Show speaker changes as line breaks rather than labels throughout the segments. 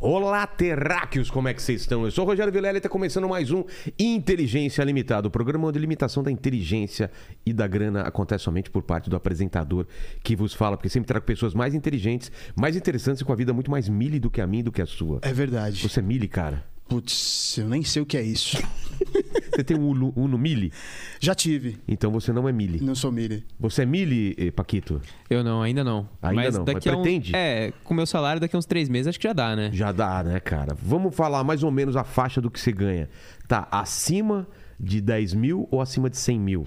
Olá, terráqueos, como é que vocês estão? Eu sou o Rogério Vilela e está começando mais um Inteligência Limitada, o programa onde a limitação da inteligência e da grana acontece somente por parte do apresentador que vos fala, porque sempre trago pessoas mais inteligentes, mais interessantes e com a vida muito mais mili do que a minha e do que a sua.
É verdade.
Você é mili, cara?
Putz, eu nem sei o que é isso.
Você tem um Uno, uno mili?
Já tive.
Então você não é mili.
Não sou Miri.
Você é mili, eh, Paquito?
Eu não, ainda não.
Ainda
mas
não, mas
daqui a um-
pretende?
É, com meu salário daqui a uns três meses acho que já dá, né?
Já dá, né, cara? Vamos falar mais ou menos a faixa do que você ganha. Tá acima de 10 mil ou acima de 100 mil?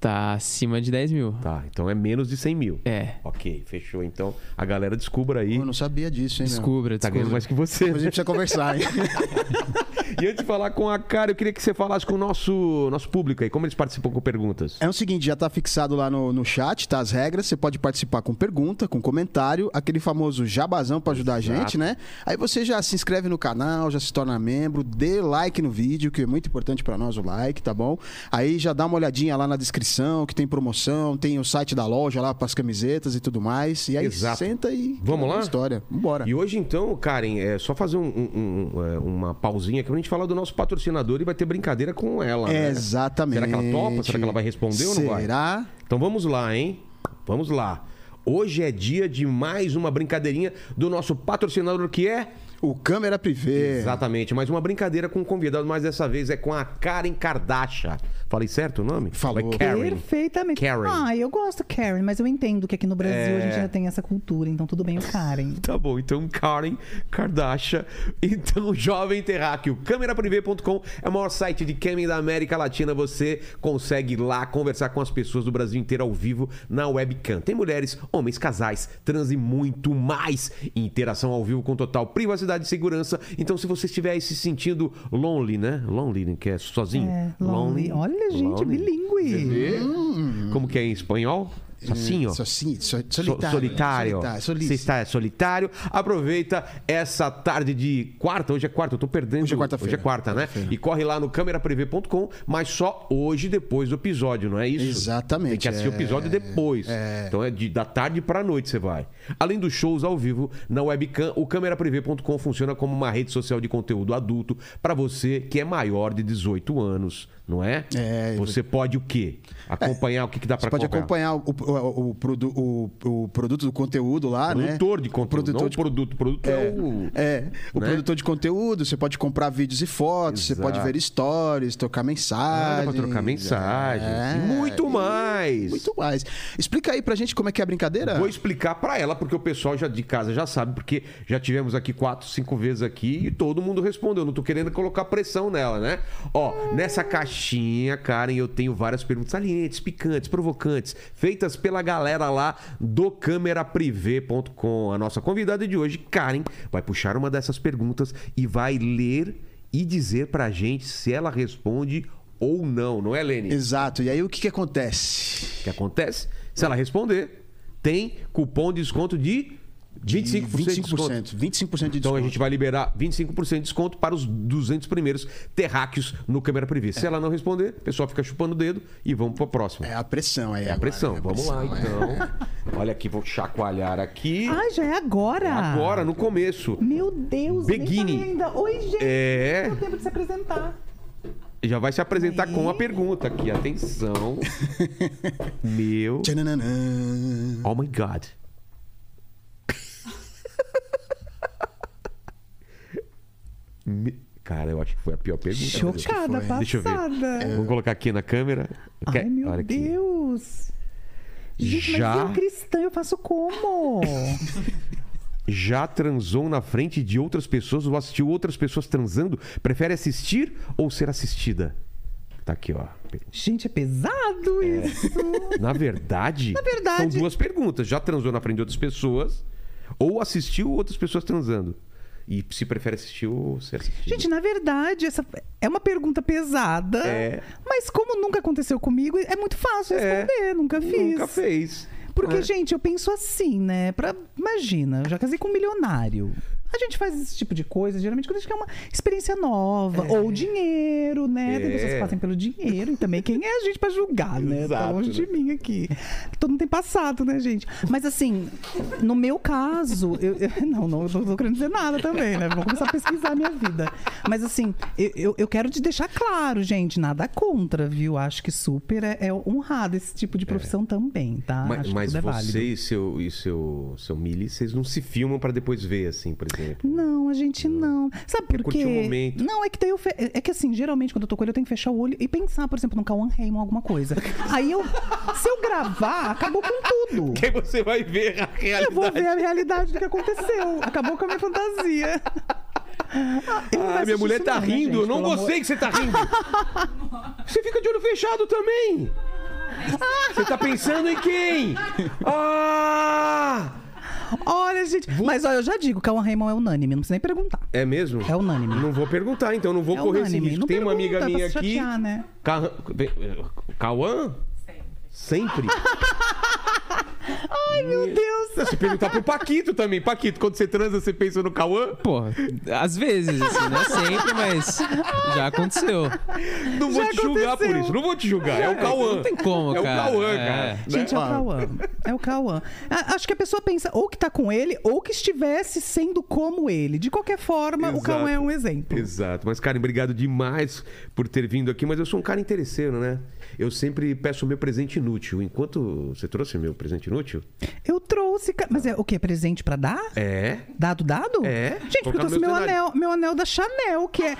Tá acima de 10 mil.
Tá, então é menos de 100 mil.
É.
Ok, fechou. Então a galera descubra aí.
Eu não sabia disso, hein? meu?
Descubra,
Tá ganhando
descubra.
mais que você.
Depois a gente precisa conversar, hein?
E antes de falar com a cara, eu queria que você falasse com o nosso, nosso público aí. Como eles participam com perguntas?
É o seguinte, já tá fixado lá no, no chat, tá as regras. Você pode participar com pergunta, com comentário, aquele famoso jabazão pra ajudar a gente, né? Aí você já se inscreve no canal, já se torna membro, dê like no vídeo, que é muito importante pra nós o like, tá bom? Aí já dá uma olhadinha lá na descrição, que tem promoção, tem o site da loja lá pras camisetas e tudo mais. E aí
Exato.
senta e
Vamos lá?
história. Vambora.
E hoje, então, Karen, é só fazer um- um- um, é, uma pausinha aqui pra gente falar do nosso patrocinador e vai ter brincadeira com ela. né?
Exatamente.
Será que ela topa? Será que ela vai responder ou não vai?
Será?
Então vamos lá, hein? Vamos lá. Hoje é dia de mais uma brincadeirinha do nosso patrocinador que é.
O câmera privê.
Exatamente, mais uma brincadeira com o convidado, mas dessa vez é com a Karen Kardashian. Falei certo o nome?
Falou.
É Karen.
Perfeitamente.
Karen.
Ah, eu gosto Karen, mas eu entendo que aqui no Brasil
É.
a gente já tem essa cultura, então tudo bem o Karen.
Tá bom, então Karen Kardashian. Então, jovem terráqueo, câmeraprivê.com é o maior site de camming da América Latina. Você consegue lá conversar com as pessoas do Brasil inteiro ao vivo na webcam. Tem mulheres, homens, casais, trans e muito mais. Interação ao vivo com total privacidade e segurança. Então, se você estiver aí se sentindo lonely, né? Lonely, né? que é sozinho.
É, lonely. Olha, gente,
Lonely.
bilíngue.
Como que é em espanhol? Sozinho?
Só sim, só-
Sol-
solitário. né?
solitário.
Solitário,
Você
solícito.
está solitário. Aproveita essa tarde de quarta. Hoje é quarta, eu tô perdendo.
Hoje é quarta-feira.
Hoje é quarta, né? E corre lá no câmeraprevê.com, mas só hoje depois do episódio, não é isso?
Exatamente,
Tem que assistir o
é.
episódio depois. Então é de- da tarde pra noite você vai. Além dos shows ao vivo na webcam, o câmeraprevê.com funciona como uma rede social de conteúdo adulto pra você que é maior de 18 anos, não é?
É.
Você pode o quê? Acompanhar o que, que dá
Você
pra
pode
acompanhar?
acompanhar o, o, o, produ- o- o produto do conteúdo lá, né?
Produtor de conteúdo,
Produtor
não
de-
produto. Produto é, o...
É, o
Né?
produtor de conteúdo, você pode comprar vídeos e fotos, você
Exato.
pode ver stories, trocar
Ah, dá
mensagens.
pra trocar mensagens.
É,
muito
e
mais.
Muito mais. Explica aí pra gente como é que é a brincadeira.
Vou explicar pra ela, porque o pessoal já de casa já sabe, porque já tivemos aqui quatro, cinco vezes aqui e todo mundo respondeu. Não tô querendo colocar pressão nela, né? Ó, nessa caixinha, Karen, eu tenho várias perguntas salientes, picantes, provocantes, feitas pela galera lá do cameraprivê.com. A nossa convidada de hoje, Karen, vai puxar uma dessas perguntas e vai ler e dizer pra gente se ela responde ou não, não é, Lene?
Exato. E aí o que, que acontece?
O que acontece? Se ela responder, tem cupom de desconto de 25%. de desconto.
25%. 25% de desconto.
Então a gente vai liberar 25% de desconto para os 200 primeiros terráqueos no câmera privê. Se ela não responder, o pessoal fica chupando o dedo e vamos para a próxima.
É a pressão aí.
É. É a pressão. Vamos lá, então. Olha aqui, vou chacoalhar aqui.
Ah, já é agora.
Agora, no começo.
Meu Deus, nem
Beginning.
falei ainda. Oi, gente.
É.
Não deu tempo de se apresentar.
Já vai se apresentar com a pergunta aqui. Atenção. Meu.
Tchananã.
Oh my God. Me- Cara, eu acho que foi a pior pergunta.
Chocada,
foi.
passada.
Deixa eu ver. Vamos colocar aqui na câmera.
Ai,
Quer-
meu
Olha aqui.
Deus. Gente,
Já-
mas eu cristã, eu faço como?
Já transou na frente de outras pessoas ou assistiu outras pessoas transando? Prefere assistir ou ser assistida? Tá aqui, ó.
gente, é pesado isso.
Na verdade,
verdade.
são duas perguntas. Já transou na frente de outras pessoas ou assistiu outras pessoas transando? E se prefere assistir ou ser assistida?
Gente, na verdade, essa é uma pergunta pesada.
É.
Mas como nunca aconteceu comigo, é muito fácil
É.
responder. Nunca fiz.
Nunca fez.
Porque,
É.
gente, eu penso assim, né? Pra, imagina, eu já casei com um milionário. A gente faz esse tipo de coisa, geralmente, quando a gente quer uma experiência nova. Ou dinheiro, né? Tem pessoas
É.
que fazem pelo dinheiro e também. Quem é a gente pra julgar, né? Tá
Exato,
longe
né?
de mim aqui. Todo mundo tem passado, né, gente? Mas assim, no meu caso, eu, eu- não, não, não tô querendo dizer nada também, né? Vou começar a pesquisar a minha vida. Mas assim, eu, eu, eu quero te deixar claro, gente, nada contra, viu? Acho que super é, é honrado esse tipo
É.
de profissão também, tá?
Mas,
Acho que
mas
tudo é válido.
você e seu, e seu, seu Mili, vocês não se filmam pra depois ver, assim, por exemplo.
Não, a gente não. Sabe por
curtir
quê?
o momento.
Não, é que daí eu. fe- É que assim, geralmente quando eu tô com ele, eu tenho que fechar o olho e pensar, por exemplo, no Cauan Raymond, alguma coisa. Aí eu. Se eu gravar, acabou com tudo.
Que aí você vai ver a
Eu vou
realidade. Ah,
ver a realidade do que aconteceu. Acabou com a minha fantasia. Ah, ele não vai
Ah, minha
assistir
mulher
isso
tá
não, né,
rindo,
gente?
eu não
Pelo amor-
gostei que você tá rindo. você fica de olho fechado também. Você tá pensando em quem? Ah!
Olha, gente. Mas olha, eu já digo, Cauan Raymond é unânime, não precisa nem perguntar.
É mesmo?
É unânime.
Não vou perguntar, então, não vou
É
correr esse
unânime.
risco.
Não
Tem uma
pergunta, tá
amiga
pra
minha
se
aqui.
chatear, né?
Car... Cauã? Sempre.
Ai, meu Deus.
Se perguntar pro Paquito também. Paquito, quando você transa, você pensa no Cauã?
Pô, às vezes, assim, não é sempre, mas já aconteceu.
Não vou
Já
te julgar por
aconteceu.
isso. Não vou te julgar. É o Cauã.
Não tem como,
É o
cara.
Cauã,
É.
cara.
Gente, é o Cauã. É o Cauã. A- Acho que a pessoa pensa ou que tá com ele ou que estivesse sendo como ele. De qualquer forma, o
Exato.
Cauã é um exemplo.
Exato. Mas, Karen, obrigado demais por ter vindo aqui. Mas eu sou um cara interesseiro, né? Eu sempre peço o meu presente inútil. Enquanto você trouxe meu presente inútil?
Eu trouxe. ca- Mas é o quê? Presente pra dar?
É.
Dado, dado?
É.
Gente, porque
Colocar
eu trouxe
no meu
meu
cenário.
anel, meu anel da Chanel, que é.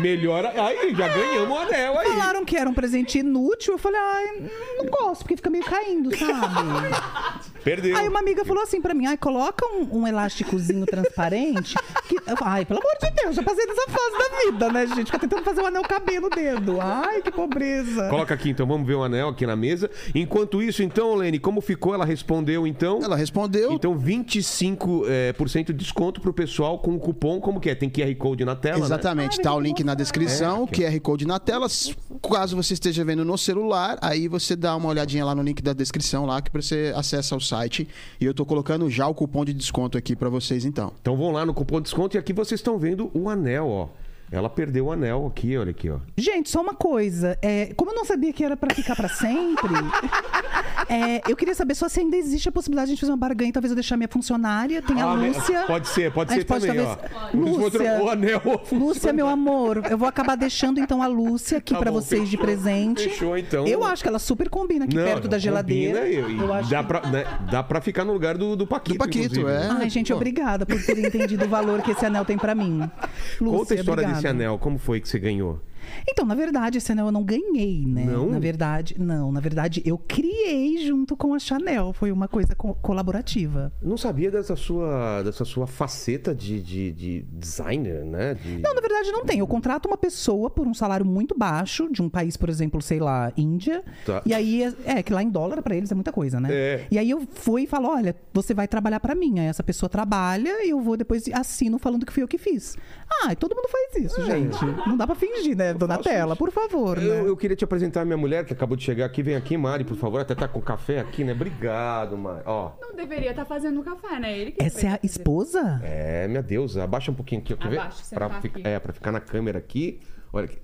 Melhora. Aí, já ganhamos o anel aí.
Falaram que era um presente inútil. Eu falei, ai, não gosto, porque fica meio caindo, sabe?
Perdeu.
Aí uma amiga falou assim pra mim, ai, coloca um, um elásticozinho transparente. que- eu- ai, pelo amor de Deus, já passei dessa fase da vida, né, gente? Fica tentando fazer um anel cabelo no dedo. Ai, que pobreza.
Coloca aqui, então. Vamos ver o anel aqui na mesa. Enquanto isso, então, Lene, como ficou? Ela respondeu, então...
Ela respondeu.
Então, 25% eh, por cento de desconto pro pessoal com o cupom, como que é? Tem QR Code na tela, né? É,
Exatamente, tá o link na descrição, QR Code na tela. S- Caso você esteja vendo no celular, aí você dá uma olhadinha lá no link da descrição lá que você acessa o site. E eu tô colocando já o cupom de desconto aqui pra vocês então.
Então vão lá no cupom de desconto e aqui vocês estão vendo o anel, ó. Ela perdeu o anel aqui, olha aqui, ó.
Gente, só uma coisa. é, como eu não sabia que era pra ficar pra sempre, é, eu queria saber só se ainda existe a possibilidade de a gente fazer uma barganha. Talvez eu deixar minha funcionária, tem É a
Ah, me-
Lúcia.
Pode ser, pode
A
ser
gente pode
também,
talvez-
ó. O desconto-
Lúcia.
O anel.
Lúcia, meu amor, eu vou acabar deixando então a Lúcia aqui
Tá
pra
bom,
vocês de
fechou.
presente.
Fechou, então.
Eu acho que ela super combina aqui
Não,
perto
não,
da geladeira.
combina, eu,
Eu acho
dá,
que-
pra, né, dá pra ficar no lugar do, do Paquito.
Do Paquito,
inclusive. né?
é.
Ai, gente,
Pô.
obrigada por ter entendido o valor que esse anel tem pra mim. Lúcia,
Conta a história
obrigada.
desse anel, como foi que você ganhou?
Então, na verdade, esse anel eu não ganhei, né?
Não?
Na verdade, não. Na verdade, eu criei junto com a Chanel. Foi uma coisa co- colaborativa.
Não sabia dessa sua, dessa sua faceta de, de, de designer, né? De-
Não, na verdade não tem. Eu contrato uma pessoa por um salário muito baixo, de um país, por exemplo, sei lá, Índia.
Tá.
E aí, é- é, que lá em dólar pra eles é muita coisa, né?
É.
E aí eu fui e falo: olha, você vai trabalhar pra mim. Aí essa pessoa trabalha e eu vou depois e assino falando que fui eu que fiz. Ah, e todo mundo faz
É.
isso, gente. Não dá pra fingir, né, Donatella? Por favor, né?
Eu, eu queria te apresentar a minha mulher, que acabou de chegar aqui. Vem aqui, Mari, por favor. Até tá com café aqui, né? Obrigado, Mari. Ó,
Não Então, deveria estar fazendo café, né? Ele que
Essa é a
deveria fazer.
esposa?
é, minha deusa. Abaixa um pouquinho aqui, ó, quer ver?
Abaixa, você
pra
tá
fi-
aqui.
É, pra ficar na câmera aqui. Olha aqui.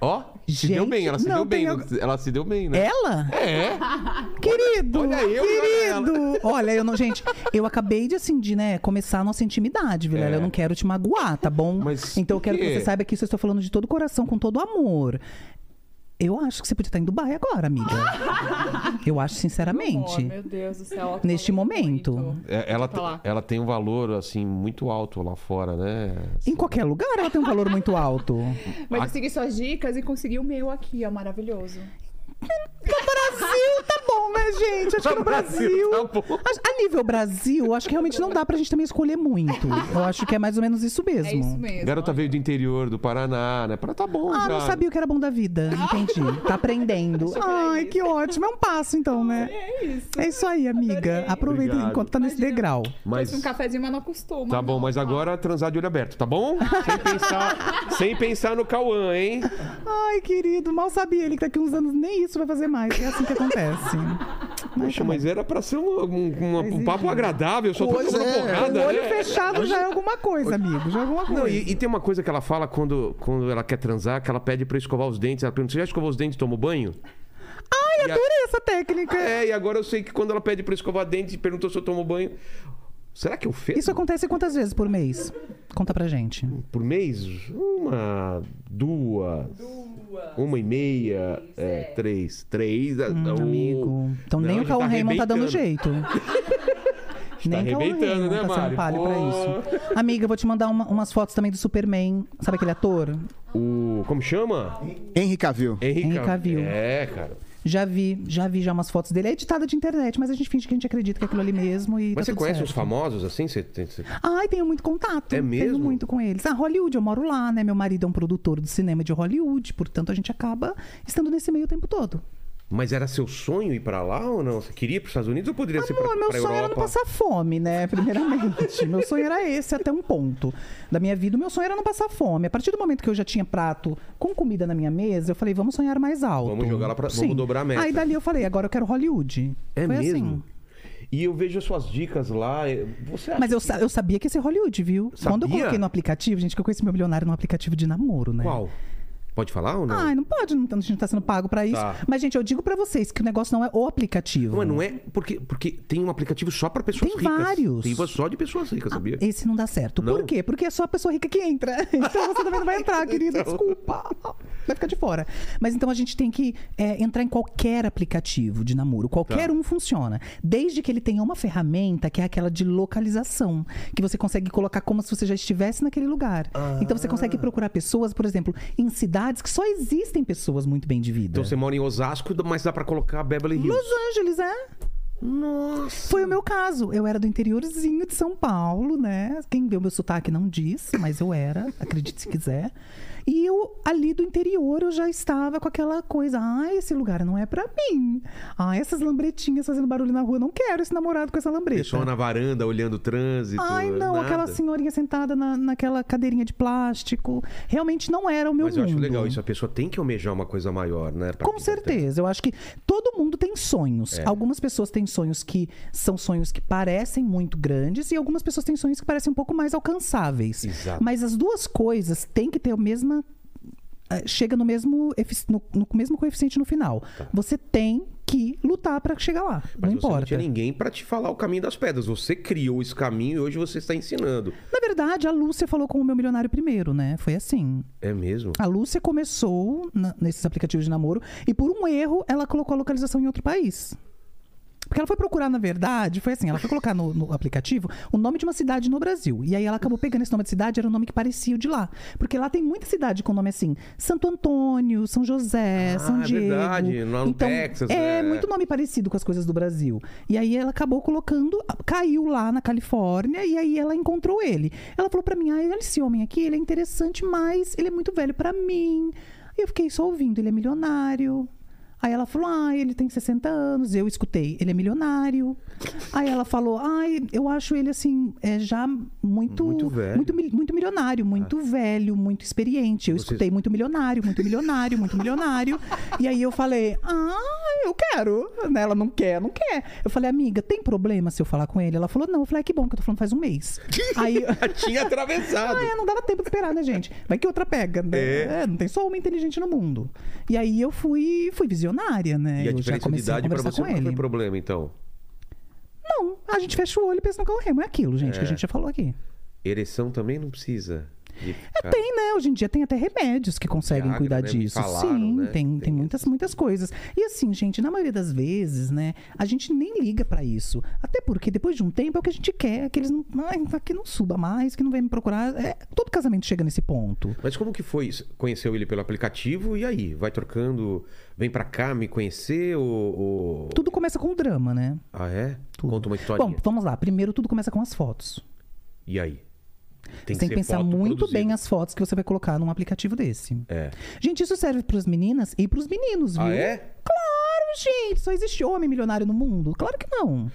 Ó, se
Gente,
deu bem, ela se
não,
deu bem.
tem
não-
algo-
Ela se deu bem, né?
Ela?
É.
Querido!
olha eu e olha
querido! Olha, eu não. Gente, eu acabei de, assim, de, né, começar a nossa intimidade, Vilela.
É.
Eu não quero te magoar, tá bom?
Mas
então eu
por
quero que
quê?
você saiba que isso eu estou falando de todo o coração, com todo o amor. Eu acho que você podia estar em Dubai agora, amiga. Eu acho,
Amor,
sinceramente.
Oh, meu Deus do céu.
Neste momento.
É, ela,
Deixa eu falar.
ela tem um valor, assim, muito alto lá fora, né?
Em qualquer lugar ela tem um valor muito alto.
Mas
Ah.
eu segui suas dicas e consegui o meu aqui, ó, maravilhoso.
Brasil, tá bom, né, gente? Acho que no Brasil.
Tá bom.
Acho- A nível Brasil, acho que realmente não dá pra gente também escolher muito. Eu acho que é mais ou menos isso mesmo.
É isso mesmo.
Garota veio do interior do Paraná, né? Pra tá bom,
Ah, não
já.
sabia o que era bom da vida. Entendi. Tá aprendendo.
Achei que era
Ai,
isso.
que ótimo. É um passo, então, né?
É isso.
É isso aí, amiga.
Adorei.
Aproveita
Obrigado.
enquanto tá nesse degrau.
Mas...
Um cafezinho, mas não costuma.
Tá bom,
não,
mas
tá?
agora transar de olho aberto, tá bom? Sem pensar, sem pensar no Cauã, hein?
Ai, querido, mal sabia ele que daqui uns anos nem isso vai fazer mais. É assim que acontece.
Poxa, mas era pra ser um, um- um- um papo agradável, só tô
Pois
tomando
é.
porrada.
O um olho
né?
fechado já é alguma coisa, amigo. Já é alguma coisa.
Não, e, e tem uma coisa que ela fala quando, quando ela quer transar, que ela pede pra escovar os dentes. Ela pergunta, você já escovou os dentes e tomou banho?
Ai,
e a-
adorei essa técnica.
É, e agora eu sei que quando ela pede pra escovar dentes e perguntou se eu tomo banho... Será que eu fiz?
Isso é acontece quantas vezes por mês? Conta pra gente.
Por mês? Uma, duas, uma e meia, é, três, três. ah,
Hum,
o-
amigo. Então
Não,
nem o
ele tá
Cauã Raymond tá dando
arrebentando.
jeito.
Tá
Cauã
arrebentando,
Raymond
né,
tá
Mari?
sendo palho pra
Pô.
isso. Amiga, eu vou te mandar uma- umas fotos também do Superman. Sabe aquele ator?
O, como chama?
Henry Cavill.
Henrique
Henry Cavill.
É, cara.
Já vi, já vi já umas fotos dele. É editada de internet, mas a gente finge que a gente acredita que é aquilo ali mesmo. E
Mas
tá
você
tudo
conhece
certo.
os famosos assim? Você, tem- você-
Ai, tenho muito contato.
É mesmo?
Tenho muito com eles. Ah, Hollywood, eu moro lá, né? Meu marido é um produtor de cinema de Hollywood, portanto a gente acaba estando nesse meio o tempo todo.
Mas era seu sonho ir pra lá ou não? Você queria ir pros Estados Unidos ou poderia ser Tipo assim, pra,
Amor, Ah, meu
pra
sonho era não
Europa?
passar fome, né? Primeiramente. meu sonho era esse até um ponto da minha vida. O meu sonho era não passar fome. A partir do momento que eu já tinha prato com comida na minha mesa, eu falei, vamos sonhar mais alto.
Vamos jogar lá pra- vamos
Sim.
dobrar a meta.
Aí dali eu falei, agora eu quero Hollywood.
É
Foi
mesmo?
assim.
E eu vejo as suas dicas lá. é- Você acha
Mas eu, sa- eu sabia que ia ser Hollywood, viu?
Sabia?
Quando eu coloquei no aplicativo, gente, que eu conheci meu milionário num aplicativo de namoro, né?
qual? Pode falar ou não?
Ai, não pode, não, a gente não tá sendo pago pra isso.
Tá.
Mas, gente, eu digo pra vocês que o negócio não é o aplicativo.
Não, mas não é porque, porque tem um aplicativo só pra pessoas
Tem
ricas.
vários. Ah, é.
Tem uma só de pessoas ricas, sabia?
Esse não dá certo.
Não?
Por quê? Porque é só a pessoa rica que entra. Então você também não vai entrar, querida. Desculpa. Vai ficar de fora. Mas então a gente tem que é, entrar em qualquer aplicativo de namoro.
Tá.
Qualquer um funciona. Desde que ele tenha uma ferramenta que é aquela de localização. Que você consegue colocar como se você já estivesse naquele lugar.
Ah.
Então você consegue procurar pessoas, por exemplo, em cidades que só existem pessoas muito bem de vida.
Então você mora em Osasco, mas dá pra colocar Beverly Hills.
Los Angeles, é?
Nossa.
Foi o meu caso. Eu era do interiorzinho de São Paulo, né? Quem vê o meu sotaque não diz, mas eu era, acredite se quiser. E eu, ali do interior, eu já estava com aquela coisa: ah, esse lugar não é pra mim. Ah, essas lambretinhas fazendo barulho na rua, não quero esse namorado com essa lambreta.
Pessoa na varanda olhando o trânsito.
Ai, não,
nada.
aquela senhorinha sentada na, naquela cadeirinha de plástico. Realmente não era o meu
Mas eu
mundo.
acho legal isso. A pessoa tem que almejar uma coisa maior, né? pra É.
Com
vida dela.
certeza. Eu acho que todo mundo tem sonhos. Algumas pessoas têm sonhos que são sonhos que parecem muito grandes e algumas pessoas têm sonhos que parecem um pouco mais alcançáveis.
Exato.
Mas as duas coisas têm que ter a mesma. eh, Chega no mesmo, efici- no, no mesmo coeficiente no final. Você tem que lutar para chegar lá.
Tá. Mas
não
você
importa.
não tinha ninguém pra te falar o caminho das pedras. Você criou esse caminho e hoje você está ensinando.
Na verdade, a Lúcia falou com o meu milionário primeiro, né? Foi assim.
É mesmo?
A Lúcia começou na- nesses aplicativos de namoro e por um erro ela colocou a localização em outro país. Porque ela foi procurar, na verdade, foi assim, ela foi colocar no, no aplicativo o nome de uma cidade no Brasil. E aí ela acabou pegando esse nome de cidade, era um nome que parecia o de lá. Porque lá tem muita cidade com nome assim, Santo Antônio, São José,
Ah,
São
é
Diego.
verdade, lá no Texas,
É,
é.
muito nome parecido com as coisas do Brasil. E aí ela acabou colocando, caiu lá na Califórnia e aí ela encontrou ele. Ela falou pra mim: "Ah, esse homem aqui, ele é interessante, mas ele é muito velho pra mim". E eu fiquei só ouvindo, ele é milionário. Aí ela falou: "Ah, ele tem 60 anos". Eu escutei: "Ele é milionário". Aí ela falou: "Ai, eu acho ele assim, é já muito
Muito velho. Ah.
muito, mil- muito milionário, muito velho, muito experiente". Eu
Vocês-
escutei muito milionário, muito milionário, muito milionário. E aí eu falei, ah, eu quero. Né, Ela não quer, não quer. Eu falei, amiga, tem problema se eu falar com ele? Ela falou, não. Eu falei, "Ah, que bom que eu tô falando faz um mês.
Tá
aí.
tinha atravessado.
Ah, é, não dava tempo de esperar, né, gente? Vai que outra pega, né?
É.
É, não tem só uma inteligente no mundo. E aí eu fui, fui visionária, né?
E a
eu já
diferença de
comecei a
idade pra
conversar
você
com
não
ele.
foi problema, então.
Não, a gente fecha o olho e pensa no carro remo. É aquilo, gente, que a gente já falou aqui.
Ereção também não precisa. de ficar-
Tem, né? Hoje em dia tem até remédios que conseguem
Viagra,
cuidar
né? É. Me
disso.
falaram,
Sim,
né?
tem,
Tem
tem, muitas, muitas coisas. E assim, gente, na maioria das vezes, né, a gente nem liga pra isso. Até porque depois de um tempo é o que a gente quer, que eles não. Ai, que não suba mais, que não vem me procurar. É, todo casamento chega nesse ponto.
Mas como que foi? isso? Conheceu ele pelo aplicativo e aí? Vai trocando, vem pra cá me conhecer ou... ou-
Tudo começa com um drama, né?
Ah, é?
Tudo.
Conta uma historinha.
Bom, vamos lá. Primeiro tudo começa com as fotos.
E aí?
Você tem que
ser
pensar
foto
muito bem
produzida.
as fotos que você vai colocar num aplicativo desse.
É.
Gente, isso serve pras meninas e pros meninos, viu?
Ah, é?
Claro, gente. Só existe homem milionário no mundo? Claro que não.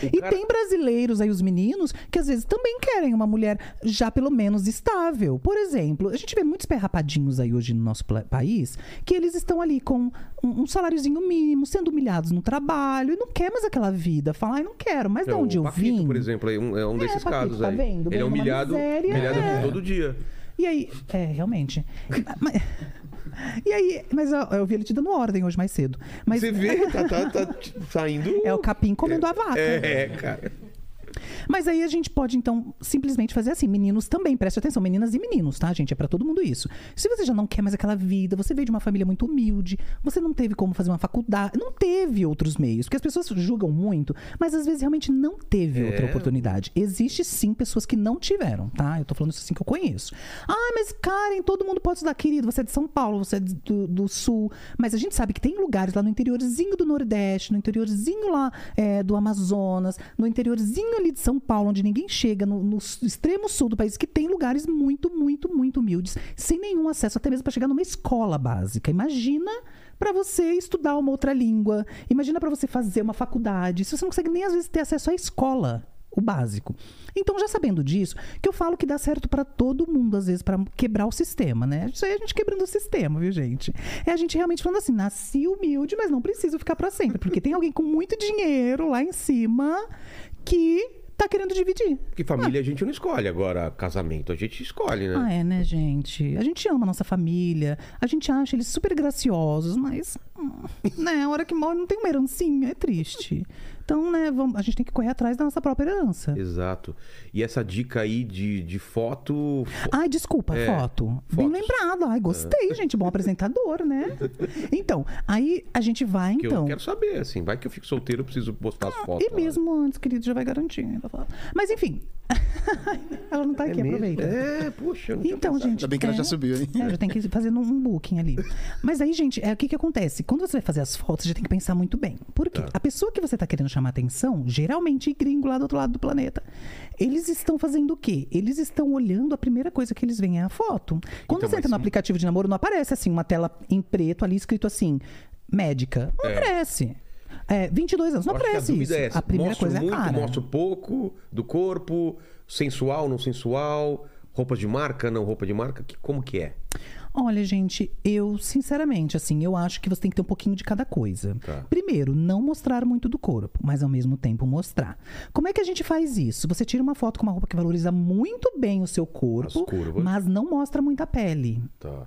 O
E
cara-
tem brasileiros aí, os meninos, que às vezes também querem uma mulher já pelo menos estável. Por exemplo, a gente vê muitos perrapadinhos aí hoje no nosso pla- país que eles estão ali com um, um saláriozinho mínimo, sendo humilhados no trabalho e não quer mais aquela vida. Fala, ai, não quero, mas de
É,
onde
o
eu
Paquito,
vim?
por exemplo, é um, é um
É,
desses
Paquito,
casos
tá
aí.
vendo?
Ele é
Vem numa
humilhado,
miséria,
humilhado
é.
todo dia.
E aí, é, realmente. Mas- e aí, mas eu, eu vi ele te dando ordem hoje mais cedo. Mas
Você vê, tá, tá, tá saindo.
é o capim comendo a vaca.
É, é, cara.
Mas aí a gente pode, então, simplesmente fazer assim. Meninos também, preste atenção. Meninas e meninos, tá, gente? É pra todo mundo isso. Se você já não quer mais aquela vida, você veio de uma família muito humilde, você não teve como fazer uma faculdade, não teve outros meios. Porque as pessoas julgam muito, mas às vezes realmente não teve outra oportunidade. Existe sim pessoas que não tiveram, tá? Eu tô falando isso assim que eu conheço. Ah, mas Karen, todo mundo pode estudar, querido. Você é de São Paulo, você é de- do, do Sul. Mas a gente sabe que tem lugares lá no interiorzinho do Nordeste, no interiorzinho lá é, do Amazonas, no interiorzinho ali de São Paulo, onde ninguém chega, no, no s- extremo sul do país, que tem lugares muito, muito, muito humildes, sem nenhum acesso, até mesmo para chegar numa escola básica. Imagina para você estudar uma outra língua, imagina para você fazer uma faculdade, se você não consegue nem às vezes ter acesso à escola. O básico. Então, já sabendo disso, que eu falo que dá certo para todo mundo, às vezes, para quebrar o sistema, né? Isso aí é a gente quebrando o sistema, viu, gente? É a gente realmente falando assim, nasci humilde, mas não preciso ficar para sempre. Porque tem alguém com muito dinheiro lá em cima que tá querendo dividir.
Porque família a gente não escolhe. Agora, casamento a gente escolhe, né?
Ah, é, né, gente? A gente ama a nossa família, a gente acha eles super graciosos, mas, hum, né, a hora que morre não tem uma herancinha, é triste. Então, né, vamos, a gente tem que correr atrás da nossa própria herança.
Exato. E essa dica aí de, de foto. fo-
Ai, desculpa,
É,
foto. Bem
fotos.
lembrado. Ai,
É.
gostei, gente. Bom apresentador, né? Então, aí a gente vai,
que
então. Ah,
eu quero saber, assim. Vai que eu fico solteiro, eu preciso postar as fotos.
E
lá.
mesmo antes, querido, já vai garantindo. ela fala. Mas enfim. ela não tá
É
aqui,
mesmo?
aproveita.
É, poxa. eu não tinha
Então,
pensado.
gente.
Ainda bem que ela
é-
já subiu, hein?
assim.
É, já tem que ir fazendo um booking ali. Mas aí, gente, é, o que, que acontece? Quando você vai fazer as fotos, você já tem que pensar muito bem. Por
Tá.
quê? A pessoa que você está querendo chamar atenção, geralmente gringo lá do outro lado do planeta, eles estão fazendo o quê? Eles estão olhando, a primeira coisa que eles veem é a foto. Quando
Então,
você entra
mas-
no aplicativo de namoro, não aparece assim uma tela em preto ali escrito assim, médica. Não
É.
aparece. É, 22 anos, não
Eu acho que
aparece
a dúvida
isso.
É essa.
a primeira
mostro
coisa
muito,
é a cara.
mostro pouco do corpo, sensual, não sensual, roupa de marca, não roupa de marca, que, como que é?
Olha, gente, eu, sinceramente, assim, eu acho que você tem que ter um pouquinho de cada coisa.
Tá.
Primeiro, não mostrar muito do corpo, mas ao mesmo tempo mostrar. Como é que a gente faz isso? Você tira uma foto com uma roupa que valoriza muito bem o seu corpo,
As curvas.
mas não mostra muita pele.
Tá.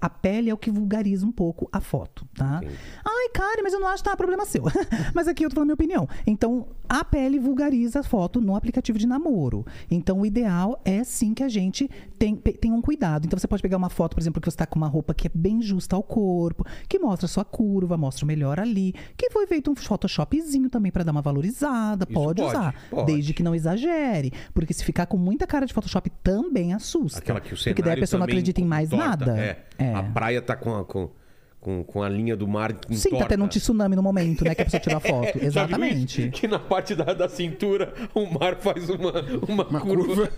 A pele é o que vulgariza um pouco a foto, tá?
Entendi.
Ai, cara, mas eu não acho, tá? Problema seu. mas aqui eu tô falando a minha opinião. Então, a pele vulgariza a foto no aplicativo de namoro. Então, o ideal é sim que a gente tem- pe- tenha um cuidado. Então, você pode pegar uma foto, por exemplo, que você tá com uma roupa que é bem justa ao corpo, que mostra a sua curva, mostra o melhor ali, que foi feito um photoshopzinho também pra dar uma valorizada.
Isso pode,
Pode, usar,
pode.
desde que não exagere. Porque se ficar com muita cara de photoshop também assusta.
Aquela que o cenário
Porque daí a pessoa não
também
acredita em mais
entorta.
nada.
É. A praia tá com a, com, com, com a linha do mar entorta.
Sim, tá tendo um tsunami no momento, né? Que a pessoa tira a foto.
Já viu
Exatamente.
isso? Que na parte da, da cintura o mar faz uma, uma, curva.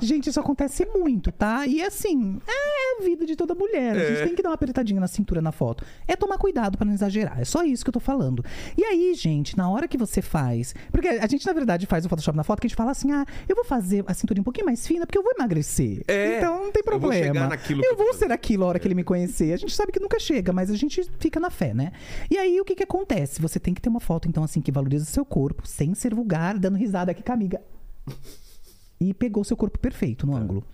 Gente, isso acontece muito, tá? E assim, é a vida de toda mulher. A
É.
gente tem que dar uma apertadinha na cintura na foto. É tomar cuidado pra não exagerar. É só isso que eu tô falando. E aí, gente, na hora que você faz. Porque a gente, na verdade, faz o Photoshop na foto que a gente fala assim: ah, eu vou fazer a cintura um pouquinho mais fina porque eu vou emagrecer.
É.
Então não tem
Eu vou
problema.
chegar naquilo que
Eu
eu tô
vou
fazendo.
ser ser aquilo a hora que ele me conhecer. A gente sabe que nunca chega, mas a gente fica na fé, né? E aí, o que que acontece? Você tem que ter uma foto, então, assim, que valoriza o seu corpo, sem ser vulgar, dando risada aqui com a amiga. E pegou seu corpo perfeito
É.
no ângulo.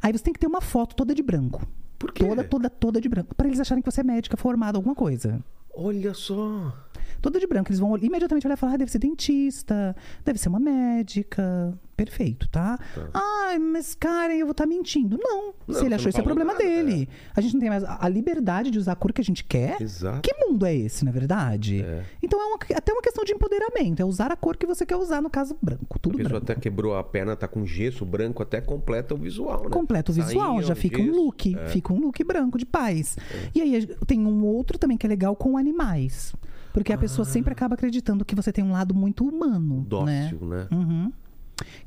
Aí você tem que ter uma foto toda de branco. Por
quê?
Toda, toda, toda de branco. Pra eles acharem que você é médica, formada, alguma coisa.
Olha só.
Toda de branco. Eles vão olhar- imediatamente olhar e falar: ah, deve ser dentista, deve ser uma médica. Perfeito, tá? Ai, mas Karen, eu vou estar mentindo. Não.
Não,
se
você
ele achou
não
isso é
falou
problema
nada,
dele. A gente não tem mais a a liberdade de usar a cor que a gente quer.
Exato.
Que mundo é esse, na verdade? Então é uma- até uma questão de empoderamento. É usar a cor que você quer usar, no caso, branco.
A
Tudo
pessoa
branco.
até quebrou a perna, tá com gesso branco, até completa o visual, né?
Completa o visual,
Sainha,
já
o
fica um
gesso. é.
look. Fica um look branco de paz. E aí tem um outro também que é legal com animais. Porque a
Ah.
pessoa sempre acaba acreditando que você tem um lado muito humano. né?
Dócil, né?
Uhum.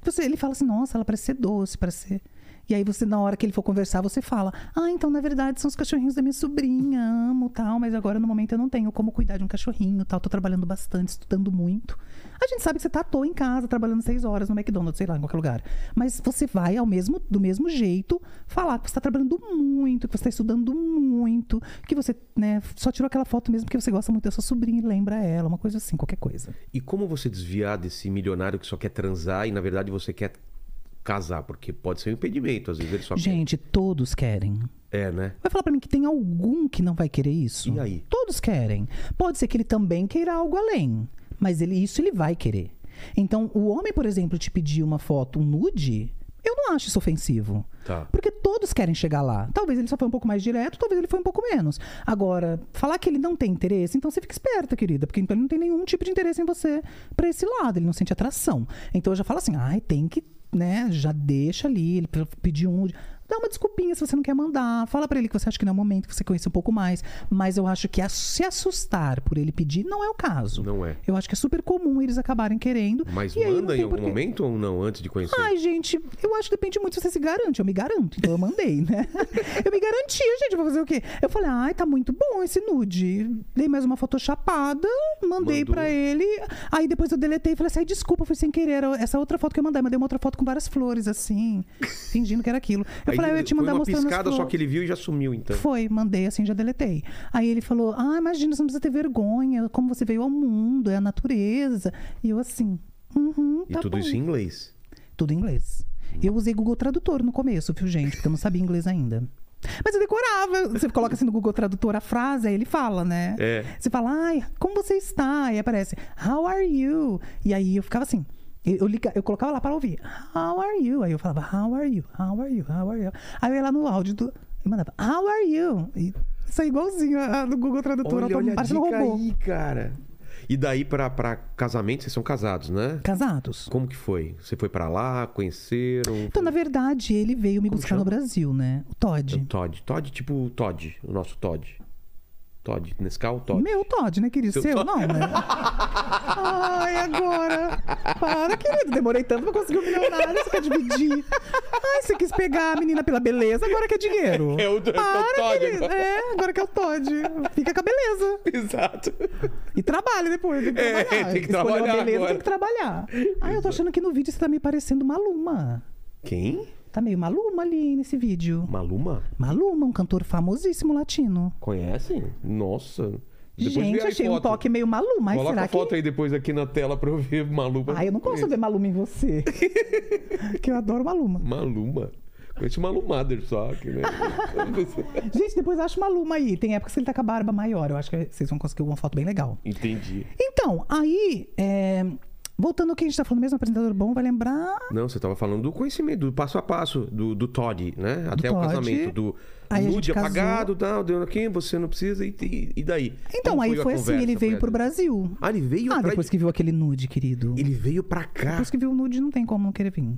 Você- ele fala assim, nossa, ela parece ser doce, parece ser... E aí você, na hora que ele for conversar, você fala: Ah, então, na verdade, são os cachorrinhos da minha sobrinha, amo tal, mas agora no momento eu não tenho como cuidar de um cachorrinho tal. Tô trabalhando bastante, estudando muito. A gente sabe que você tá à toa em casa, trabalhando seis horas no McDonald's, sei lá, em qualquer lugar. Mas você vai ao mesmo, do mesmo jeito falar que você tá trabalhando muito, que você tá estudando muito, que você né, só tirou aquela foto mesmo porque você gosta muito da sua sobrinha e lembra ela, uma coisa assim, qualquer coisa.
E como você desviar desse milionário que só quer transar e, na verdade, você quer casar? Porque pode ser um impedimento, às vezes ele só
Gente, todos querem.
quer. É, né?
Vai falar pra mim que tem algum que não vai querer isso?
E aí?
Todos querem. Pode ser que ele também queira algo além, mas ele isso ele vai querer. Então, o homem, por exemplo, te pedir uma foto, um nude, eu não acho isso ofensivo.
Tá.
Porque todos querem chegar lá. Talvez ele só foi um pouco mais direto, talvez ele foi um pouco menos. Agora, falar que ele não tem interesse, então você fica esperta, querida, porque então ele não tem nenhum tipo de interesse em você pra esse lado, ele não sente atração. Então eu já falo assim, ai, tem que, né, já deixa ali, ele pe- pedir um. Dá uma desculpinha se você não quer mandar. Fala pra ele que você acha que não é o momento, que você conhece um pouco mais. Mas eu acho que a- se assustar por ele pedir não é o caso.
Não é.
Eu acho que é super comum eles acabarem querendo.
Mas
e aí não
manda em um
tem
algum
porquê.
momento ou não, antes de conhecer?
Ai, gente, eu acho que depende muito se você se garante. Eu me garanto, então eu mandei, né? eu me garanti, gente, vou fazer o quê? Eu falei, ai, tá muito bom esse nude. Dei mais uma photoshopada, mandei
Mandou.
pra ele. Aí depois eu deletei e falei assim, ai, desculpa, foi sem querer. Era essa outra foto que eu mandei. Mandei uma outra foto com várias flores, assim, fingindo que era aquilo. Eu
Aí
falei, ah, eu ia te
foi
mandar
uma
mostrando as
piscada, só
flores."
que ele viu e já sumiu, então.
Foi, mandei assim, já deletei. Aí ele falou: Ah, imagina, você não precisa ter vergonha, como você veio ao mundo, é a natureza. E eu assim, uhum,
E
tá
tudo
bom.
isso em inglês.
Tudo em inglês. Eu usei Google Tradutor no começo, viu, gente? Porque eu não sabia inglês ainda. Mas eu decorava. Você coloca assim no Google Tradutor a frase, aí ele fala, né?
É.
Você fala, ai, como você está? Aí aparece, how are you? E aí eu ficava assim. Eu, eu liga- eu colocava lá para ouvir, how are you? Aí eu falava, how are you? How are you? How are you? Aí eu ia lá no áudio do, e mandava, how are you? E isso é igualzinho a, a do Google Tradutor,
Olha, olha a
parece um
dica
robô.
aí, cara. E daí pra, pra casamento, vocês são casados, né?
Casados.
Como que foi? Você foi pra lá, conheceram?
Então, na verdade, ele veio me
Como
buscar
chama?
no Brasil, né? O Todd.
O Todd. Todd, tipo o Todd, o nosso Todd. Todd, Nescau, Todd.
Meu Todd, né, querido?
Seu
Seu, não, né? Ai, agora. Para, querido. Demorei tanto pra conseguir um milionário. Você quer dividir? Ai, você quis pegar a menina pela beleza, agora quer dinheiro.
É o- é o Todd
querido.
agora.
É, agora que é o Todd. Fica com a beleza.
Exato.
E trabalha depois. Tem que
É,
trabalhar.
tem que
Escolheu a
trabalhar
beleza,
agora.
tem que trabalhar. Ai, eu tô achando que no vídeo você tá me parecendo Maluma.
Quem?
Tá meio Maluma ali hein, nesse vídeo.
Maluma?
Maluma, um cantor famosíssimo latino.
Conhece? Nossa. Depois vê
Gente,
aí
achei um
foto.
toque meio Maluma. Mas
Coloca
será
a foto
que...
aí depois aqui na tela pra eu ver Maluma.
Ah, eu não posso ver Maluma em você. que eu adoro Maluma.
Maluma. Conheço Malumader só. Que, né?
Gente, depois acho Maluma aí. Tem épocas que ele tá com a barba maior. Eu acho que vocês vão conseguir uma foto bem legal.
Entendi.
Então, aí. é, Voltando ao que a gente tá falando mesmo, o apresentador bom vai lembrar.
Não, você tava falando do conhecimento, do passo a passo, do, do Todd, né? Até o
Todd.
casamento, do
Aí a
nude
gente casou.
apagado, tal, deu aqui, você não precisa, e, e- e daí?
Então,
Como
aí
a
foi assim:
conversa?
ele veio pro
a-
Brasil.
Ah, ele veio
Ah,
pra...
depois que viu aquele nude, querido.
Ele tá veio pra cá.
Depois que viu o nude, não tem como não querer vir.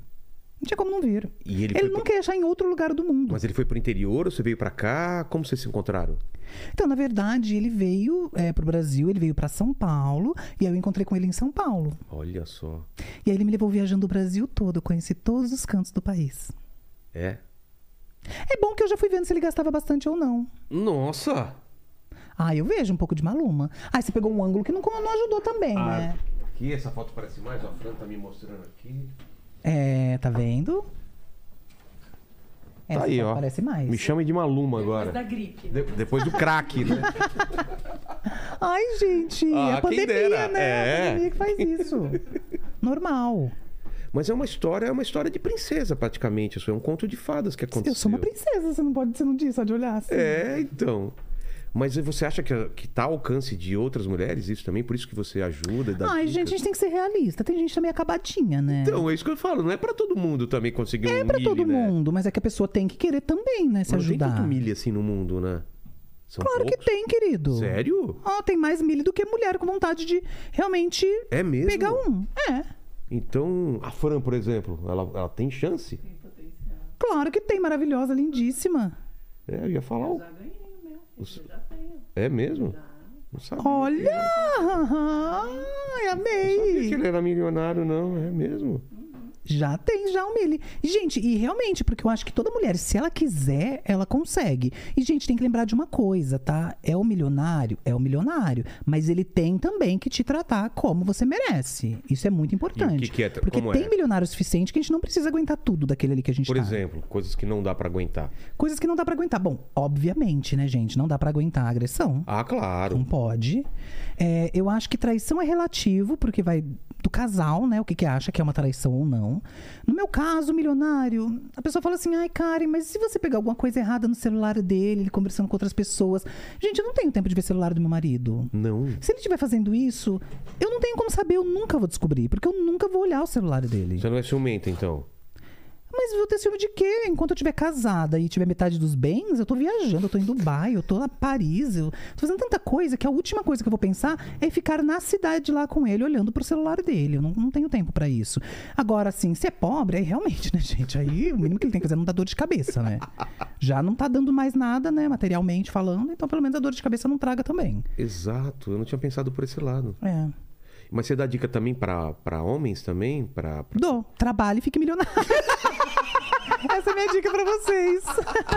Não tinha como não vir.
E ele
Ele,
foi
não
pro-
quer achar em outro lugar do mundo.
Mas ele foi pro interior, você veio pra cá? Como vocês se encontraram?
Então, na verdade, ele veio é, pro Brasil, ele veio pra São Paulo, e aí eu encontrei com ele em São Paulo.
Olha só.
E aí ele me levou viajando o Brasil todo, eu conheci todos os cantos do país.
É.
É bom que eu já fui vendo se ele gastava bastante ou não.
Nossa!
Ah, eu vejo um pouco de maluma. Ah, você pegou um ângulo que não, não ajudou também,
Ah.
né?
Aqui, essa foto parece mais, ó, a Fran tá me mostrando aqui.
É, tá vendo? Essa
Tá aí,
foto
ó.
Parece mais.
Me chame de Maluma agora. Depois da gripe. depois do crack, né?
Ai, gente,
Ah,
é
quem
a pandemia,
dera.
né?
É.
A pandemia que faz isso. Normal.
Mas é uma história, é uma história de princesa, praticamente. Isso é um conto de fadas que aconteceu.
Eu sou uma princesa, você não pode, você não diz, só de olhar assim.
É, então. Mas você acha que, que tá ao alcance de outras mulheres isso também? Por isso que você ajuda e dá
Ai,
dicas?
gente, a gente tem que ser realista. Tem gente também acabadinha, né?
Então, é isso que eu falo. Não é pra todo mundo também conseguir um
é pra
milho,
todo
né?
mundo, mas é que a pessoa tem que querer também, né?
Mas
Se
não
ajudar.
tem tanto milho assim no mundo, né? São
Claro que
poucos?
tem, querido.
Sério?
Ah, tem mais milho do que mulher com vontade de realmente
É mesmo?
pegar um. É.
Então, a Fran, por exemplo, ela, ela tem chance?
Claro que tem, maravilhosa, lindíssima.
É, eu ia falar... o- os- É mesmo? Não sabia.
Olha! Ai,
Não sabia que
amei!
ele era milionário, não. É mesmo?
Já tem, já o Mille. E, Gente, e realmente, porque eu acho que toda mulher, se ela quiser, ela consegue. E, gente, tem que lembrar de uma coisa, tá? É o milionário, é o milionário. Mas ele tem também que te tratar como você merece. Isso é muito importante.
E o que que é?
Porque
Como
tem
é?
milionário o suficiente que a gente não precisa aguentar tudo daquele ali que a gente
Por
tá.
exemplo, coisas que não dá pra aguentar.
Coisas que não dá pra aguentar. Bom, obviamente, né, gente? Não dá pra aguentar a agressão.
Ah,
Não
claro.
pode. É, eu acho que traição é relativo, porque vai do casal, né? O que, que acha que é uma traição ou não. No meu caso, milionário, a pessoa fala assim: ai, Karen, mas se você pegar alguma coisa errada no celular dele, ele conversando com outras pessoas. Gente, eu não tenho tempo de ver celular do meu marido.
Não.
Se ele estiver fazendo isso, eu não tenho como saber, eu nunca vou descobrir, porque eu nunca vou olhar o celular dele.
Você não é ciumenta, então.
Mas vou ter ciúme de quê? Enquanto eu estiver casada e tiver metade dos bens, eu tô viajando, eu tô em Dubai, eu tô lá em Paris, eu tô fazendo tanta coisa que a última coisa que eu vou pensar é ficar na cidade lá com ele, olhando pro celular dele. Eu não, não tenho tempo pra isso. Agora, assim, se é pobre, aí realmente, né, gente? Aí o mínimo que ele tem que fazer é não dar dor de cabeça, né? Já não tá dando mais nada, né, materialmente falando, então pelo menos a dor de cabeça não traga também.
Exato, eu não tinha pensado por esse lado.
É.
Mas você dá dica também pra pra homens também? Pra, pra-
Dou. Trabalhe e fique milionário. Essa é a minha dica pra vocês.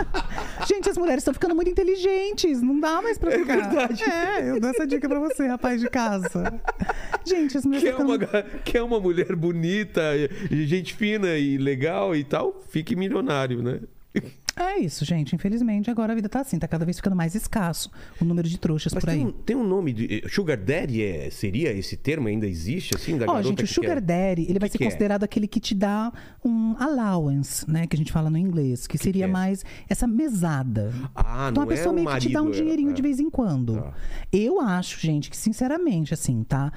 Gente, as mulheres estão ficando muito inteligentes. Não dá mais pra ficar. É verdade. É, eu dou essa dica pra você, rapaz de casa. Gente, as mulheres
Quer
estão
é uma,
ficando...
ga- quer uma mulher bonita, e- e gente fina e legal e tal, fique milionário, né?
É isso, gente. Infelizmente, agora a vida tá assim. Tá cada vez ficando mais escasso o número de trouxas
Mas
por aí.
tem, um- tem um nome de. Sugar Daddy é- seria esse termo? Ainda existe, assim, da
Ó,
garota
gente, o
que
sugar
quer-
daddy, ele vai
que
ser
que é?
considerado aquele que te dá um allowance, né? Que a gente fala no inglês. Que, seria
é?
mais essa mesada.
Ah, não
então a pessoa
é o
meio que te dá um
marido, é-
dinheirinho
é.
de vez em quando.
Tá.
Eu acho, gente, que sinceramente, assim, tá?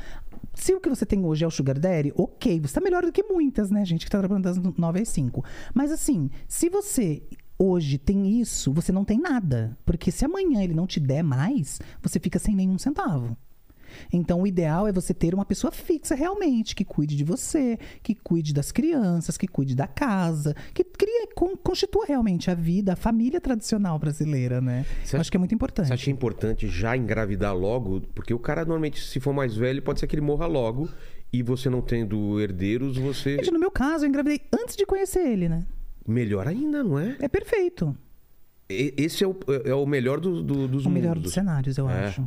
Se o que você tem hoje é o sugar daddy, ok. Você tá melhor do que muitas, né, gente? Que tá trabalhando das 9 às 5. Mas assim, se você... Hoje tem isso, você não tem nada. Porque se amanhã ele não te der mais, você fica sem nenhum centavo. Então, o ideal é você ter uma pessoa fixa realmente, que cuide de você, que cuide das crianças, que cuide da casa, que cria, con- constitua realmente a vida, a família tradicional brasileira, né?
Você
Eu
acha-
acho que é muito importante.
Você acha importante já engravidar logo? Porque o cara, normalmente, se for mais velho, pode ser que ele morra logo. E você não tendo herdeiros, você.
Gente, no meu caso, eu engravidei antes de conhecer ele, né?
Melhor ainda, não é?
É perfeito.
E- Esse é o, é o melhor do- do- dos
o
mundos.
melhor dos cenários, eu
É.
acho.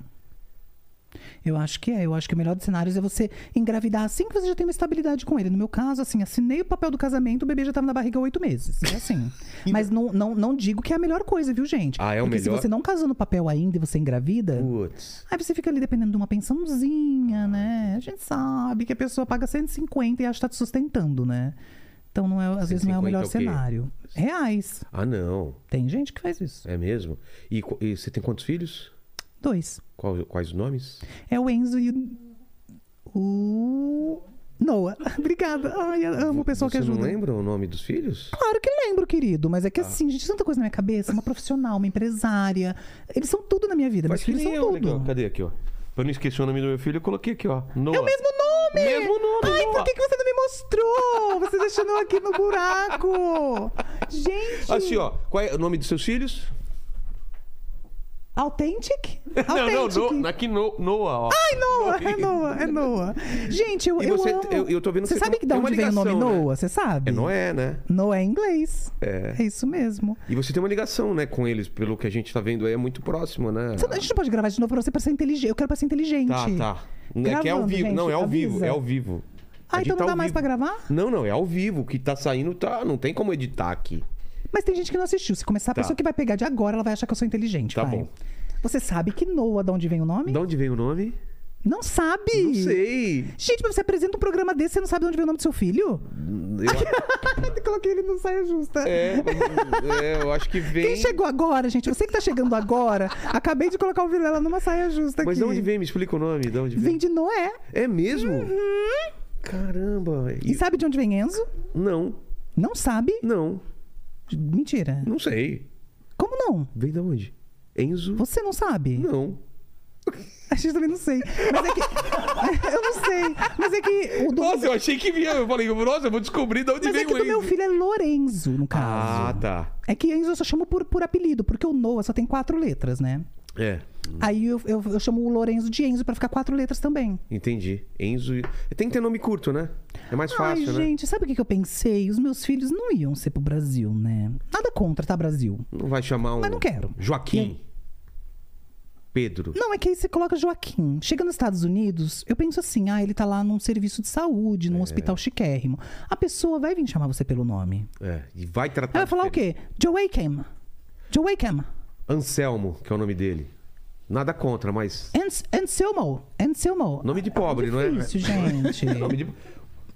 Eu acho que é. Eu acho que o melhor dos cenários é você engravidar assim que você já tem uma estabilidade com ele. No meu caso, assim, assinei o papel do casamento, o bebê já tava na barriga há oito meses. É assim. Mas não, não, não digo que é a melhor coisa, viu, gente?
Ah, é o
Porque
melhor?
se você não casou no papel ainda e você engravida,
Putz.
aí você fica ali dependendo de uma pensãozinha,
Ah,
né? A gente sabe que a pessoa paga 150 e acha que tá te sustentando, né? Então, não é, às vezes, não é
150
o melhor
é o quê?
cenário. Reais.
Ah, não.
Tem gente que faz isso.
É mesmo? E, qu- e você tem quantos filhos?
Dois.
Qual- quais os nomes?
É o Enzo e o. o... Noah. Obrigada. Ai, eu amo o pessoal
você
que ajuda.
não lembra Ah. o nome dos filhos?
Claro que lembro, querido, mas é que assim, gente, tanta coisa na minha cabeça, uma profissional, uma empresária. Eles são tudo na minha vida, meus
Mas que
filhos
nem
são
eu, né,
tudo.
ó. Cadê aqui, ó? Pra não esquecer o nome do meu filho, eu coloquei aqui, ó.
É o mesmo nome!
Mesmo nome,
Ai,
Noah.
por que, que você não me mostrou? Você deixou eu aqui no buraco! Gente!
Assim, ó. Qual é o nome dos seus filhos?
Authentic?
Não,
Authentic.
não, no, aqui no, Noah, ó.
Ai, Noah, é Noah, é Noah. Gente, eu,
E
eu
você-
amo.
eu- eu tô vendo que
você
você
sabe
tem
que de
uma
onde vem o nome
ligação, né?
Noah? Você sabe?
É Noé, né?
Noé em inglês.
É.
É isso mesmo.
E você tem uma ligação, né, com eles, pelo que a gente tá vendo aí, é muito próximo, né?
Você- A gente não pode gravar de novo pra você parecer inteligente. Eu quero parecer inteligente.
Tá, tá. é que é ao
Gravando,
vivo. não,
gente,
é ao vivo,
avisa.
é ao vivo. A
Ah,
gente
então
tá
não dá
ao
mais
vivo.
pra gravar?
Não, não, é ao vivo. O que tá saindo tá. Não tem como editar aqui.
Mas tem gente que não assistiu. Se começar, a
Tá.
pessoa que vai pegar de agora, ela vai achar que eu sou inteligente.
Tá
vai.
bom.
Você sabe que Noah, de onde vem o nome?
De onde vem o nome?
Não sabe!
Não sei.
Gente, mas você apresenta um programa desse, você não sabe de onde vem o nome do seu filho?
Eu,
Eu coloquei ele no saia justa.
é, é, eu acho que vem.
Quem chegou agora, gente? Você que tá chegando agora, acabei de colocar o Vilela numa saia justa
Mas
aqui.
de onde vem? Me explica o nome. De onde vem?
Vem Uhum. de Noé.
É mesmo? Caramba.
E sabe de onde vem Enzo?
Não,
Não sabe?
não,
Mentira.
não sei.
Como não?
Vem de onde? Enzo?
Você não sabe?
Não.
A gente também não sei. Mas é que. eu não sei. Mas é que o do,
Nossa, eu achei que vinha. Eu falei, nossa, eu vou descobrir de onde
mas
vem
é que
o
do meu
Enzo.
filho é Lorenzo, no caso.
Ah, tá.
É que Enzo eu só chamo por, por apelido, porque o Noah só tem quatro letras, né?
É,
Aí eu, eu- eu chamo o Lorenzo de Enzo pra ficar quatro letras também.
entendi. Enzo. e- Tem que ter nome curto, né? É mais
Ai,
fácil, né?
gente, sabe o que, que eu pensei? Os meus filhos não iam ser pro Brasil, né? Nada contra, tá, Brasil?
Não vai chamar um.
Mas não quero.
Joaquim. Pedro.
Não, é que aí você coloca Joaquim. Chega nos Estados Unidos, eu penso assim, ah, ele tá lá num serviço de saúde,
É.
num hospital chiquérrimo. A pessoa vai vir chamar você pelo nome.
É, e vai tratar.
Ela vai falar o quê? Joaquim. Joaquim.
Anselmo, que é o nome dele. Nada contra, mas.
Ans- Anselmo. Anselmo.
Nome de pobre, não é?
Isso, gente.
Nome de-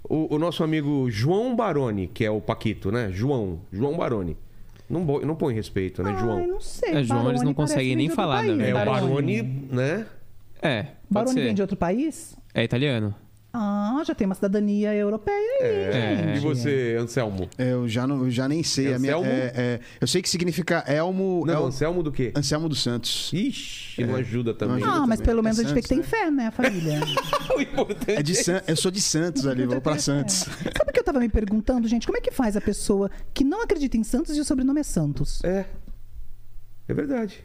O, o nosso amigo João Baroni, que é o Paquito, né? João. João Baroni. Não, bo- não põe respeito, né,
Ai,
João?
não sei.
É, João, eles
Barone
não
parece
conseguem
que
nem
vem de outro
falar, na
país.
É, o
verdade.
Baroni, né?
É, pode
Barone vem de
ser.
outro país?
É italiano.
Ah, já tem uma cidadania europeia aí,
É.
E
gente.
você, Anselmo?
Eu já, não, eu já nem
É
sei. a minha,
Anselmo?
é- é- eu sei que significa Elmo.
Não,
El-
Anselmo do quê?
Anselmo dos Santos. É.
Ixi, não ajuda também.
Ah, mas
também.
pelo
É
menos a gente vê que tem
Santos,
fé, né, a família?
O importante
É de San... Eu sou de Santos ali, vou pra Santos.
Sabe o que eu tava me perguntando, gente? Como é que faz a pessoa que não acredita em Santos e o sobrenome é Santos?
É. É verdade.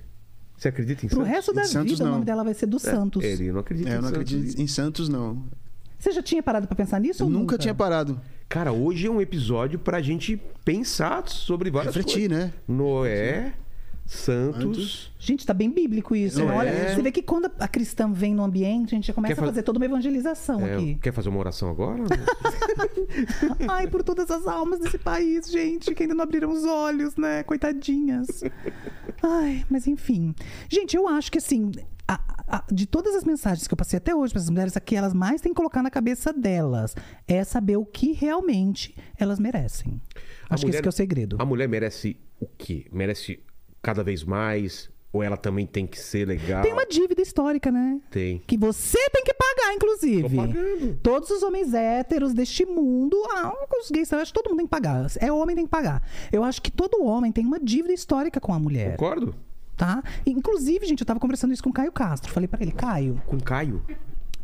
Você acredita em
Pro
Santos? É,
resto da
em Santos,
vida, o
não.
nome dela vai ser do Santos.
Ele não acredita
É, eu
em
não
Santos.
acredito em Santos, não.
Você já tinha parado pra pensar nisso? ou
Nunca, tinha parado.
Cara, hoje é um episódio pra gente pensar sobre várias
Refletir,
coisas.
né?
Noé, Santos.
Gente, tá bem bíblico isso.
Não
né?
é?
Olha, você vê que quando a cristã vem no ambiente, a gente já começa
Quer
a
fa-
fazer toda uma evangelização
É,
aqui.
quer fazer uma oração agora?
Ai, por todas as almas desse país, gente, que ainda não abriram os olhos, né? Coitadinhas. Ai, mas enfim. Gente, eu acho que assim. a- a- de todas as mensagens que eu passei até hoje para as mulheres aqui, elas mais têm que colocar na cabeça delas é saber o que realmente elas merecem.
A
Acho que esse
mulher-
que é o segredo.
A mulher merece o quê? Merece cada vez mais? Ou ela também tem que ser legal?
Tem uma dívida histórica, né?
Tem.
Que você tem que pagar, inclusive.
Tô pagando.
Todos os homens héteros deste mundo, ah, os gays, eu acho que todo mundo tem que pagar. É homem tem que pagar. Eu acho que todo homem tem uma dívida histórica com a mulher,
Concordo?
tá? Inclusive, gente, eu tava conversando isso com o Caio Castro. Falei pra ele, Caio,
Com Caio.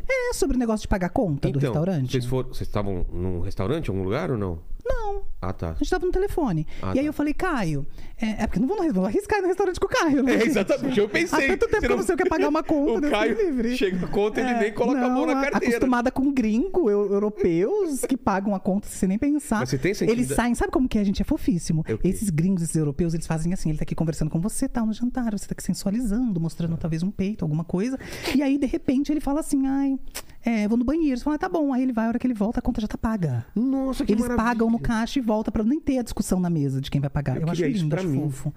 é sobre o negócio de pagar conta Tá do restaurante?
Então, Vocês, foram, vocês estavam num restaurante, em algum lugar ou não?
Não.
Ah, tá.
A gente tava no telefone.
Ah,
e
tá.
aí eu falei, Caio, é, é porque não vou, não vou arriscar ir no restaurante com o Caio, né?
É,
gente?
exatamente, eu pensei.
Há tanto tempo
Você
que
não-
você quer pagar uma conta,
O
Deus me
Caio
livre.
chega a conta, ele
É,
nem coloca a mão na
não,
carteira.
Acostumada com gringo, eu- europeus, que pagam a conta sem nem pensar.
Mas você tem essa
Eles
intimida-
saem, sabe como que é, gente? É fofíssimo.
É o quê?
Esses gringos, esses europeus, eles fazem assim, ele tá aqui conversando com você, tal, no jantar, você tá aqui sensualizando,
Ah.
mostrando talvez um peito, alguma coisa. E aí, de repente, ele fala assim, ai... é, vou no banheiro. Você fala, ah, tá bom. Aí ele vai, a hora que ele volta, a conta já tá paga.
Nossa, que
Eles
maravilha.
pagam no caixa e volta pra nem ter a discussão na mesa de quem vai pagar.
Eu
Eu, acho
queria
lindo,
isso pra
acho
mim.
fofo.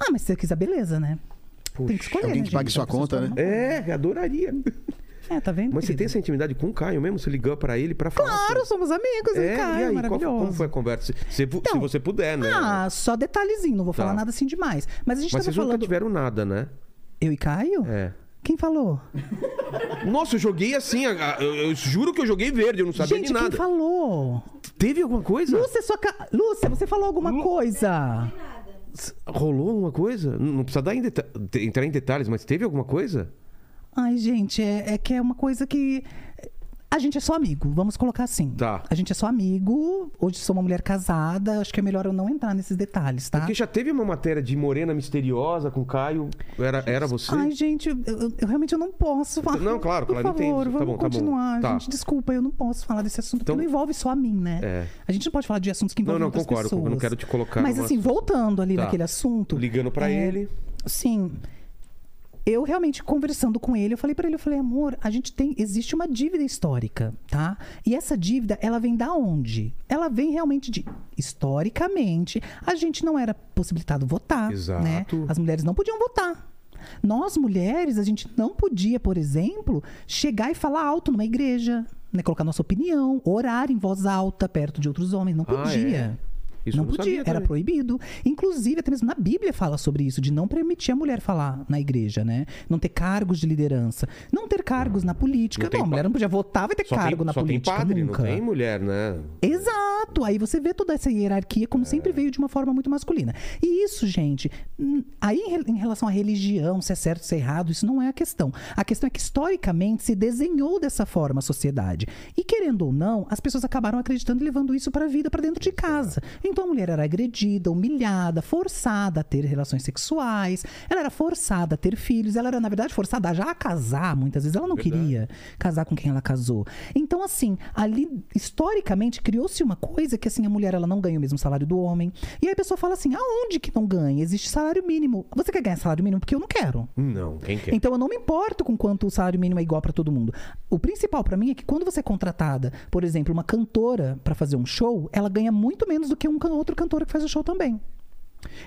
Ah, mas se você quiser, beleza, né? Tem que escolher,
Alguém
né,
que pague
gente?
sua
Tem que
conta,
escolher.
É, adoraria.
É, tá vendo?
Mas você tem
querido?
essa intimidade com o Caio mesmo? Você ligou pra ele pra falar?
Claro,
sobre-
somos amigos,
é,
né, cara?
e aí, qual,
maravilhoso.
como foi a conversa? Se, se vo-
Então,
se você puder, né?
Ah, só detalhezinho, não vou
Tá.
falar nada assim demais. Mas a gente
Mas
tava
vocês nunca
falando.
tiveram nada, né?
Eu e Caio?
É.
Quem falou?
Nossa, eu joguei assim, a- a- eu, eu juro que eu joguei verde, eu não sabia
gente,
de nada.
quem falou?
Teve alguma coisa?
Lúcia, sua ca... Lúcia, você falou alguma coisa?
Rolou alguma coisa? Não não precisa dar em deta- de- entrar em detalhes, mas teve alguma coisa?
Ai, gente, é, é que é uma coisa que. A gente é só amigo, vamos colocar assim.
Tá.
A gente é só amigo. Hoje sou uma mulher casada. Acho que é melhor eu não entrar nesses detalhes, tá?
Porque já teve uma matéria de Morena Misteriosa com Caio. Era, era você?
Ai, gente, eu, eu- eu realmente eu não posso falar.
Não, claro,
Por
claro,
favor,
entendo. Tá
vamos
bom, tá bom.
continuar.
Tá.
Gente, desculpa, eu não posso falar desse assunto,
Então-
porque não envolve só a mim, né?
É.
A gente não pode falar de assuntos que envolvem
não,
outras
concordo,
pessoas.
concordo, não quero te colocar
Mas
numa-
assim, voltando ali
Tá.
naquele assunto...
Ligando pra
é,
ele.
Sim. Eu realmente conversando com ele, eu falei pra ele, eu falei, amor, a gente tem, existe uma dívida histórica, tá? E essa dívida, ela vem da onde? Ela vem realmente de, historicamente, a gente não era possibilitado votar,
Exato.
né? As mulheres não podiam votar. Nós mulheres, a gente não podia, por exemplo, chegar e falar alto numa igreja, né? colocar nossa opinião, orar em voz alta perto de outros homens, não
Ah, é?
podia.
Isso eu
não
não sabia
podia, era
também.
proibido proibido. Inclusive, até mesmo na Bíblia fala sobre isso, de não permitir a mulher falar na igreja, né? Não ter cargos de liderança. Não ter cargos na política.
Não tem
Não, a mulher
pa-
não podia votar, vai ter
Só
cargo
tem,
na
só tem
política.
padre,
nunca.
não tem mulher, né?
Exato! Aí você vê toda essa hierarquia como sempre veio de uma forma muito masculina. E isso, gente, hum, aí em re- em relação à religião, se é certo, se é errado, isso não é a questão. A questão é que historicamente se desenhou dessa forma a sociedade. E querendo ou não, as pessoas acabaram acreditando e levando isso para a vida, para dentro de casa. Então a mulher era agredida, humilhada, forçada a ter relações sexuais, ela era forçada a ter filhos, ela era, na verdade, forçada já a casar, muitas vezes. Ela não queria casar com quem ela casou. Então, assim, ali, historicamente, criou-se uma coisa que, assim, a mulher ela não ganha o mesmo salário do homem. E aí a pessoa fala assim: aonde que não ganha? Existe salário mínimo. Você quer ganhar salário mínimo? Porque eu não quero.
Não, quem quer?
Então eu não me importo com quanto o salário mínimo é igual pra todo mundo. O principal pra mim é que quando você é contratada, por exemplo, uma cantora pra fazer um show, ela ganha muito menos do que um can- outro cantor que faz o show também.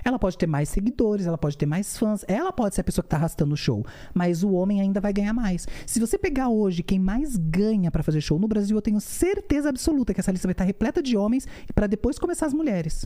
Ela pode ter mais seguidores, ela pode ter mais fãs, ela pode ser a pessoa que tá arrastando o show, mas o homem ainda vai ganhar mais. Se você pegar hoje quem mais ganha pra fazer show no Brasil, eu tenho certeza absoluta que essa lista vai estar repleta de homens pra depois começar as mulheres.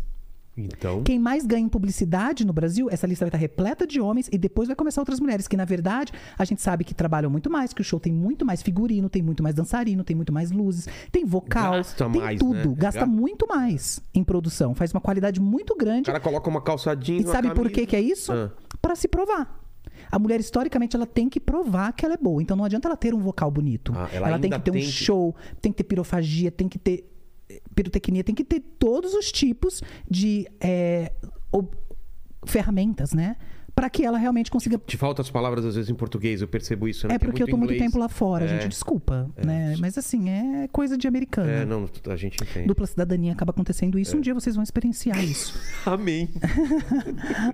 Então,
Quem mais ganha em publicidade no Brasil, essa lista vai estar repleta de homens e depois vai começar outras mulheres, que na verdade a gente sabe que trabalham muito mais, que o show tem muito mais figurino, tem muito mais dançarino, tem muito mais luzes, tem vocal,
Gasta
tem
mais,
tudo.
né?
Gasta
Ga-
muito mais em produção, faz uma qualidade muito
o
grande.
cara coloca uma calçadinha
E sabe por que, que é isso?
Ah.
Pra se provar. A mulher, historicamente, ela tem que provar que ela é boa. Então não adianta ela ter um vocal bonito.
Ah, ela
tem
ainda
que ter
tem
um
que-
show, tem que ter pirofagia, tem que ter eh, pirotecnia, tem que ter todos os tipos de eh, ob- ferramentas, né? Pra que ela realmente consiga
Te faltam as palavras às vezes em português, eu percebo isso. né?
é porque eu tô muito
inglês.
tempo lá fora,
É.
gente. Desculpa, né? Mas assim, é coisa de americano.
É, não, É. a gente entende.
Dupla cidadania acaba acontecendo isso. Um dia vocês vão experienciar isso.
Amém.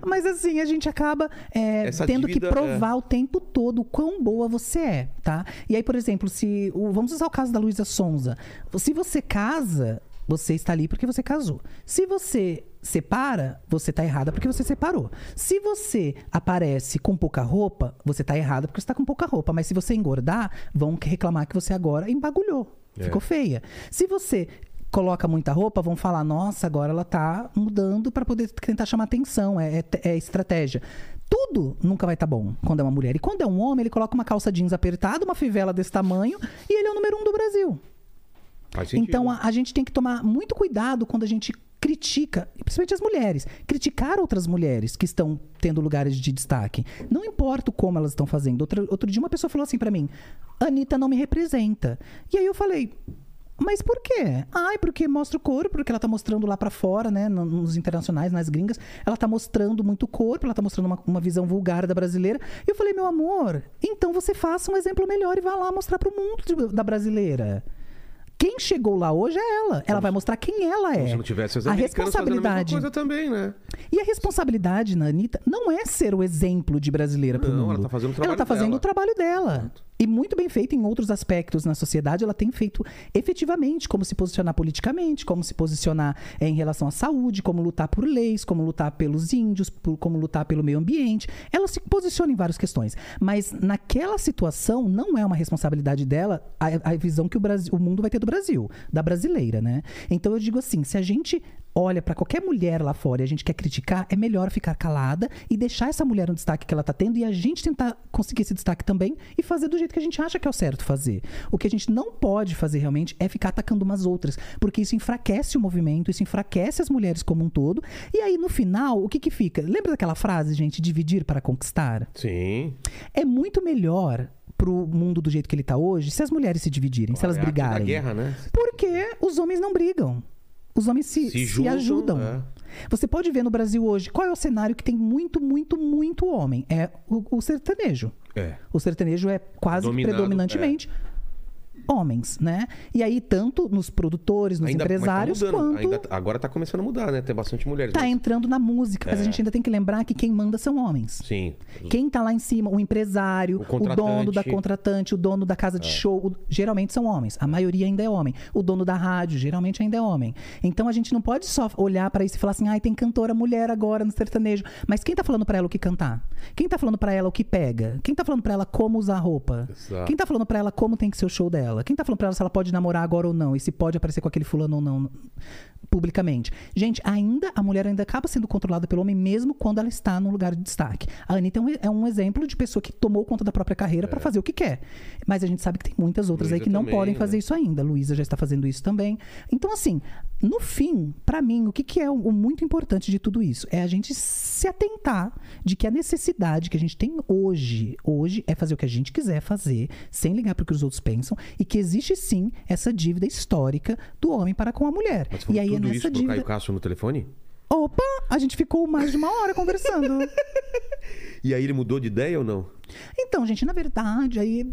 Mas assim, a gente acaba é,
Essa
tendo
dívida,
que provar o tempo todo o quão boa você é, tá? E aí, por exemplo, se. o- vamos usar o caso da Luísa Sonza. Se você casa, você está ali porque você casou. Se você separa, você está errada porque você separou. Se você aparece com pouca roupa, você está errada porque você está com pouca roupa. Mas se você engordar, vão reclamar que você agora embagulhou.
É.
Ficou feia. Se você coloca muita roupa, vão falar, nossa, agora ela tá mudando pra poder tentar chamar atenção, é, é- é estratégia. Tudo nunca vai estar bom quando é uma mulher. E quando é um homem, ele coloca uma calça jeans apertada, uma fivela desse tamanho, e ele é o número um do Brasil.
Faz sentido.
Então a, a gente tem que tomar muito cuidado quando a gente critica, principalmente as mulheres, criticar outras mulheres que estão tendo lugares de destaque. Não importa o como elas estão fazendo. Outro, outro dia uma pessoa falou assim pra mim: "Anitta não me representa". E aí eu falei: mas por quê? Ai, porque mostra o corpo, porque ela tá mostrando lá pra fora, né? no- Nos internacionais, nas gringas. Ela tá mostrando muito corpo, ela tá mostrando uma, uma visão vulgar da brasileira. E eu falei, meu amor, então você faça um exemplo melhor e vá lá mostrar pro mundo de- da brasileira. Quem chegou lá hoje é ela. Ela vai mostrar quem ela é.
Se não tivesse as
a
americanas fazendo a mesma
responsabilidade.
coisa também, né?
E a responsabilidade na Anitta não é ser o exemplo de brasileira pro
Não,
mundo.
ela tá fazendo o
Ela tá
trabalho
fazendo
dela.
o trabalho dela. E muito bem feito em outros aspectos na sociedade. Ela tem feito efetivamente como se posicionar politicamente, como se posicionar eh, em relação à saúde, como lutar por leis, como lutar pelos índios, por- como lutar pelo meio ambiente. Ela se posiciona em várias questões. Mas naquela situação, não é uma responsabilidade dela a, a visão que o, Brasil, o mundo vai ter do Brasil, da brasileira, né? Então eu digo assim: se a gente olha pra qualquer mulher lá fora e a gente quer criticar, é melhor ficar calada e deixar essa mulher no destaque que ela tá tendo e a gente tentar conseguir esse destaque também e fazer do jeito que a gente acha que é o certo fazer. O que a gente não pode fazer realmente é ficar atacando umas outras, porque isso enfraquece o movimento, isso enfraquece as mulheres como um todo. E aí no final, o que que fica? Lembra daquela frase, gente, dividir para conquistar?
Sim.
É muito melhor pro mundo do jeito que ele tá hoje se as mulheres se dividirem, se elas
É a arte da
brigarem.
guerra, né?
Porque os homens não brigam. Os homens se,
Se
se,
juntam,
ajudam.
é.
Você pode ver no Brasil hoje qual é o cenário que tem muito, muito, muito homem. É o, o sertanejo.
É.
O sertanejo é quase que
Dominado,
predominantemente homens, né? E aí, tanto nos produtores, nos
Ainda, mas tá
empresários,
mudando.
quanto
Ainda tá- agora tá começando a mudar, né? Tem bastante mulheres.
tá
né?
entrando na
É.
música. Mas a gente ainda tem que lembrar que quem manda são homens.
Sim.
Quem tá lá em cima, o empresário,
O
o,
contratante. É.
dono da contratante, o dono da casa de show, o- geralmente são homens. A maioria ainda é homem. O dono da rádio, geralmente ainda é homem. Então a gente não pode só olhar pra isso e falar assim: "Ai, tem cantora mulher agora no sertanejo". Mas quem tá falando pra ela o que cantar? Quem tá falando pra ela o que pega? Quem tá falando pra ela como usar roupa?
Exato.
Quem tá falando pra ela como tem que ser o show dela? Quem tá falando pra ela se ela pode namorar agora ou não? E se pode aparecer com aquele fulano ou não publicamente? Gente, ainda a mulher ainda acaba sendo controlada pelo homem mesmo quando ela está num lugar de destaque. A Anitta é um, é um exemplo de pessoa que tomou conta da própria carreira pra fazer o que quer. Mas a gente sabe que tem muitas outras aí
Luísa
que não
É. também,
podem
né?
fazer isso ainda. Luísa já está fazendo isso também. Então, assim, no fim, pra mim, o que, que é o, o muito importante de tudo isso? É a gente se atentar de que a necessidade que a gente tem hoje, hoje, é fazer o que a gente quiser fazer, sem ligar pro que os outros pensam, e que existe sim essa dívida histórica do homem para com a mulher.
Mas falou
E aí é
tudo
nessa
isso pro
dívida.
Caio Castro no telefone?
Opa, a gente ficou mais de uma hora conversando.
E aí ele mudou de ideia ou não?
Então, gente, na verdade, aí.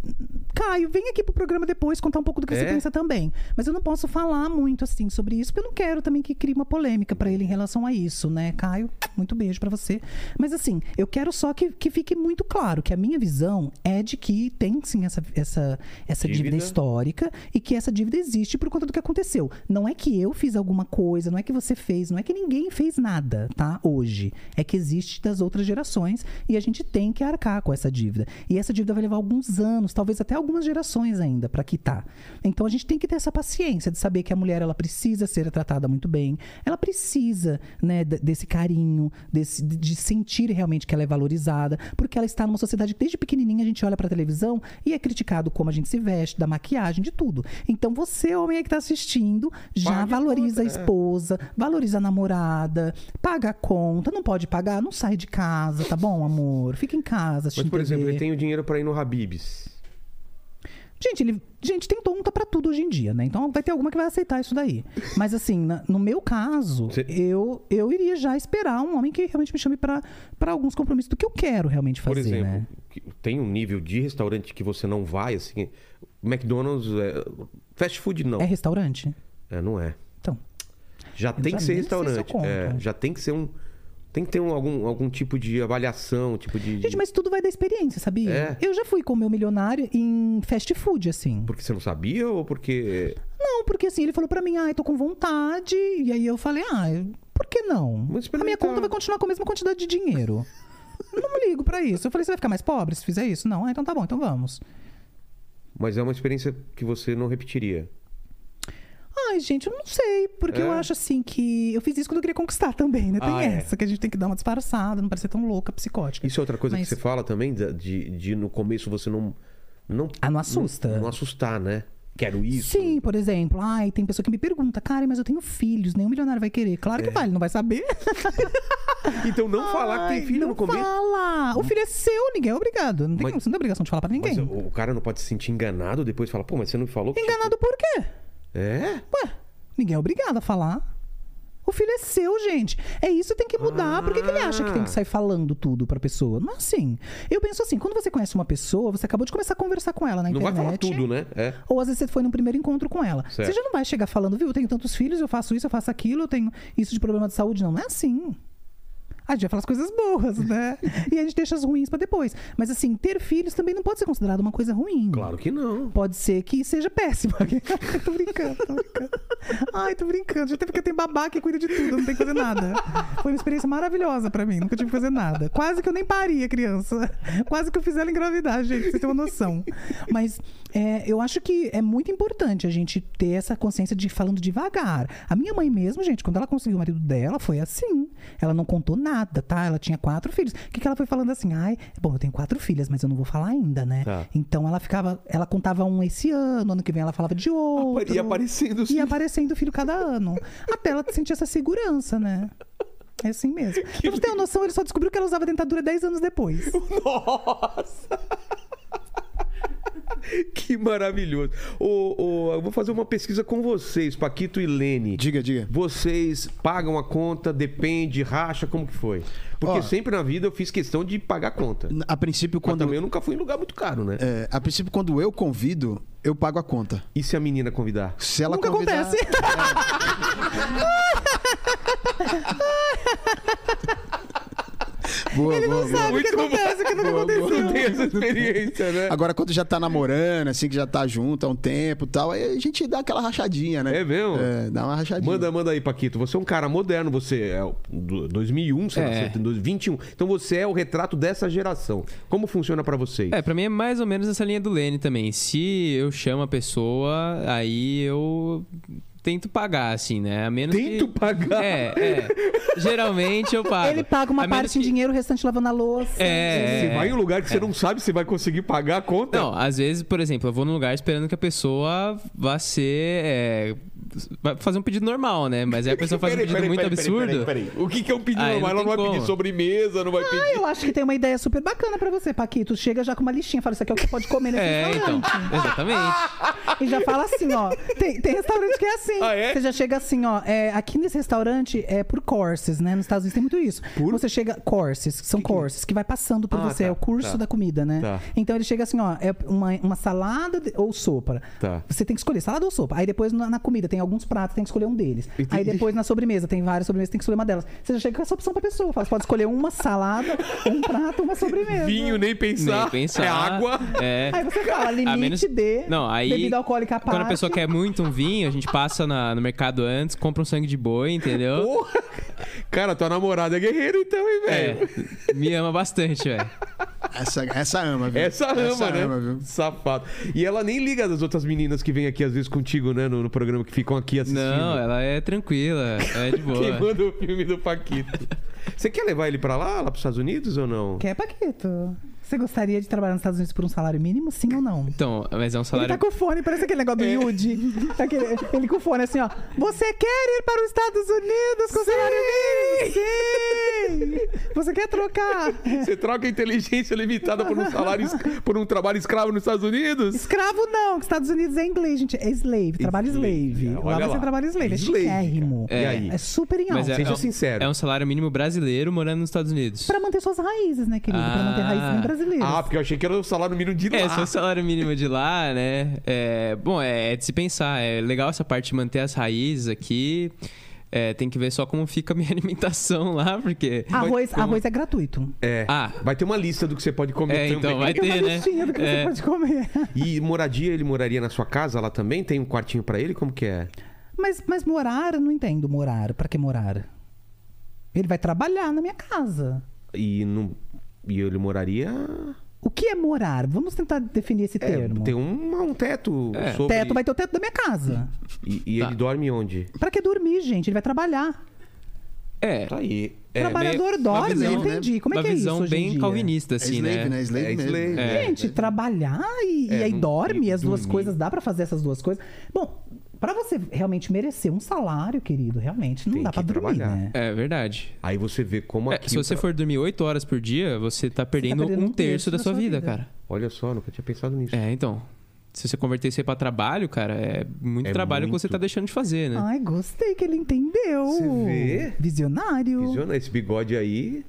Caio, vem aqui pro programa depois contar um pouco do que você
É?
pensa também. Mas eu não posso falar muito assim sobre isso, porque eu não quero também que crie uma polêmica pra ele em relação a isso, né, Caio? Muito beijo pra você. Mas assim, eu quero só que, que fique muito claro que a minha visão é de que tem sim essa, essa, essa dívida.
Dívida.
histórica e que essa dívida existe por conta do que aconteceu. Não é que eu fiz alguma coisa, não é que você fez, não é que ninguém fez nada, tá? Hoje. É que existe das outras gerações e a gente tem que arcar com essa dívida. E essa dívida vai levar alguns anos, talvez até algumas gerações ainda, para quitar. Então a gente tem que ter essa paciência de saber que a mulher ela precisa ser tratada muito bem, ela precisa né, d- desse carinho, desse, de- de sentir realmente que ela é valorizada, porque ela está numa sociedade que desde pequenininha a gente olha pra televisão e é criticado como a gente se veste, da maquiagem, de tudo. Então você, homem aí que tá assistindo, já
Paga a
valoriza a
conta, é.
esposa, valoriza a namorada, paga a conta, não pode pagar, não sai de casa, tá bom, amor? Fica em casa
Mas,
assistindo
por exemplo,
TV.
ele tem o dinheiro pra ir no Habibs.
Gente, ele, gente, tem tonta pra tudo hoje em dia, né? Então vai ter alguma que vai aceitar isso daí. Mas assim, na- no meu caso,
Você-
eu, eu iria já esperar um homem que realmente me chame pra pra alguns compromissos do que eu quero realmente fazer,
Por exemplo,
né?
que- tem um nível de restaurante que você não vai, assim. McDonald's. é- fast food não.
É
É,
restaurante?
não é.
Então,
Já tem
já
que ser
nem sei se eu
restaurante. é,
compro.
já tem que ser um. Tem que ter um- algum, algum tipo de avaliação, tipo de. de-
gente, mas tudo vai da experiência, sabia?
É.
Eu já fui com o meu milionário em fast food, assim.
Porque você não sabia ou porque.
Não, porque assim, ele falou pra mim, ah, eu tô com vontade. E aí eu falei, ah, eu- por que não?
Vamos
A minha
experimentar.
conta vai continuar com a mesma quantidade de dinheiro. não ligo pra isso. Eu falei, você vai ficar mais pobre se fizer isso? Não, ah, então tá bom, então vamos.
Mas é uma experiência que você não repetiria.
Ai, gente, eu não sei, porque
É.
eu acho assim que eu fiz isso quando eu queria conquistar também, né? Tem
Ah, é.
essa, que a gente tem que dar uma disfarçada, não parecer tão louca, psicótica.
Isso é outra coisa
Mas-
que você fala também, da- de, de no começo você não. não
Ah, não assusta.
Não, não assustar, né? Quero isso.
Sim, por exemplo. Ai, tem pessoa que me pergunta, Karen, mas eu tenho filhos, nenhum milionário vai querer. Claro
É.
que vai, ele não vai saber.
Então não falar que tem
Ai,
filho
não
no começo.
Fala! O filho é seu, ninguém é obrigado. Não tem,
Mas-
você não tem obrigação de falar pra ninguém.
Mas o o cara não pode se sentir enganado depois e falar, pô, mas você não me falou que.
Enganado por quê?
É?
Ué, ninguém é obrigado a falar. O filho é seu, gente. É isso que tem que mudar. Por que, que ele acha que tem
Ah.
que sair falando tudo pra pessoa? Não é assim. Eu penso assim, quando você conhece uma pessoa, você acabou de começar a conversar com ela na
Não vai falar
internet.
tudo, né? É.
Ou às vezes você foi num primeiro encontro com ela.
Certo.
Você já não vai chegar falando, viu, eu tenho tantos filhos, eu faço isso, eu faço aquilo, eu tenho isso de problema de saúde. Não, não é assim. A gente vai falar as coisas boas, né? e a gente deixa as ruins pra depois. Mas assim, ter filhos também não pode ser considerado uma coisa ruim.
Claro que não.
Pode ser que seja péssima. tô brincando, tô brincando. Ai, tô brincando. Já até porque tem babá que cuida de tudo, não tem que fazer nada. Foi uma experiência maravilhosa pra mim, nunca tive que fazer nada. Quase que eu nem paria criança. Quase que eu fiz ela engravidar, gente, pra vocês terem uma noção. Mas é, eu acho que é muito importante a gente ter essa consciência de ir falando devagar. A minha mãe mesmo, gente, quando ela conseguiu o marido dela, foi assim. Ela não contou nada, tá? Ela tinha quatro filhos. O que, que ela foi falando assim? Ai, bom, eu tenho quatro filhas, mas eu não vou falar ainda, né?
Tá.
Então ela ficava, ela contava um esse ano, ano que vem ela falava de outro.
Ah, E aparecendo
E aparecendo filho cada ano. Até ela sentir essa segurança, né? É assim mesmo. Pra você ter uma noção, ele só descobriu que ela usava dentadura 10 anos depois.
Nossa! que maravilhoso. Ô, ô, eu vou fazer uma pesquisa com vocês, Paquito e Lene.
Diga, diga.
Vocês pagam a conta, depende, racha, como que foi? Porque
Ó.
sempre na vida eu fiz questão de pagar a conta.
A princípio,
Mas
quando,
também eu nunca fui em lugar muito caro, né?
é, a princípio, quando eu convido, eu pago a conta.
E se a menina convidar?
Se ela
Nunca
convidar-
acontece.
Boa, boa, boa.
Sabe o que acontece, que nunca aconteceu.
Não tem essa experiência, né?
Agora, quando já tá namorando, assim, que já tá junto há um tempo e tal, aí a gente dá aquela rachadinha, né?
É mesmo?
É, dá uma rachadinha.
Manda, manda aí, Paquito. Você é um cara moderno, você é o- do- 2001, você
É.
nasceu em 2021. Então você é o retrato dessa geração. Como funciona pra vocês?
É, pra mim é mais ou menos essa linha do Lene também. Se eu chamo a pessoa, aí eu tento pagar, assim, né? A menos
Tento
que-
pagar?
É, é. Geralmente eu pago.
Ele paga
A
uma
menos
parte em
que-
dinheiro, o restante lavando a louça.
É,
Você
é.
vai em um lugar que você não sabe se vai conseguir pagar a conta?
Não, às vezes, por exemplo, eu vou num lugar esperando que a pessoa vá ser é, vai fazer um pedido normal, né? Mas aí a pessoa faz um pedido muito absurdo.
O que, que é um pedido
Aí
normal?
não
Ela não
tem
vai pedir
como.
sobremesa, não vai
Ah,
pedir.
eu acho que tem uma ideia super bacana pra você, Paquito. Chega já com uma listinha, fala, isso aqui é o que pode comer nesse
É, então.
restaurante.
Exatamente.
E já fala assim, ó. Tem, tem restaurante que é assim.
Ah, é?
Você já chega assim, ó. é, aqui nesse restaurante é por courses, né? Nos Estados Unidos tem muito isso. Você chega. Courses, que são courses, que vai passando por
Ah,
você.
tá,
é o curso
tá.
da comida, né?
Tá.
Então ele chega assim, ó. É uma, uma salada de- ou sopa.
Tá.
Você tem que escolher salada ou sopa. Aí depois na, na comida tem alguns pratos, tem que escolher um deles. Aí depois na sobremesa, tem várias sobremesas, tem que escolher uma delas. Você já chega com essa opção pra pessoa. Fala, você pode escolher uma salada, um prato, uma sobremesa.
Vinho, né? nem pensar.
Nem pensar.
É água.
É.
Aí você fala, limite
A menos-
de
Não, aí.
bebida alcoólica à
Quando a
parte.
pessoa quer muito um vinho, a gente passa na- no mercado antes, compra um sangue de boi, entendeu?
Porra. Cara, tua namorada é guerreira então, hein,
É.
velho?
Me ama bastante, velho.
Essa, essa ama, viu?
Essa ama, né?
viu?
Safado. E ela nem liga das outras meninas que vêm aqui às vezes contigo, né? No, no programa que ficam aqui assistindo.
Não, ela é tranquila. É de boa.
Quem manda o filme do Paquito. Você quer levar ele pra lá, lá pros Estados Unidos ou não?
Quer, é Paquito? Você gostaria de trabalhar nos Estados Unidos por um salário mínimo, sim ou não?
Então, mas é um
Ele
salário.
tá com fone, parece aquele negócio do Yudi. Aquele, ele com fone assim, ó. Você quer ir para os Estados Unidos com salário mínimo? Sim! Você quer trocar
Você troca a inteligência limitada por um salário es- por um trabalho escravo nos Estados Unidos?
escravo não, que Estados Unidos é inglês, gente. É slave, trabalho slave.
Slave, olha
Lá você
lá.
trabalha slave, é
Slave, cara.
chiquérrimo.
E aí?
É super em
Mas
alta.
é,
Seja
é um,
sincero.
é um salário mínimo brasileiro morando nos Estados Unidos.
Pra manter suas raízes, né, querido? Pra manter
Ah.
raízes bem brasileiras.
Ah, porque eu achei que era o salário mínimo de lá.
É, se o salário mínimo de lá, né? É, bom, é, é de se pensar. É legal essa parte de manter as raízes aqui. É, tem que ver só como fica a minha alimentação lá, porque.
arroz,
como-
arroz é gratuito.
É.
Ah.
Vai ter uma lista do que você pode comer
É,
também.
então vai
Tem uma
ter, né?
listinha do que
É.
você pode comer.
E moradia, ele moraria na sua casa lá também? Tem um quartinho pra ele? Como que é?
Mas, mas morar, eu não entendo morar. Pra que morar? Ele vai trabalhar na minha casa.
E não e ele moraria
O que é morar? Vamos tentar definir esse
É,
termo.
tem um, um teto
É.
sobre
Teto vai ter o teto da minha casa.
e, e
Tá.
ele dorme onde?
Pra que dormir, gente? Ele vai trabalhar.
É.
Tá aí. É,
Trabalhador dorme,
visão,
eu
né?
entendi. Como é
uma
que é isso?
visão
hoje em
bem
dia?
calvinista,
É
assim,
slave,
né?
né? Slave
É
mesmo.
slave. É.
Gente, trabalhar e, e
É,
aí
não-
dorme
e
as duas
dormir.
coisas, dá pra fazer essas duas coisas. Bom, pra você realmente merecer um salário, querido, realmente não
Tem
dá
que
pra dormir,
trabalhar.
né?
É verdade.
Aí você vê como tá-
É,
aqui.
se
o
você
tra-
for dormir 8 horas por dia, você tá perdendo,
perdendo
um terço da sua vida, cara.
Olha só, nunca tinha pensado nisso.
É, então. Se você converter isso aí pra trabalho, cara, é muito
É
trabalho
muito.
que você tá deixando de fazer, né?
Ai, gostei que ele entendeu.
Você vê?
Visionário.
Visiona esse bigode aí.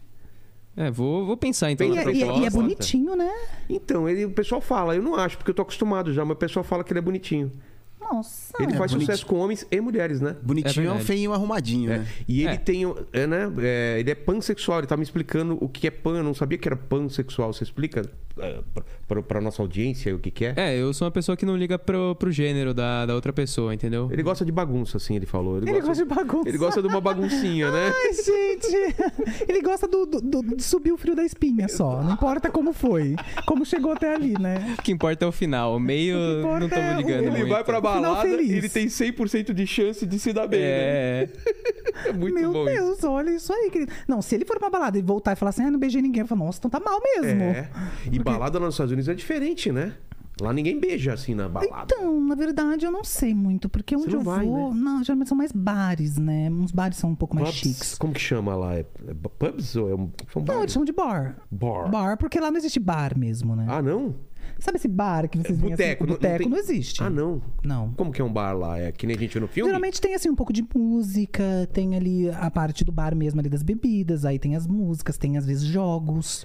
É, vou, vou pensar então
E,
na
é- e é- e
proposta.
é bonitinho, né?
Então, ele, o pessoal fala, eu não acho, porque eu tô acostumado já, mas o pessoal fala que ele é bonitinho.
Nossa.
ele faz
bonito.
sucesso com homens e mulheres, né?
Bonitinho é um
verdade.
feinho arrumadinho,
É,
né?
E ele
É.
tem. É, né? É, ele é pansexual, ele tá me explicando o que é pan, eu não sabia que era pansexual. Você explica eh, pra- pra, pra nossa audiência o que, que é?
É, eu sou uma pessoa que não liga pro, pro gênero da, da outra pessoa, entendeu?
Ele gosta de bagunça, assim, ele falou. Ele,
Ele gosta de bagunça.
Ele gosta de uma baguncinha, né?
Ai, gente. Ele gosta do, do- do- de subir o frio da espinha só. Não importa como foi. Como chegou até ali, né?
O que importa é o final. O meio
O que
eu
importa
não tô
é
me ligando
o-
Ele
muito.
vai pra
Final
balada
feliz.
e ele tem 100% de chance de se dar bem. né?
É.
É muito
Meu
bom isso.
Deus, olha isso aí, querido. Não, se ele for pra balada e voltar e falar assim, ah, não beijei ninguém, eu falo, nossa, então tá mal mesmo.
É. E balada lá nos Estados Unidos é diferente, né? Lá ninguém beija assim na balada.
Então, na verdade, eu não sei muito, porque onde
não
eu
vai, né?
vou. Não, geralmente são mais bares, né? Uns bares são um pouco mais
Pubs,
chiques.
Como que chama lá? É, é pubs ou é um. São
Não, eles
bares?
chamam de bar.
Bar.
Bar, porque lá não existe bar mesmo, né?
Ah, não?
Sabe esse bar que vocês veem
Boteco,
assim,
não- não
boteco?
tem-
Não, existe.
Ah, não.
Não.
Como que é um bar lá? É que nem a gente vê no filme?
Geralmente tem assim um pouco de música, tem ali a parte do bar mesmo ali das bebidas, aí tem as músicas, tem às vezes jogos,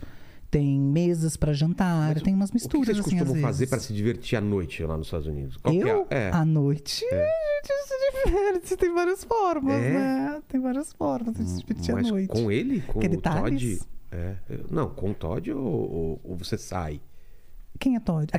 tem mesas pra jantar, tem umas
o que
misturas
vocês
assim às
costumam
vezes.
fazer pra se divertir à noite lá nos Estados Unidos? Qual que
Eu, Ah,
é? É.
à noite, a gente se diverte, tem várias formas,
É?
né? Tem várias formas de se divertir
Mas
à noite.
com ele? Com
Quer
o Todd?
detalhes?
É. Eu- Não, com o Todd ou, ou- ou você sai?
Quem é Todd?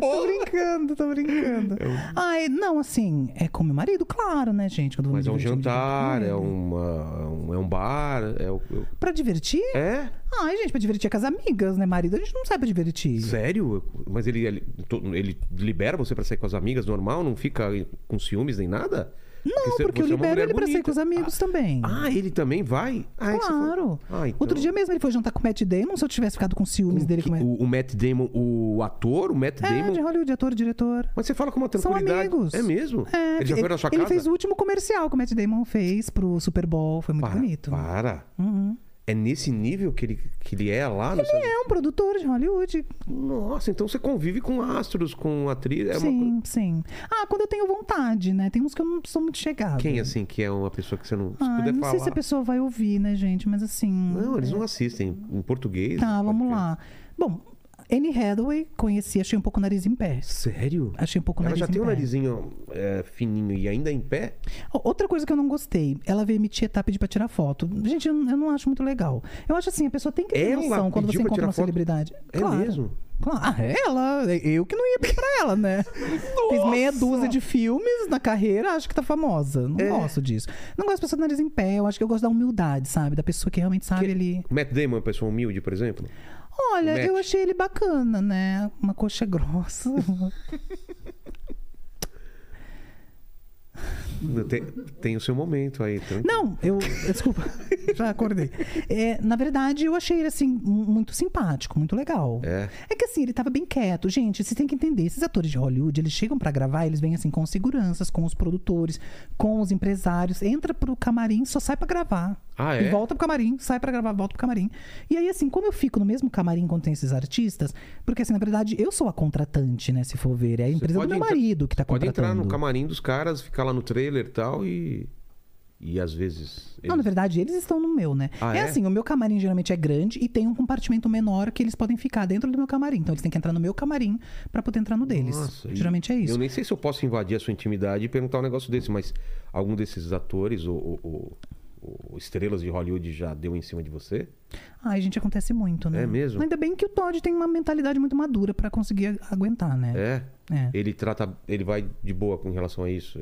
tô brincando, tô brincando. Ai, não, assim, é com meu marido, claro, né, gente? Quando eu vou
Mas é
me
um
divertir, eu me
jantar,
divirto
é,
com ele.
uma, é um- é um bar, é o. eu-
"Hum, Pra divertir?
É?
Ai, gente, pra divertir é com as amigas, né, marido? A gente não sai pra divertir.
Sério? Mas ele, ele, to- ele libera você pra sair com as amigas normal? Não fica com ciúmes nem nada?
Não,
você-
porque eu
você é uma
libero
mulher
ele pra sair
bonita.
com os amigos também.
Ah, ele também vai? Ah, esse foi-
claro.
Ah, então-
Outro dia mesmo ele foi jantar com o Matt Damon. Se eu tivesse ficado com ciúmes dele
Que-
com ele.
o, o Matt Damon, o ator, o Matt
É,
Damon.
de Hollywood, ator, diretor.
Mas você fala com uma
São
tranquilidade.
amigos.
É mesmo?
É,
ele já foi na sua
ele
casa?
fez o último comercial que o Matt Damon fez pro Super Bowl. Foi muito
para,
bonito.
Para.
Uhum.
É nesse nível que ele, que ele é lá? Ele
É um produtor de Hollywood.
Nossa, então você convive com astros, com atriz. É uma
sim,
coisa-
sim. Ah, quando eu tenho vontade, né? Tem uns que eu não sou muito chegada.
Quem, assim, que é uma pessoa que você não... Se
Ah,
puder
não
falar...
sei se a pessoa vai ouvir, né, gente? Mas assim.
Não, eles não assistem em português.
Tá, vamos
podcast.
lá. Bom, Anne Hathaway conheci, achei um pouco o nariz em pé.
Sério?
Achei um pouco o
Ela
nariz
já
em
tem um
pé.
narizinho é, fininho e ainda em pé?
O- Outra coisa que eu não gostei, ela veio me tietar pedir pra tirar foto. Gente, eu, eu não acho muito legal. Eu acho assim, a pessoa tem que ter
Ela
noção quando
pediu
você
pra
encontra
tirar
uma
foto?
celebridade.
É
claro.
mesmo?
Claro. Ah, ela, eu que não ia pedir pra ela, né? Fiz meia dúzia de filmes na carreira, acho que tá famosa.
É.
Não gosto disso. Não gosto de pessoa do nariz em pé, eu acho que eu gosto da humildade, sabe? Da pessoa que realmente sabe ali.
Matt Damon é uma pessoa humilde, por exemplo?
Olha,
Matt.
eu achei ele bacana, né? Uma coxa grossa.
Tem, tem o seu momento aí. Então...
Não, eu. Desculpa, já acordei. É, na verdade, eu achei ele, assim, mu- muito simpático, muito legal.
É.
que assim, ele tava bem quieto. Gente, vocês têm que entender: esses atores de Hollywood, eles chegam pra gravar, eles vêm, assim, com seguranças, com os produtores, com os empresários, entra pro camarim, só sai pra gravar.
Ah, é?
E volta pro camarim, sai pra gravar, volta pro camarim. E aí, assim, como eu fico no mesmo camarim quando tem esses artistas, porque, assim, na verdade, eu sou a contratante, né? Se for ver, é a empresa do
pode
meu
entrar-
marido que tá
Pode
contratando.
entrar no camarim dos caras, ficar lá no trailer e tal e. E às vezes.
Não, na
eles-
verdade, eles estão no meu, né?
Ah,
é,
é?
assim, o meu camarim geralmente é grande e tem um compartimento menor que eles podem ficar dentro do meu camarim. Então eles têm que entrar no meu camarim pra poder entrar no deles.
Nossa, e-
geralmente é isso.
Eu nem sei se eu posso invadir a sua intimidade e perguntar um negócio desse, mas algum desses atores ou, ou- ou- ou estrelas de Hollywood já deu em cima de você?
Ai, gente, acontece muito, né?
É mesmo?
Ainda bem que o Todd tem uma mentalidade muito madura pra conseguir a- aguentar, né?
É.
É.
Ele trata. Ele vai de boa com relação a isso.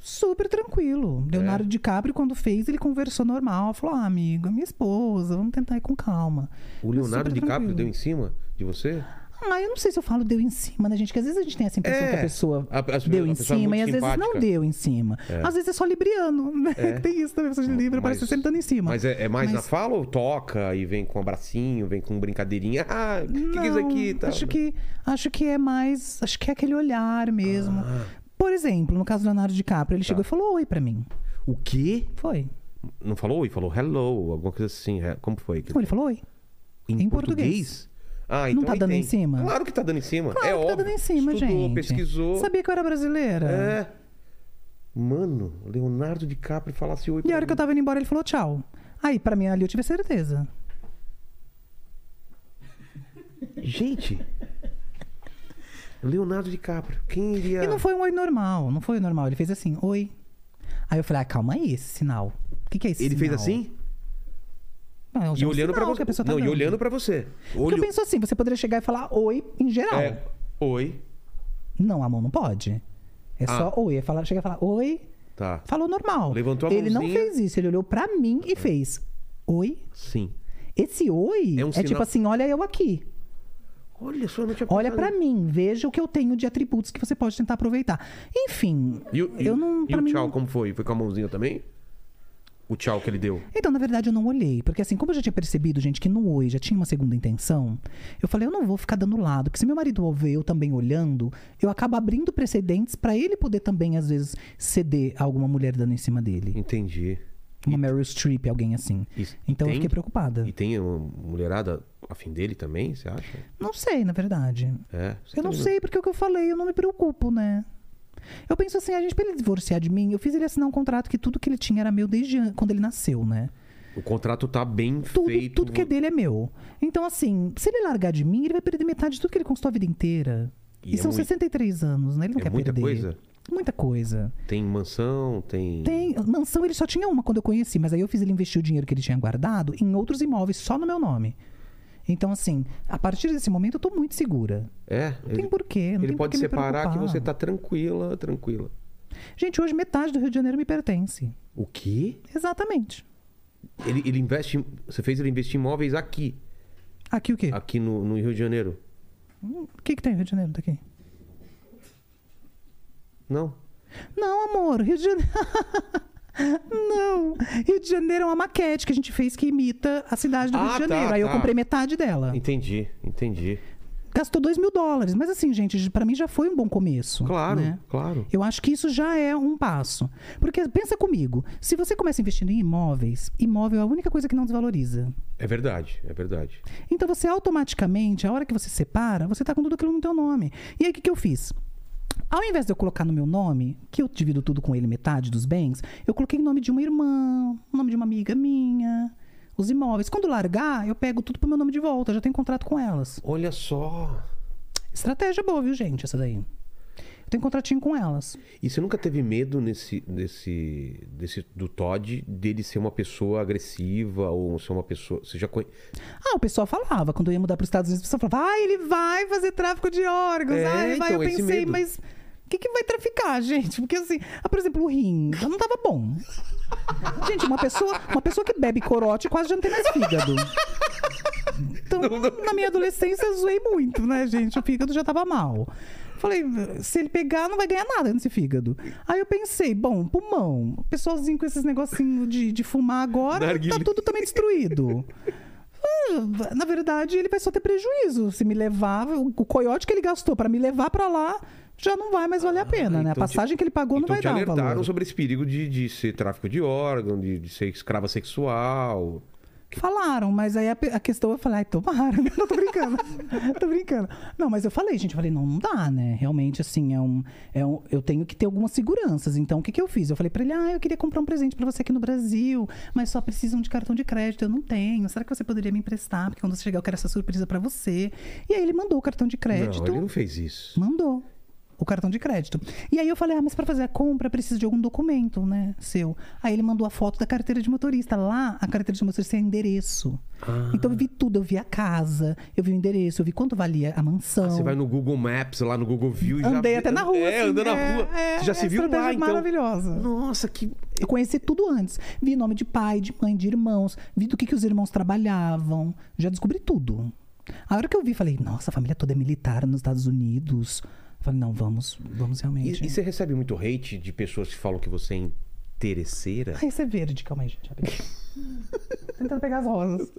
Super tranquilo.
É.
Leonardo DiCaprio, quando fez, ele conversou normal. Falou, ah, amigo, é minha esposa, vamos tentar ir com calma.
O Leonardo
Super
DiCaprio
tranquilo.
deu em cima de você?
Ah, eu não sei se eu falo deu em cima, né, gente? Porque às vezes a gente tem essa impressão
É.
que a pessoa
A- a- a
deu em
pessoa é
cima
muito
e às vezes
simpática. É.
não deu em cima. Às vezes é só libriano, né? Que tem isso também, pessoa de Libra parece tá
Mas-
sempre dando em cima.
Mas é, é mais na fala ou toca e vem com um abracinho, vem com brincadeirinha? Ah, o que, que é isso
Não,
aqui? e tal,
acho,
né?
que, acho que é mais. Acho que é aquele olhar mesmo.
Ah.
Por exemplo, no caso do Leonardo DiCaprio,
Tá.
ele chegou e falou oi pra mim.
O quê?
Foi.
Não falou oi? Falou hello, alguma coisa assim. é, Como foi?
Ele falou oi. em português.
Ah,
Não
então
tá
ele
dando
tem.
em cima?
Claro que tá dando em cima.
Claro
é
que
óbvio.
tá dando em cima,
Estudou,
gente.
pesquisou.
Sabia que eu era brasileira?
É. Mano, Leonardo DiCaprio falasse oi
E
pra
a hora que eu
mim.
tava indo embora, ele falou tchau. Aí, pra mim, ali eu tive certeza.
Gente. Leonardo DiCaprio. Quem iria...
E não foi um oi normal, não foi oi normal. Ele fez assim, oi. Aí eu falei, ah, calma aí, esse sinal. O que, que é esse
Ele
sinal?
fez assim?
Não, é um
E olhando
sinal
pra
que
você.
a pessoa tá
não, e
dando.
olhando pra você.
Porque eu
Olho...
penso assim, você poderia chegar e falar oi em geral.
É, oi.
Não, a mão não pode. É
Ah.
só oi. É falar, chega e falar oi,
Tá.
falou normal.
Levantou a
ele não
mãozinha. É.
fez isso, ele olhou pra mim e fez oi.
Sim.
Esse oi
É
é,
um sinal- É
tipo assim, olha eu aqui.
Olha só, eu não tinha
Olha
pensado.
pra mim, veja o que eu tenho de atributos que você pode tentar aproveitar. Enfim,
E, o- e
eu
o-
não.
e
pra
o
mim,
tchau, como foi? Foi com a mãozinha também? O tchau que ele deu.
Então, na verdade, eu não olhei. Porque assim, como eu já tinha percebido, gente, que no oi já tinha uma segunda intenção, eu falei, eu não vou ficar dando lado. Porque se meu marido ver eu também olhando, eu acabo abrindo precedentes pra ele poder também, às vezes, ceder a alguma mulher dando em cima dele.
Entendi.
Uma Meryl Streep, alguém assim.
E-
Então
tem-
eu fiquei preocupada.
E tem uma mulherada afim dele também, você acha?
Não sei, na verdade.
É.
Eu não sei, porque é o que eu falei, eu não me preocupo, né? Eu penso assim, a gente, pra ele divorciar de mim, eu fiz ele assinar um contrato que tudo que ele tinha era meu desde an- quando ele nasceu, né?
O contrato tá bem
tudo,
feito.
tudo que é dele é meu. Então, assim, se ele largar de mim, ele vai perder metade de tudo que ele conquistou a vida inteira.
E
E,
é
são
mui-
63 anos, né? Ele não
é
quer
muita
perder.
coisa?
Muita coisa.
Tem mansão, tem.
Tem, mansão ele só tinha uma quando eu conheci, mas aí eu fiz ele investir o dinheiro que ele tinha guardado em outros imóveis, só no meu nome. Então, assim, a partir desse momento eu tô muito segura.
É.
Não tem porquê, não
ele
tem
pode
porquê me
separar que
preocupar.
você tá tranquila, tranquila.
Gente, hoje metade do Rio de Janeiro me pertence.
O quê?
Exatamente.
Ele, ele investe. Você fez ele investir em imóveis aqui.
Aqui o quê?
Aqui no, no Rio de Janeiro.
O que, que tem no Rio de Janeiro daqui?
Não.
Não, amor, Rio de Janeiro. Não, Rio de Janeiro é uma maquete que a gente fez que imita a cidade do Rio
Ah,
de
tá,
Janeiro. Aí eu
tá.
comprei metade dela.
Entendi, entendi.
Gastou dois mil dólares. Mas assim, gente, pra mim já foi um bom começo.
Claro,
né?
claro.
Eu acho que isso já é um passo. Porque pensa comigo, se você começa investindo em imóveis, imóvel é a única coisa que não desvaloriza.
É verdade, é verdade.
Então você automaticamente, a hora que você separa, você está com tudo aquilo no teu nome. E aí o que, que eu fiz? Ao invés de eu colocar no meu nome, que eu divido tudo com ele, metade dos bens, eu coloquei o nome de uma irmã, o nome de uma amiga minha, os imóveis. Quando largar, eu pego tudo pro meu nome de volta, eu já tenho contrato com elas.
Olha só.
Estratégia boa, viu, gente, essa daí. Eu tenho contratinho com elas.
E você nunca teve medo nesse, desse, desse, do Todd dele ser uma pessoa agressiva ou ser uma pessoa. Você já conhe...
Ah, o pessoal falava, quando eu ia mudar para os Estados Unidos, o pessoal falava, ah, ele vai fazer tráfico de órgãos.
É,
ah, ele vai.
então,
eu
esse
pensei,
medo.
mas o que, que vai traficar, gente? Porque assim, ah, por exemplo, o rim, já não tava bom. Gente, uma pessoa, uma pessoa que bebe corote quase já não tem mais fígado. Então, na minha adolescência, eu zoei muito, né, gente? O fígado já tava mal. Falei, se ele pegar, não vai ganhar nada nesse fígado. Aí eu pensei, bom, pulmão, o pessoalzinho com esses negocinhos de, de fumar agora,
Narguilé.
tá tudo também destruído. Ah, Na verdade, ele vai só ter prejuízo. Se me levar, o o coiote que ele gastou para me levar para lá já não vai mais valer a pena,
então
né? A
te-
passagem que ele pagou
então
não vai
te
dar um
alertaram
valor.
sobre esse perigo de, de ser tráfico de órgão, de, de ser escrava sexual.
Falaram, mas aí a, pe- a questão eu falei, ai, tomara. Não, tô brincando. tô brincando. Não, mas eu falei, gente, eu falei, não, não dá, né? Realmente, assim, é um, é um- eu tenho que ter algumas seguranças. Então, o que, que eu fiz? Eu falei pra ele, ah, eu queria comprar um presente pra você aqui no Brasil, mas só precisam de cartão de crédito, eu não tenho. Será que você poderia me emprestar? Porque quando você chegar, eu quero essa surpresa pra você. E aí ele mandou o cartão de crédito.
Não, ele não fez isso.
Mandou o cartão de crédito. E aí eu falei, ah, mas para fazer a compra precisa de algum documento, né, seu? Aí ele mandou a foto da carteira de motorista. Lá, a carteira de motorista é endereço. Então eu vi tudo, eu vi a casa, eu vi o endereço, eu vi quanto valia a mansão.
Ah, Você vai no Google Maps, lá no Google View e já.
então. Andei até na rua.
É,
assim,
andando na
é,
rua.
é,
Você já
é
se viu
estratégia
lá, então.
maravilhosa.
Nossa, que.
Eu conheci tudo antes. Vi nome de pai, de mãe, de irmãos. Vi do que, que os irmãos trabalhavam. Já descobri tudo. A hora que eu vi, falei, nossa, a família toda é militar nos Estados Unidos. Falei, não, vamos, vamos
E,
realmente.
e você recebe muito hate de pessoas que falam que você é interesseira?
Ah, esse é verde, calma aí, gente. rapidinho. Tentando pegar as rosas.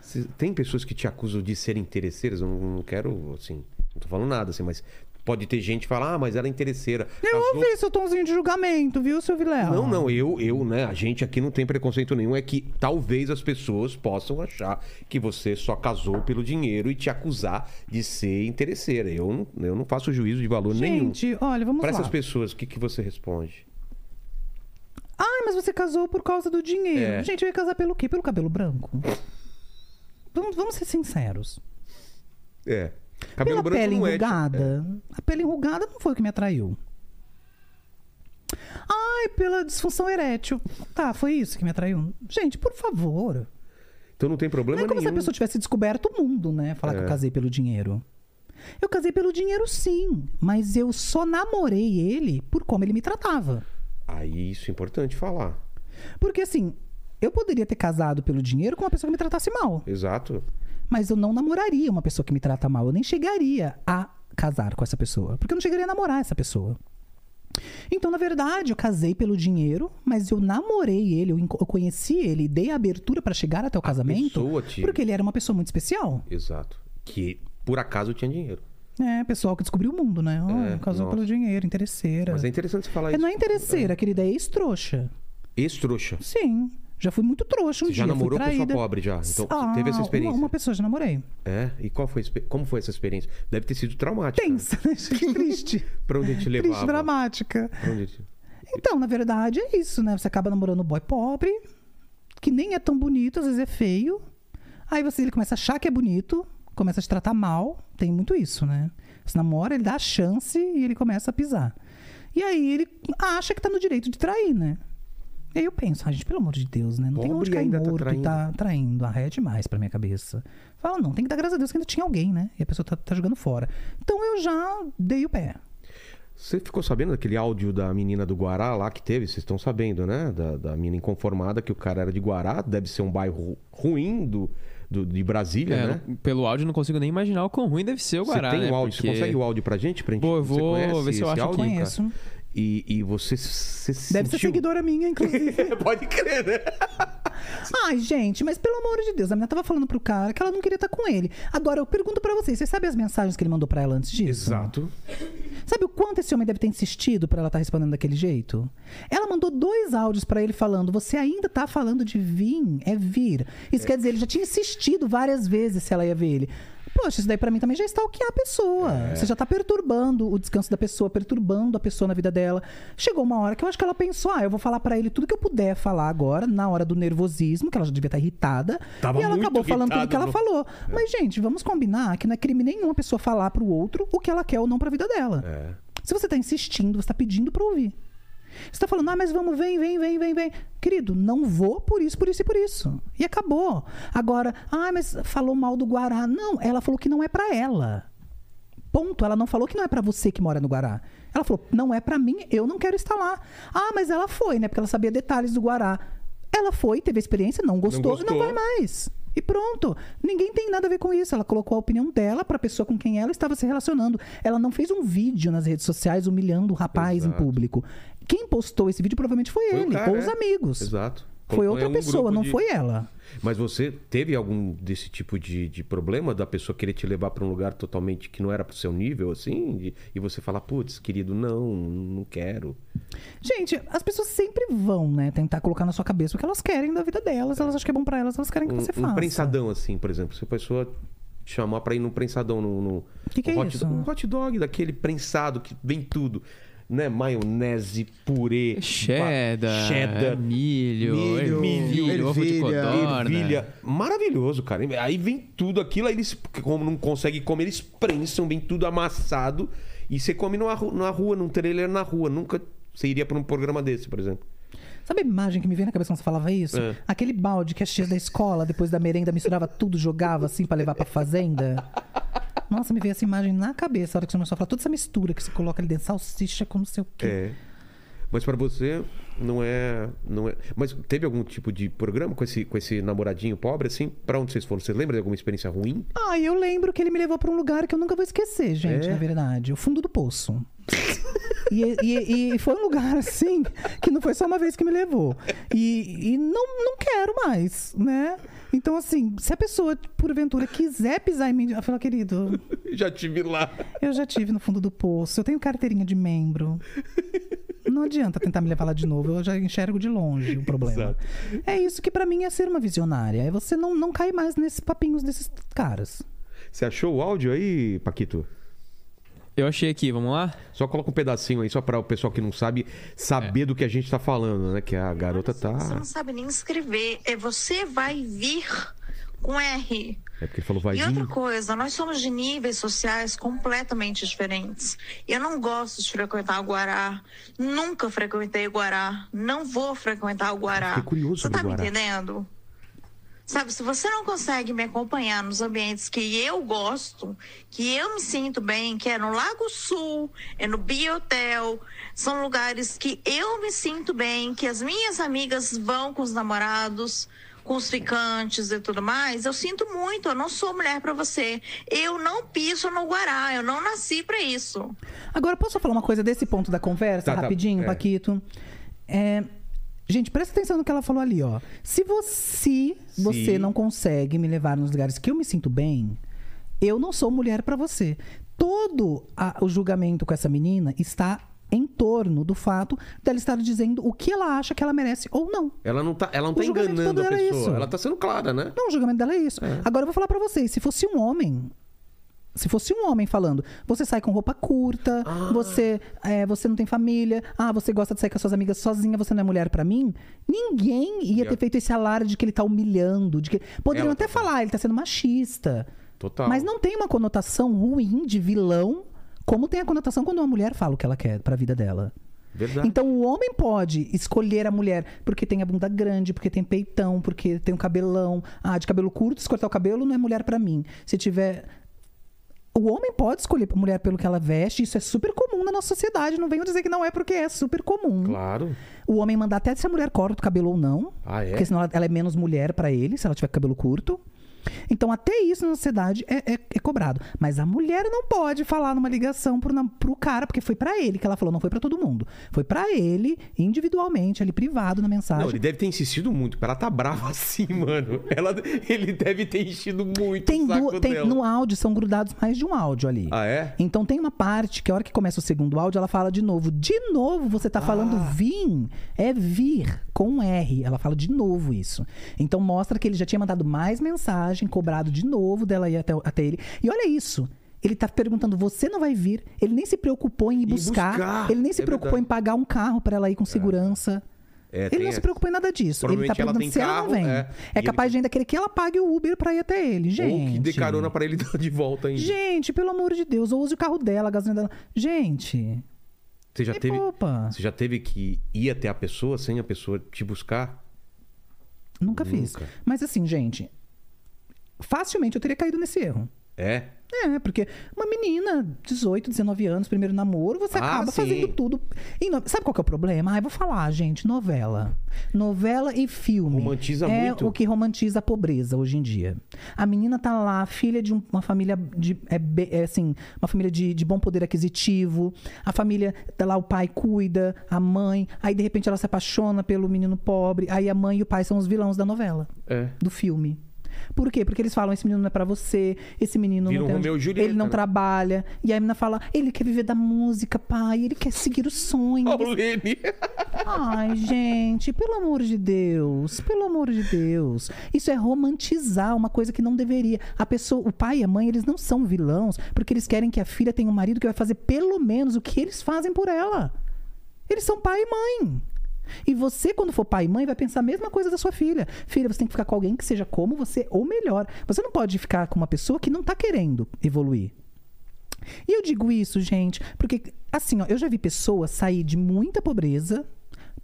Cê- Tem pessoas que te acusam de ser interesseiras, eu não, não quero, assim, não tô falando nada, assim, mas pode ter gente que fala, ah, mas ela é interesseira.
Eu
As
ouvi seu tomzinho de julgamento, viu, seu Vilela?
Não, não, eu, eu, né? A gente aqui não tem preconceito nenhum. É que talvez as pessoas possam achar que você só casou pelo dinheiro e te acusar de ser interesseira. Eu, não- eu não faço juízo de valor nenhum.
Gente, olha, vamos
Para
lá.
essas pessoas, o que, que você responde?
Ah, mas você casou por causa do dinheiro.
É.
Gente, eu ia casar pelo quê? Pelo cabelo branco? vamos, vamos ser sinceros.
É. Cabelo
Pela
branco
pele
não é.
enrugada. A pele enrugada não foi o que me atraiu. Ai, pela disfunção erétil. Tá, foi isso que me atraiu. Gente, por favor.
Então não tem
Não
problema
é como se a
nenhum.
pessoa tivesse descoberto o mundo, né? Falar que
É.
eu casei pelo dinheiro. Eu casei pelo dinheiro, sim. Mas eu só namorei ele por como ele me tratava.
Aí isso é importante falar.
Porque, assim, eu poderia ter casado pelo dinheiro com uma pessoa que me tratasse mal.
Exato.
Mas eu não namoraria uma pessoa que me trata mal. Eu nem chegaria a casar com essa pessoa. Porque eu não chegaria a namorar essa pessoa. Então, na verdade, eu casei pelo dinheiro, mas eu namorei ele, eu, enco- eu conheci ele, dei a abertura pra chegar até o casamento.
pessoa te-
Porque ele era uma pessoa muito especial.
Exato. Que por acaso tinha dinheiro.
É, pessoal que descobriu o mundo, né? Ah,
É,
casou
nossa.
pelo dinheiro, interesseira.
Mas é interessante você falar
É,
isso.
não é interesseira, querida, é ex-trouxa.
Ex-trouxa.
Sim. Já fui muito trouxa um
Você já
dia. fui
namorou pessoa
traída.
pobre já? Então,
Ah,
teve essa
uma-
experiência?
Uma, pessoa já namorei.
É? E qual foi, a expe- como foi essa experiência? Deve ter sido traumática.
Tensa, né? gente? Triste.
Pra onde te levava?
Triste, dramática.
Pra onde te...
Então, na verdade, é isso, né? Você acaba namorando um boy pobre, que nem é tão bonito, às vezes é feio. Aí você, ele começa a achar que é bonito, começa a te tratar mal. Tem muito isso, né? Você namora, ele dá a chance e ele começa a pisar. E aí ele acha que tá no direito de trair, né? E aí eu penso, ah, gente, pelo amor de Deus, né? Não tem
Pobre
onde cair
ainda tá
morto e
traindo.
tá traindo. Ah, é demais pra minha cabeça. Fala, não, tem que dar graças a Deus que ainda tinha alguém, né? E a pessoa tá, tá jogando fora. Então eu já dei o pé.
Você ficou sabendo daquele áudio da menina do Guará lá que teve? Vocês estão sabendo, né? Da, da menina inconformada que o cara era de Guará. Deve ser um bairro ruim do, do- de Brasília,
É,
né?
não- pelo áudio, não consigo nem imaginar o quão ruim deve ser o Guará.
você tem
né?
o áudio? Você
Porque-
consegue o áudio pra gente? Pra gente
Pô, eu
você
vou
conhece
ver se eu
esse
acho
áudio?
aqui,
Conheço.
E E, e você se se
Deve ser
sentiu-
seguidora minha, inclusive.
Pode crer, né?
Ai, gente, mas pelo amor de Deus, a menina tava falando pro cara que ela não queria estar com ele. Agora, eu pergunto pra vocês, vocês sabem as mensagens que ele mandou pra ela antes disso?
Exato.
Sabe o quanto esse homem deve ter insistido pra ela estar respondendo daquele jeito? Ela mandou dois áudios pra ele falando: "Você ainda tá falando de vir, é vir". Isso quer dizer, ele já tinha insistido várias vezes se ela ia ver ele. Poxa, isso daí pra mim também já está o que a pessoa.
É.
Você já tá perturbando o descanso da pessoa, perturbando a pessoa na vida dela. Chegou uma hora que eu acho que ela pensou: "Ah, eu vou falar pra ele tudo que eu puder falar agora, na hora do nervosismo, que ela já devia estar irritada".
Tava
e ela
muito
acabou falando tudo
irritada, É.
que ela
não-
falou falou. Mas, gente, vamos combinar que não é crime nenhum a pessoa falar pro outro o que ela quer ou não pra vida dela. Se você tá insistindo, você tá pedindo pra ouvir. Você tá falando, ah, mas vamos, vem, vem, vem, vem, vem. Querido, não vou por isso, por isso e por isso. E acabou. Agora, ah, mas falou mal do Guará. Não, ela falou que não é pra ela. Ponto. Ela não falou que não é pra você que mora no Guará. Ela falou, não é pra mim, eu não quero estar lá. Ah, mas ela foi, né? Porque ela sabia detalhes do Guará. Ela foi, teve a experiência, não gostou, não,
gostou.
vai mais. E pronto. Ninguém tem nada a ver com isso. Ela colocou a opinião dela pra pessoa com quem ela estava se relacionando. Ela não fez um vídeo nas redes sociais humilhando o rapaz
Exato.
em público. Quem postou esse vídeo provavelmente foi,
Foi o
ele,
cara,
ou os
é.
amigos.
Exato.
Foi
Colocou em
outra
algum
pessoa,
um grupo
não
de-
foi ela.
Mas você teve algum desse tipo de, de problema da pessoa querer te levar pra um lugar totalmente que não era pro seu nível, assim? E, e você falar, putz, querido, não, não quero.
Gente, as pessoas sempre vão, né, tentar colocar na sua cabeça o que elas querem da vida delas. Elas acham que é bom pra elas, elas querem que
Um,
você
um
faça.
prensadão, assim, por exemplo. Se a pessoa te chamar pra ir num prensadão, num. num-
Que que é
um hot
isso?
Um hot dog daquele prensado que vem tudo. Né? Maionese, purê,
Cheddar,
cheddar
milho,
milho,
ervilha, ovo de
ervilha,
codorna.
ervilha. Maravilhoso, cara. Aí vem tudo aquilo, aí eles, como não conseguem comer, eles prensam, vem tudo amassado. E você come numa, ru- na rua, num trailer na rua. Nunca você iria pra um programa desse, por exemplo.
Sabe a imagem que me veio na cabeça quando você falava isso?
É.
Aquele balde que a tia da escola, depois da merenda, misturava tudo, jogava assim pra levar pra fazenda. Nossa, me veio essa imagem na cabeça, a hora que você começou a falar toda essa mistura que você coloca ali dentro, salsicha com não sei o quê.
É. Mas pra você não é, não é. Mas teve algum tipo de programa com esse, com esse namoradinho pobre assim? Pra onde vocês foram? Você lembra de alguma experiência ruim?
Ah, eu lembro que ele me levou pra um lugar que eu nunca vou esquecer, gente,
É?
na verdade. O fundo do poço. E, e- e foi um lugar assim que não foi só uma vez que me levou. E, e não, não quero mais, né? Então, assim, se a pessoa, porventura, quiser pisar em mim, eu falo, querido,
Já tive lá.
eu já tive no fundo do poço, eu tenho carteirinha de membro. Não adianta tentar me levar lá de novo, eu já enxergo de longe o problema.
Exato.
É isso que pra mim é ser uma visionária. É você não, não cair mais nesses papinhos desses caras.
Você achou o áudio aí, Paquito?
Eu achei aqui, vamos lá?
Só coloca um pedacinho aí, só pra o pessoal que não sabe saber do que a gente tá falando, né? Que a garota tá.
Você não sabe nem escrever. É você vai vir com R.
É porque ele falou vai
E
vir.
outra coisa, nós somos de níveis sociais completamente diferentes. Eu não gosto de frequentar o Guará. Nunca frequentei o Guará. Não vou frequentar o Guará.
Fiquei curioso
Você
sobre o
tá me
Guará.
entendendo? Sabe, se você não consegue me acompanhar nos ambientes que eu gosto, que eu me sinto bem, que é no Lago Sul, é no Biotel, são lugares que eu me sinto bem, que as minhas amigas vão com os namorados, com os ficantes e tudo mais, eu sinto muito, eu não sou mulher pra você. Eu não piso no Guará, eu não nasci pra isso.
Agora, posso só falar uma coisa desse ponto da conversa,
Tá, tá.
rapidinho,
É.
Paquito? É, Gente, presta atenção no que ela falou ali, ó. Se você,
Se-
você não consegue me levar nos lugares que eu me sinto bem, eu não sou mulher pra você. Todo a- o julgamento com essa menina está em torno do fato dela estar dizendo o que ela acha que ela merece ou não.
Ela não tá, ela não
O
tá
julgamento
enganando
todo
a
era
pessoa.
isso.
Ela tá sendo clara, né?
Não, o julgamento dela é isso. Agora eu vou falar pra vocês, se fosse um homem, se fosse um homem falando, você sai com roupa curta, você é, você não tem família, ah, você gosta de sair com as suas amigas sozinha, você não é mulher pra mim, ninguém ia
Ia-
ter feito esse alarde de que ele tá humilhando, de que poderiam
Ela
até
tá
falar, ele tá sendo machista.
Total.
Mas não tem uma conotação ruim de vilão, como tem a conotação quando uma mulher fala o que ela quer pra vida dela.
Verdade.
Então o homem pode escolher a mulher porque tem a bunda grande, porque tem peitão, porque tem o cabelão. Ah, de cabelo curto, se cortar o cabelo não é mulher pra mim. Se tiver. O homem pode escolher a mulher pelo que ela veste, isso é super comum na nossa sociedade. Não venham dizer que não é, porque é super comum.
Claro.
O homem mandar até se a mulher corta o cabelo ou não.
Ah, é?
Porque senão ela, ela é menos mulher pra ele, se ela tiver com cabelo curto. Então, até isso na sociedade é, é- é cobrado. Mas a mulher não pode falar numa ligação pro, nam- pro cara, porque foi pra ele que ela falou, não foi pra todo mundo. Foi pra ele, individualmente, ali privado na mensagem.
Não, ele deve ter insistido muito, porque ela tá brava assim, mano. Ela, ele deve ter enchido muito
Tem,
o um saco
du- tem-
dela.
no áudio são grudados mais de um áudio ali.
Ah, é?
Então tem uma parte que a hora que começa o segundo áudio, ela fala de novo. De novo você tá falando
Ah.
vim. É vir com um R. Ela fala de novo isso. Então mostra que ele já tinha mandado mais mensagem, cobrado de novo dela ir até, o- até ele. E olha isso. Ele tá perguntando, você não vai vir? Ele nem se preocupou em ir buscar.
buscar.
Ele nem se
É
preocupou
verdade.
em pagar um carro pra ela ir com segurança.
É,
ele
tem
não
essa.
se preocupou em nada disso. Ele tá
Provavelmente ela
perguntando
tem
se ela
carro,
não vem.
é.
É,
E ele-
capaz de ainda querer que ela pague o Uber pra ir até ele. Gente.
Ou que dê carona pra ele de volta ainda.
Gente, pelo amor de Deus, ou use o carro dela, a gasolina dela. Gente,
Você já
me
teve.
poupa.
Você já teve que ir até a pessoa sem a pessoa te buscar?
nunca fiz.
Nunca.
Mas assim, gente, facilmente eu teria caído nesse erro.
É?
É, porque uma menina, 18, 19 anos, primeiro namoro, você
Ah,
acaba
sim.
fazendo tudo. em nome- Sabe qual que é o problema? Ah, eu vou falar, gente, novela. Novela e filme.
Romantiza
é
muito.
o que romantiza a pobreza hoje em dia. A menina tá lá, filha de um- uma família de. É, be- é assim, uma família de, de bom poder aquisitivo. A família, tá lá, o pai cuida, a mãe. Aí, de repente, ela se apaixona pelo menino pobre. Aí a mãe e o pai são os vilões da novela
É.
do filme. Por quê? Porque eles falam, esse menino não é pra você, esse menino
Vira um
não tem onde-
Romeu e Julieta,
ele não
né?
trabalha. E aí a menina fala, ele quer viver da música, pai, ele quer seguir o sonho.
Olha o Leme.
Ai, gente, pelo amor de Deus, pelo amor de Deus. Isso é romantizar uma coisa que não deveria. A pessoa, o pai e a mãe, eles não são vilões porque eles querem que a filha tenha um marido que vai fazer pelo menos o que eles fazem por ela. Eles são pai e mãe. E você, quando for pai e mãe, vai pensar a mesma coisa da sua filha. Filha, você tem que ficar com alguém que seja como você ou melhor. Você não pode ficar com uma pessoa que não tá querendo evoluir. E eu digo isso, gente, porque assim, ó, eu já vi pessoas sair de muita pobreza,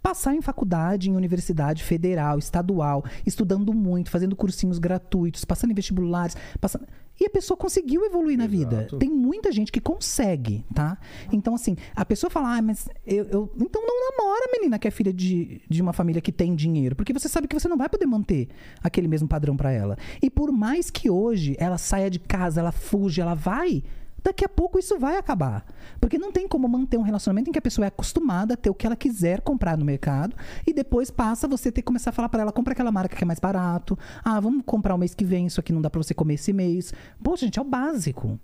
passar em faculdade, em universidade federal, estadual, estudando muito, fazendo cursinhos gratuitos, passando em vestibulares, passando e a pessoa conseguiu evoluir na vida. Tem muita gente que consegue, tá? Então, assim, a pessoa fala, ah, mas eu, eu- Então não namora a menina que é filha de, de uma família que tem dinheiro, porque você sabe que você não vai poder manter aquele mesmo padrão pra ela. E por mais que hoje ela saia de casa, ela fuja, ela vai, daqui a pouco isso vai acabar. Porque não tem como manter um relacionamento em que a pessoa é acostumada a ter o que ela quiser comprar no mercado e depois passa você ter que começar a falar para ela, compra aquela marca que é mais barato. Ah, vamos comprar o mês que vem, isso aqui não dá para você comer esse mês. Poxa, gente, é o básico.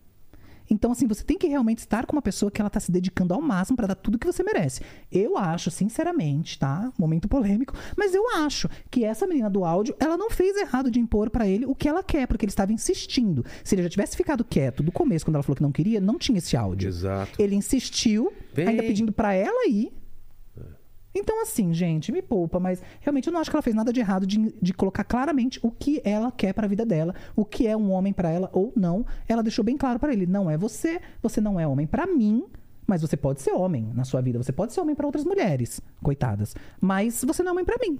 Então, assim, você tem que realmente estar com uma pessoa que ela tá se dedicando ao máximo para dar tudo que você merece. Eu acho, sinceramente, tá? Momento polêmico, mas eu acho que essa menina do áudio, ela não fez errado de impor para ele o que ela quer, porque ele estava insistindo. Se ele já tivesse ficado quieto do começo, quando ela falou que não queria, não tinha esse áudio.
Exato.
Ele insistiu,
Vem.
ainda pedindo para ela ir. Então, assim, gente, me poupa, mas realmente eu não acho que ela fez nada de errado de, de colocar claramente o que ela quer pra vida dela, o que é um homem pra ela ou não. Ela deixou bem claro pra ele: não é você, você não é homem pra mim, mas você pode ser homem na sua vida, você pode ser homem pra outras mulheres, coitadas, mas você não é homem pra mim.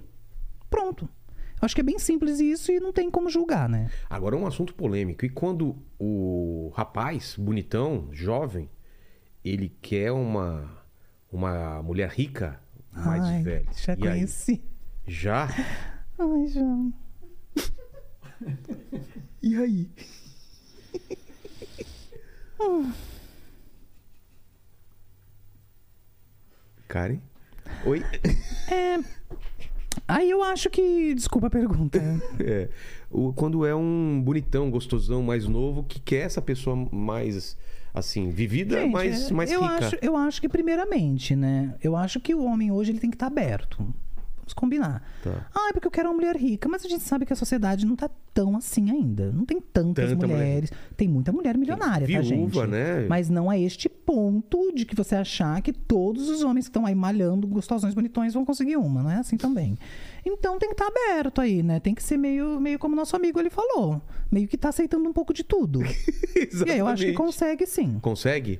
Pronto. Eu Acho que é bem simples isso e não tem como julgar, né?
Agora um assunto polêmico. E quando o rapaz, bonitão, jovem, ele quer uma, uma mulher rica, mais
Ai,
velha.
já
e aí?
conheci.
Já?
Ai, João.
E aí?
Karen? Oi?
É. Aí eu acho que. Desculpa a pergunta.
É. O- quando é um bonitão, gostosão, mais novo, que quer essa pessoa mais, assim, vivida,
Gente,
mais,
é,
mais
eu
rica.
Acho, eu acho que, primeiramente, né? Eu acho que o homem hoje ele tem que estar aberto. Vamos combinar.
Tá.
Ah, é porque eu quero uma mulher rica. Mas a gente sabe que a sociedade não tá tão assim ainda. Não tem tantas
Tanta mulher
mulheres. Tem muita mulher milionária, tá, gente?
viúva, né?
Mas não a este ponto de que você achar que todos os homens que estão aí malhando, gostosões, bonitões, vão conseguir uma. Não é assim também. Então tem que estar aberto aí, né? Tem que ser meio, meio como nosso amigo ele falou. Meio que tá aceitando um pouco de tudo. e aí eu acho que
Exatamente.
consegue sim.
Consegue?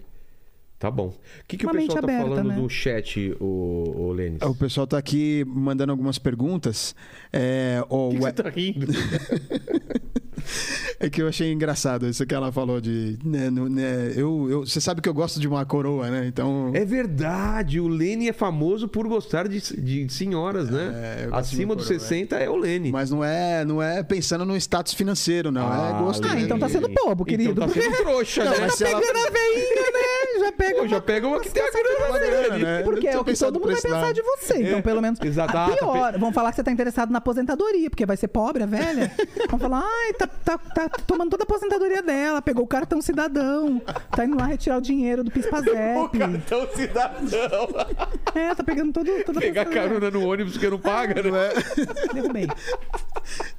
Tá bom. O que, que o
Uma
pessoal
mente
tá
aberta,
falando
né?
do chat, o, o Lênis?
O pessoal tá aqui mandando algumas perguntas. É, o
Por que que
We-
você tá rindo?
É que eu achei engraçado isso que ela falou de. né, no- né, eu, eu- você sabe que eu gosto de uma coroa, né? Então.
É verdade, o Lene é famoso por gostar de, de senhoras,
É,
né?
eu gosto
Acima
de
dos
coroa,
60 é o Lene.
Mas não é, não é pensando no status financeiro, não. é gosto.
Ah,
Lene.
né?
então tá sendo bobo, querido.
Então tá sendo trouxa,
Não,
né?
mas é se ela-
Pegando a veinha, né? Já pega
Pô, já
uma-
pega uma que tem a grana,
grana,
né?
né? Eu não
Porque
tinha
é o que
pensado
todo mundo
por
vai
esse
pensar
lado.
de você. Então, pelo menos.
Exato.
A
Ah, tá
pior,
pe-
vão falar que você tá interessado na aposentadoria, porque vai ser pobre, a velha. Vão falar, ai, tá, tá- tá tomando toda a aposentadoria dela, pegou o cartão cidadão, tá indo lá retirar o dinheiro do
O
PIS-PASEP.
cartão
então,
cidadão.
É, tá pegando todo, toda a
Pegar
aposentadoria.
carona no ônibus que não paga,
Não
né?
é
Derrubei.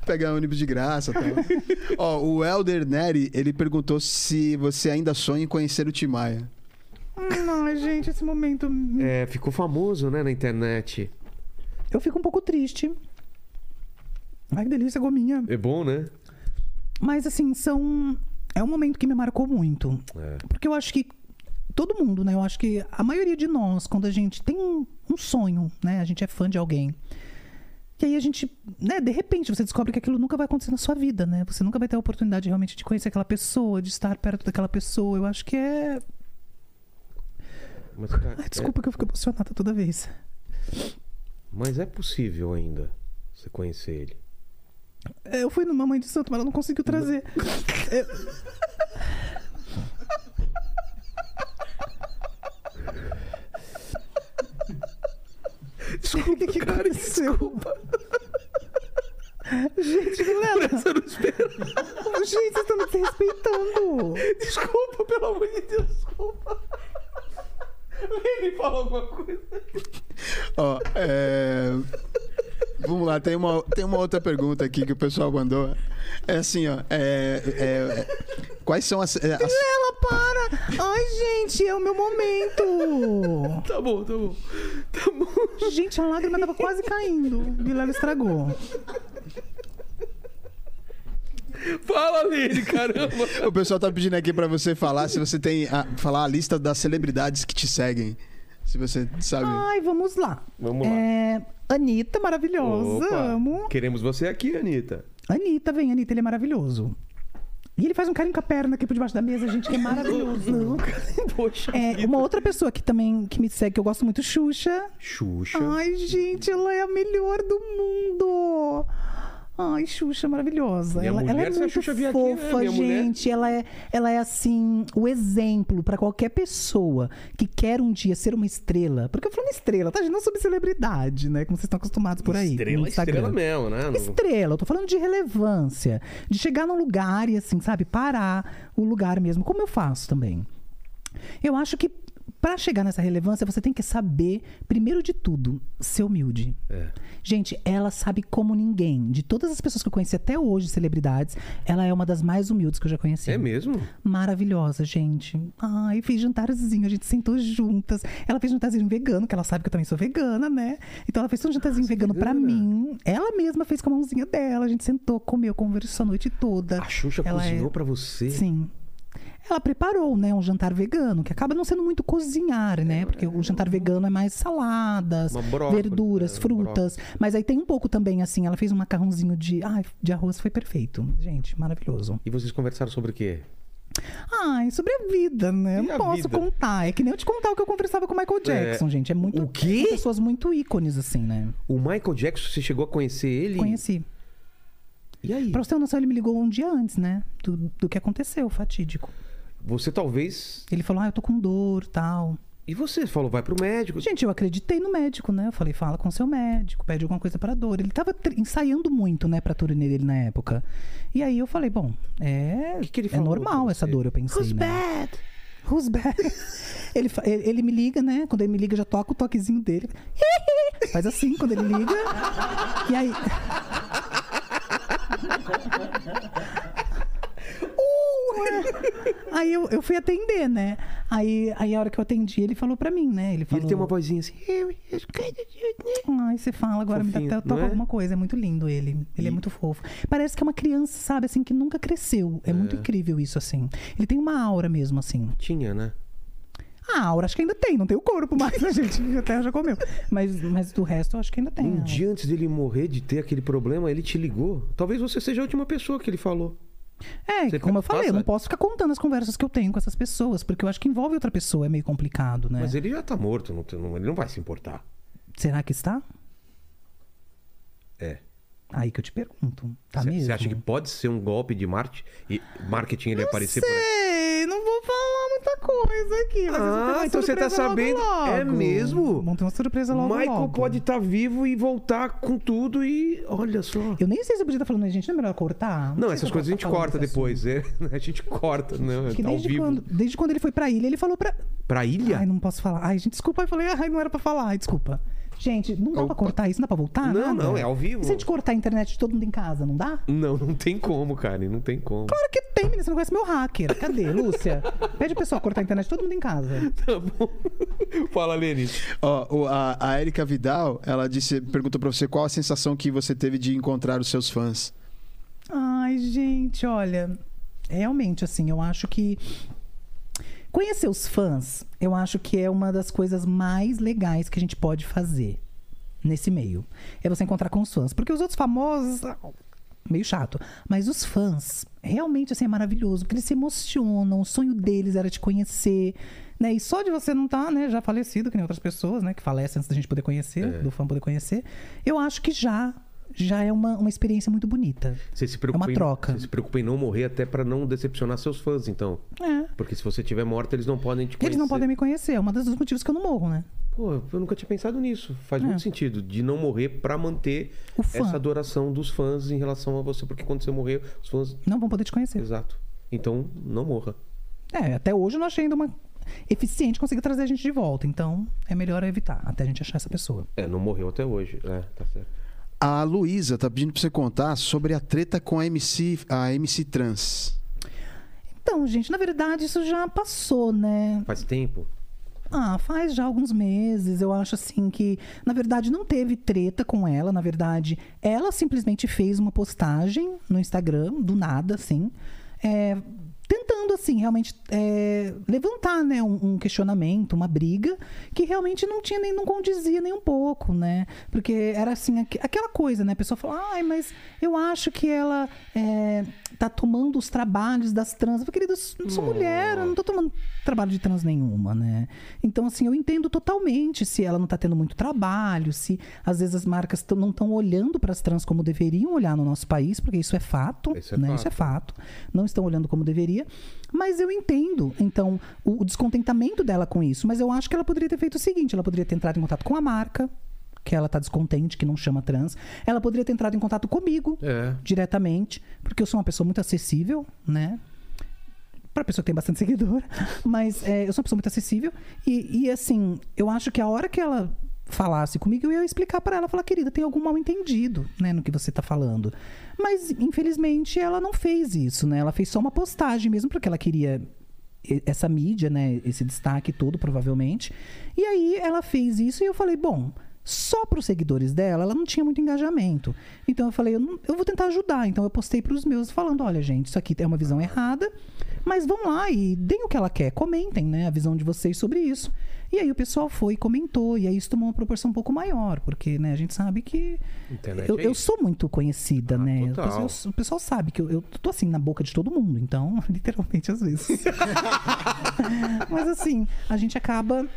pegar ônibus de graça. Tá? Ó, o Elder Neri, ele perguntou se você ainda sonha em conhecer o Tim Maia.
Hum, Não, gente, esse momento.
É, ficou famoso, né, na internet.
Eu fico um pouco triste. Ai, que delícia, gominha.
É bom, né?
Mas assim, são. É um momento que me marcou muito.
É.
Porque eu acho que todo mundo, né? Eu acho que a maioria de nós, quando a gente tem um, um sonho, né? A gente é fã de alguém. E aí a gente, né, de repente você descobre que aquilo nunca vai acontecer na sua vida, né? Você nunca vai ter a oportunidade realmente de conhecer aquela pessoa, de estar perto daquela pessoa. Eu acho que é.
Mas, cara,
Ai, desculpa que eu fico emocionada toda vez.
é- mas é possível ainda você conhecer ele.
É, Eu fui no Mamãe de Santo, mas ela não conseguiu trazer. É. Desculpa, que, que aconteceu? Gente, Vilela.
Eu não espero.
Gente, vocês estão me desrespeitando.
Desculpa, pelo amor de Deus, desculpa. Ele falou alguma coisa.
Ó, é... Vamos lá, tem uma, tem uma outra pergunta aqui que o pessoal mandou. É assim, ó. é- é- é- quais são as, é, as-
Vilela, para. Ai, gente, é o meu momento.
Tá bom, tá bom. Tá bom.
Gente, a lágrima tava quase caindo. Vilela estragou.
Fala, Lene, caramba.
O pessoal tá pedindo aqui pra você falar se você tem. A, falar a lista das celebridades que te seguem. Se você sabe.
Ai, vamos lá.
Vamos lá.
É, Anitta, maravilhosa.
Opa.
Amo.
Queremos você aqui, Anitta.
Anitta, vem, Anitta, ele é maravilhoso. E ele faz um carinho com a perna aqui por debaixo da mesa, gente, que é maravilhoso.
Poxa.
É, uma outra pessoa que também que me segue, que eu gosto muito, Xuxa.
Xuxa.
Ai, gente, ela é a melhor do mundo. Ai, Xuxa, maravilhosa.
Minha
ela, ela
mulher,
é
se a
muito
Xuxa vier aqui, né,
fofa,
minha mulher?
gente. Ela é, ela é assim, o exemplo pra qualquer pessoa que quer um dia ser uma estrela. Porque eu falo uma estrela, tá? gente não sobre celebridade, né? Como vocês estão acostumados por aí. no
Estrela,
Instagram.
estrela mesmo, né? Não-
Estrela, eu tô falando de relevância. De chegar num lugar e, assim, sabe, parar o lugar mesmo, como eu faço também. Eu acho que para chegar nessa relevância, você tem que saber, primeiro de tudo, ser humilde. Gente, ela sabe como ninguém. De todas as pessoas que eu conheci até hoje, celebridades, ela é uma das mais humildes que eu já conheci.
É mesmo?
Maravilhosa, gente. Ai, fez jantarzinho, a gente sentou juntas. Ela fez jantarzinho vegano, que ela sabe que eu também sou vegana, né? Então ela fez um jantarzinho vegano pra mim. Ela mesma fez com a mãozinha dela. A gente sentou, comeu, conversou a noite toda.
A Xuxa
Ela é-
cozinhou pra você?
Sim. Ela preparou, né, um jantar vegano, que acaba não sendo muito cozinhar, né? Porque o jantar vegano é mais saladas,
Uma brócolis,
verduras,
né?
frutas. Mas aí tem um pouco também, assim, ela fez um macarrãozinho de, ai, de arroz, foi perfeito. Gente, maravilhoso.
E vocês conversaram sobre o quê?
Ai, Ah, é sobre a vida, né? Eu
E
não
a
posso
vida?
contar. É que nem eu te contar o que eu conversava com o Michael Jackson, gente. É muito.
o quê?
são Pessoas muito ícones, assim, né?
O Michael Jackson, você chegou a conhecer ele?
Conheci.
E aí?
Pra você ter uma noção, ele me ligou um dia antes, né? Do, do que aconteceu, fatídico.
Você talvez.
Ele falou, ah, eu tô com dor tal.
E você falou, vai pro médico.
Gente, eu acreditei no médico, né? Eu falei, fala com seu médico, pede alguma coisa pra dor. Ele tava tri- ensaiando muito, né, pra turnê dele na época. E aí eu falei, bom, é,
Que que ele
é
falou
normal
pra
essa
você?
dor, eu pensei.
Who's
né?
bad?
Who's back? Ele, fa- ele ele me liga, né? Quando ele me liga, eu já toca o toquezinho dele. Faz assim quando ele liga. E aí. Uh! Aí eu, eu fui atender, né? Aí, aí a hora que eu atendi, ele falou pra mim, né? Ele
E
falou.
ele tem uma vozinha assim.
Ai, você fala agora, me
né? Fofinho,
dá até toca
não é?
alguma coisa. É muito lindo ele. Ele é muito fofo. Parece que é uma criança, sabe, assim, que nunca cresceu. É, muito incrível isso, assim. Ele tem uma aura mesmo, assim.
Tinha, né?
A aura acho que ainda tem, não tem o corpo mais, né, gente? A terra já comeu. Mas, mas do resto eu acho que ainda tem.
Um
né?
dia antes dele morrer, de ter aquele problema, ele te ligou. Talvez você seja a última pessoa que ele falou.
É,
Você
como eu
passa-
falei, eu não posso ficar contando as conversas que eu tenho com essas pessoas, porque eu acho que envolve outra pessoa, é meio complicado, né?
Mas ele já tá morto, não tem- não- ele não vai se importar.
Será que está?
É.
Aí que eu te pergunto. Tá
Você-
mesmo?
Você acha que pode ser um golpe de marketing? E marketing ele aparecer por aí?
Sei, não vou falar muita coisa aqui. mas eu vou ter uma
Ah, então você tá
surpresa logo,
sabendo. É
logo.
mesmo?
Vamos ter uma surpresa logo
Michael
logo.
pode estar vivo e voltar com tudo e olha só.
Eu nem sei se eu podia estar falando, gente, não é melhor cortar?
Não,
sei
essas
se
coisas
eu
a
posso
gente
estar falando
corta
desse
depois, é? A gente corta, não,
assunto.
é
Que
ao
desde,
vivo.
quando, desde quando ele foi pra ilha, ele falou pra.
Pra ilha?
Ai, não posso falar. Ai, gente, desculpa. Eu falei, ai, não era pra falar. Ai, desculpa. Gente, não dá pra cortar isso? Não dá pra voltar?
Não,
Nada?
não, é ao vivo.
E se a gente cortar a internet de todo mundo em casa, não dá?
Não, não tem como, cara, não tem como.
Claro que tem, menina. Você não conhece meu hacker. Cadê, Lúcia? Pede o pessoal cortar a internet de todo mundo em casa.
Tá bom. Fala, Lenice.
Ó, o- a, a Erika Vidal, ela disse, perguntou pra você qual a sensação que você teve de encontrar os seus fãs.
Ai, gente, olha. Realmente, assim, eu acho que. Conhecer os fãs, eu acho que é uma das coisas mais legais que a gente pode fazer nesse meio. É você encontrar com os fãs. Porque os outros famosos. Meio chato. Mas os fãs, realmente, assim, é maravilhoso. Porque eles se emocionam. O sonho deles era te conhecer. Né? E só de você não estar, né, já falecido, que nem outras pessoas, né? Que falecem antes da gente poder conhecer, do fã poder conhecer. Eu acho que já. Já é uma, uma experiência muito bonita.
Você se preocupa
É uma
em-
troca.
Você se preocupa em não morrer até pra não decepcionar seus fãs, então.
É.
Porque se você tiver morto, eles não podem te conhecer.
Eles não podem me conhecer. É um dos motivos que eu não morro, né?
Pô, eu nunca tinha pensado nisso. Faz muito sentido de não morrer pra manter
O É. fã.
essa adoração dos fãs em relação a você, porque quando você morrer, os fãs,
Não vão poder te conhecer.
exato. Então, não morra.
É, até hoje eu não achei ainda uma eficiente conseguir trazer a gente de volta. Então, é melhor evitar até a gente achar essa pessoa.
É, não morreu até hoje. É, tá certo.
A Luísa tá pedindo pra você contar sobre a treta com a MC, a MC Trans.
Então, gente, na verdade isso já passou, né?
Faz tempo.
Ah, faz já alguns meses. Eu acho assim que, na verdade, não teve treta com ela. Na verdade, ela simplesmente fez uma postagem no Instagram, do nada, assim. é, tentando, assim, realmente é, levantar, né, um, um questionamento, uma briga, que realmente não tinha nem, não condizia nem um pouco, né? Porque era assim, aqu- aquela coisa, né? A pessoa fala, ai, mas eu acho que ela é, tá tomando os trabalhos das trans. Eu falei, querida, eu não sou mulher, eu não tô tomando trabalho de trans nenhuma, né? Então, assim, eu entendo totalmente se ela não tá tendo muito trabalho, se às vezes as marcas tão- não estão olhando para as trans como deveriam olhar no nosso país, porque isso é fato,
Isso é
né?
fato.
Isso é fato. Não estão olhando como deveria. Mas eu entendo, então, o, o descontentamento dela com isso. Mas eu acho que ela poderia ter feito o seguinte: ela poderia ter entrado em contato com a marca. Que ela tá descontente, que não chama trans. Ela poderia ter entrado em contato comigo
É.
diretamente, porque eu sou uma pessoa muito acessível, né? Pra pessoa que tem bastante seguidor. Mas é, eu sou uma pessoa muito acessível. E, e, assim, eu acho que a hora que ela falasse comigo, eu ia explicar pra ela, falar, querida, tem algum mal entendido, né, no que você tá falando. Mas, infelizmente, ela não fez isso, né? Ela fez só uma postagem mesmo, porque ela queria e- essa mídia, né, esse destaque todo, provavelmente. E aí ela fez isso e eu falei, bom, só para os seguidores dela, ela não tinha muito engajamento. Então eu falei, eu, não- eu vou tentar ajudar. Então eu postei para os meus falando, olha gente, isso aqui é uma visão errada, mas vão lá e deem o que ela quer, comentem, né, a visão de vocês sobre isso. E aí o pessoal foi e comentou e aí isso tomou uma proporção um pouco maior, porque, né, a gente sabe que
Internet
eu,
é
eu
isso. Ah,
sou muito conhecida, né? O
total.
pessoal, o pessoal sabe que eu, eu tô assim na boca de todo mundo, então, literalmente às vezes. Mas assim, a gente acaba.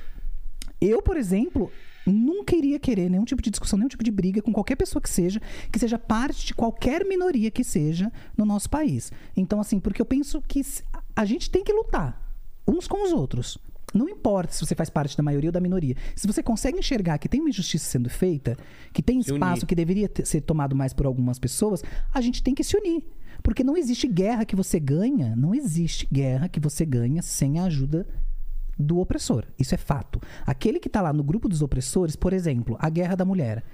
Eu, por exemplo, nunca iria querer nenhum tipo de discussão, nenhum tipo de briga com qualquer pessoa que seja, que seja parte de qualquer minoria que seja no nosso país. Então, assim, porque eu penso que se- a gente tem que lutar uns com os outros. Não importa se você faz parte da maioria ou da minoria. Se você consegue enxergar que tem uma injustiça sendo feita, que tem
Se unir.
espaço que deveria ter- ser tomado mais por algumas pessoas, a gente tem que se unir. Porque não existe guerra que você ganha, não existe guerra que você ganha sem a ajuda do opressor. Isso é fato. Aquele que está lá no grupo dos opressores, por exemplo, a guerra da mulher.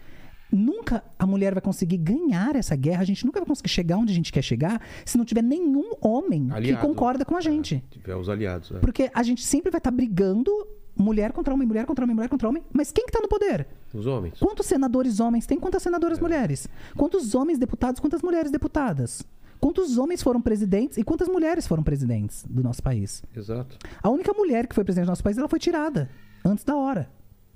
Nunca a mulher vai conseguir ganhar essa guerra, a gente nunca vai conseguir chegar onde a gente quer chegar se não tiver nenhum homem
Aliado.
que concorda com a gente.
É, tiver os aliados. é.
Porque a gente sempre vai estar brigando mulher contra homem, mulher contra homem, mulher contra homem. Mas quem que tá no poder?
Os homens.
Quantos senadores homens tem? Quantas senadoras mulheres? Quantos homens deputados? Quantas mulheres deputadas? Quantos homens foram presidentes e quantas mulheres foram presidentes do nosso país?
Exato.
A única mulher que foi presidente do nosso país, ela foi tirada antes da hora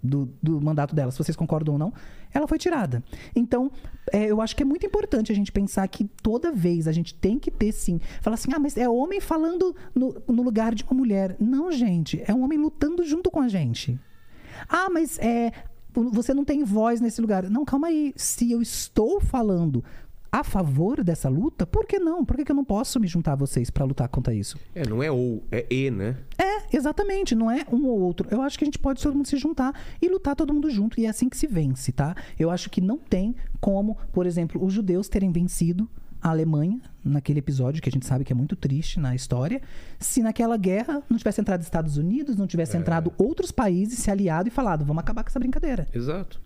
do, do mandato dela, se vocês concordam ou não, ela foi tirada. Então, é, eu acho que é muito importante a gente pensar que toda vez a gente tem que ter, sim, falar assim, ah, mas é homem falando no, no lugar de uma mulher. Não, gente, é um homem lutando junto com a gente. Ah, mas é, você não tem voz nesse lugar. Não, calma aí. Se eu estou falando a favor dessa luta, por que não? Por que, que eu não posso me juntar a vocês para lutar contra isso?
É, não é ou, é e, né?
É, exatamente. Não é um ou outro. Eu acho que a gente pode todo mundo se juntar e lutar todo mundo junto. E é assim que se vence, tá? Eu acho que não tem como, por exemplo, os judeus terem vencido a Alemanha naquele episódio que a gente sabe que é muito triste na história, se naquela guerra não tivesse entrado Estados Unidos, não tivesse entrado outros países, se aliado e falado, vamos acabar com essa brincadeira.
Exato.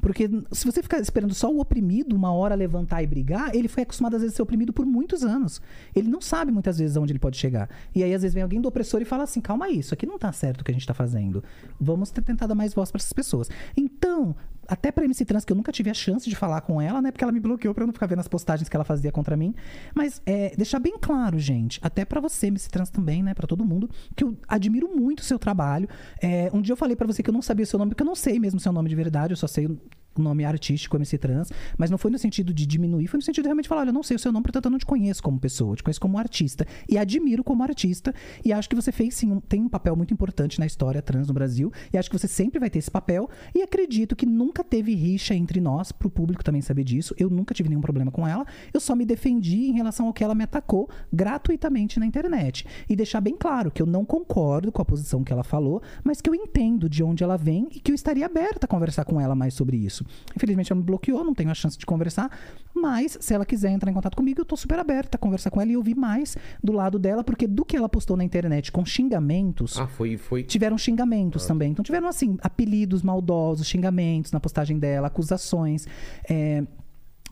Porque se você ficar esperando só o oprimido uma hora levantar e brigar, ele foi acostumado às vezes a ser oprimido por muitos anos. Ele não sabe muitas vezes aonde ele pode chegar. E aí às vezes vem alguém do opressor e fala assim: "Calma aí, isso aqui não tá certo o que a gente tá fazendo. Vamos ter- tentar dar mais voz para essas pessoas". Então, até pra MC Trans que eu nunca tive a chance de falar com ela, né? Porque ela me bloqueou pra eu não ficar vendo as postagens que ela fazia contra mim. Mas é, deixar bem claro, gente, até pra você, MC Trans também, né, Pra todo mundo, que eu admiro muito o seu trabalho. É, um dia eu falei pra você que eu não sabia o seu nome, porque eu não sei mesmo o seu nome de verdade, eu só sei o nome artístico MC Trans, mas não foi no sentido de diminuir, foi no sentido de realmente falar, olha, eu não sei o seu nome, portanto eu não te conheço como pessoa, eu te conheço como artista e admiro como artista e acho que você fez sim, um- tem um papel muito importante na história trans no Brasil e acho que você sempre vai ter esse papel e acredito que nunca teve rixa entre nós, pro público também saber disso, eu nunca tive nenhum problema com ela, eu só me defendi em relação ao que ela me atacou gratuitamente na internet e deixar bem claro que eu não concordo com a posição que ela falou, mas que eu entendo de onde ela vem e que eu estaria aberta a conversar com ela mais sobre isso. Infelizmente ela me bloqueou, não tenho a chance de conversar, mas se ela quiser entrar em contato comigo, eu tô super aberta a conversar com ela e ouvir mais do lado dela, porque do que ela postou na internet com xingamentos,
Ah, foi, foi.
tiveram xingamentos também. Então tiveram assim apelidos maldosos, xingamentos na postagem dela, acusações. é,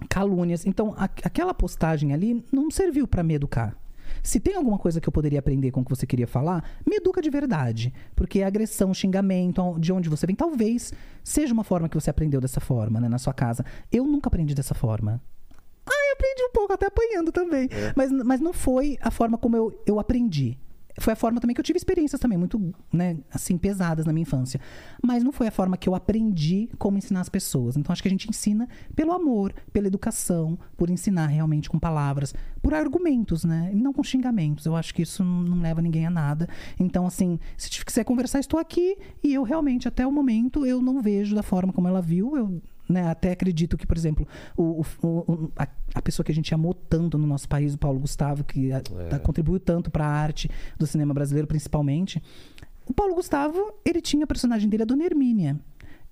Calúnias. Então, a- aquela postagem ali não serviu para me educar. Se tem alguma coisa que eu poderia aprender com o que você queria falar, me educa de verdade. Porque é agressão, xingamento, ao- de onde você vem, talvez seja uma forma que você aprendeu dessa forma, né, na sua casa. Eu nunca aprendi dessa forma. Ah, eu aprendi um pouco, até apanhando também. Mas, mas não foi a forma como eu, eu aprendi. Foi a forma também que eu tive experiências também muito, né, assim, pesadas na minha infância. Mas não foi a forma que eu aprendi como ensinar as pessoas. Então acho que a gente ensina pelo amor, pela educação, por ensinar realmente com palavras, por argumentos, né? E não com xingamentos. Eu acho que isso não não leva ninguém a nada. Então, assim, se te- quiser conversar, estou aqui. E eu realmente, até o momento, eu não vejo da forma como ela viu. Eu né? Até acredito que, por exemplo, o, o- o- a, a pessoa que a gente amou tanto no nosso país, o Paulo Gustavo, que a- tá- contribuiu tanto para a arte do cinema brasileiro, principalmente. O Paulo Gustavo, ele tinha a personagem dele, a Dona Hermínia.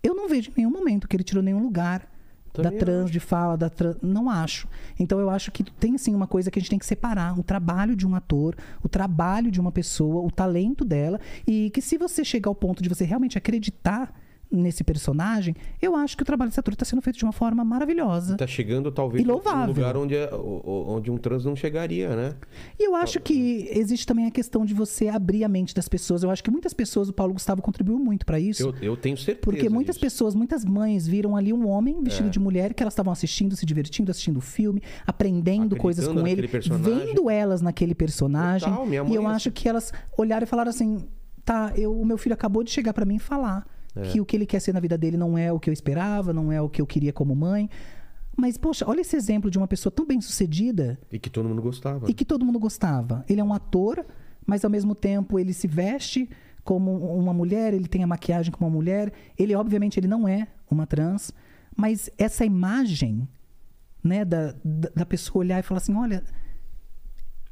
Eu não vejo em nenhum momento que ele tirou nenhum lugar da trans, de fala, da trans. Não acho. Então eu acho que tem sim uma coisa que a gente tem que separar: o trabalho de um ator, o trabalho de uma pessoa, o talento dela. E que se você chegar ao ponto de você realmente acreditar nesse personagem, eu acho que o trabalho desse ator está sendo feito de uma forma maravilhosa.
Tá chegando talvez
E
num
louvável.
lugar onde, é- o- o- onde um trans não chegaria, né?
E eu acho que existe também a questão de você abrir a mente das pessoas. Eu acho que muitas pessoas, o Paulo Gustavo contribuiu muito para isso.
Eu, eu tenho certeza.
Porque muitas
disso. É.
pessoas, muitas mães viram ali um homem vestido de mulher que elas estavam assistindo, se divertindo, assistindo o filme, aprendendo
Acreditando
coisas com
naquele
ele,
personagem.
vendo elas naquele personagem.
Total, minha mãe
e eu
é
acho que elas olharam e falaram assim: "Tá, eu, o meu filho acabou de chegar pra mim e falar
É.
que o que ele quer ser na vida dele não é o que eu esperava, não é o que eu queria como mãe". Mas poxa, olha esse exemplo de uma pessoa tão bem-sucedida
E que todo mundo gostava.
e que todo mundo gostava. Ele é um ator, mas ao mesmo tempo ele se veste como um, uma mulher, ele tem a maquiagem como uma mulher. Ele, obviamente, ele não é uma trans, mas essa imagem né, da, da, da pessoa olhar e falar assim: olha,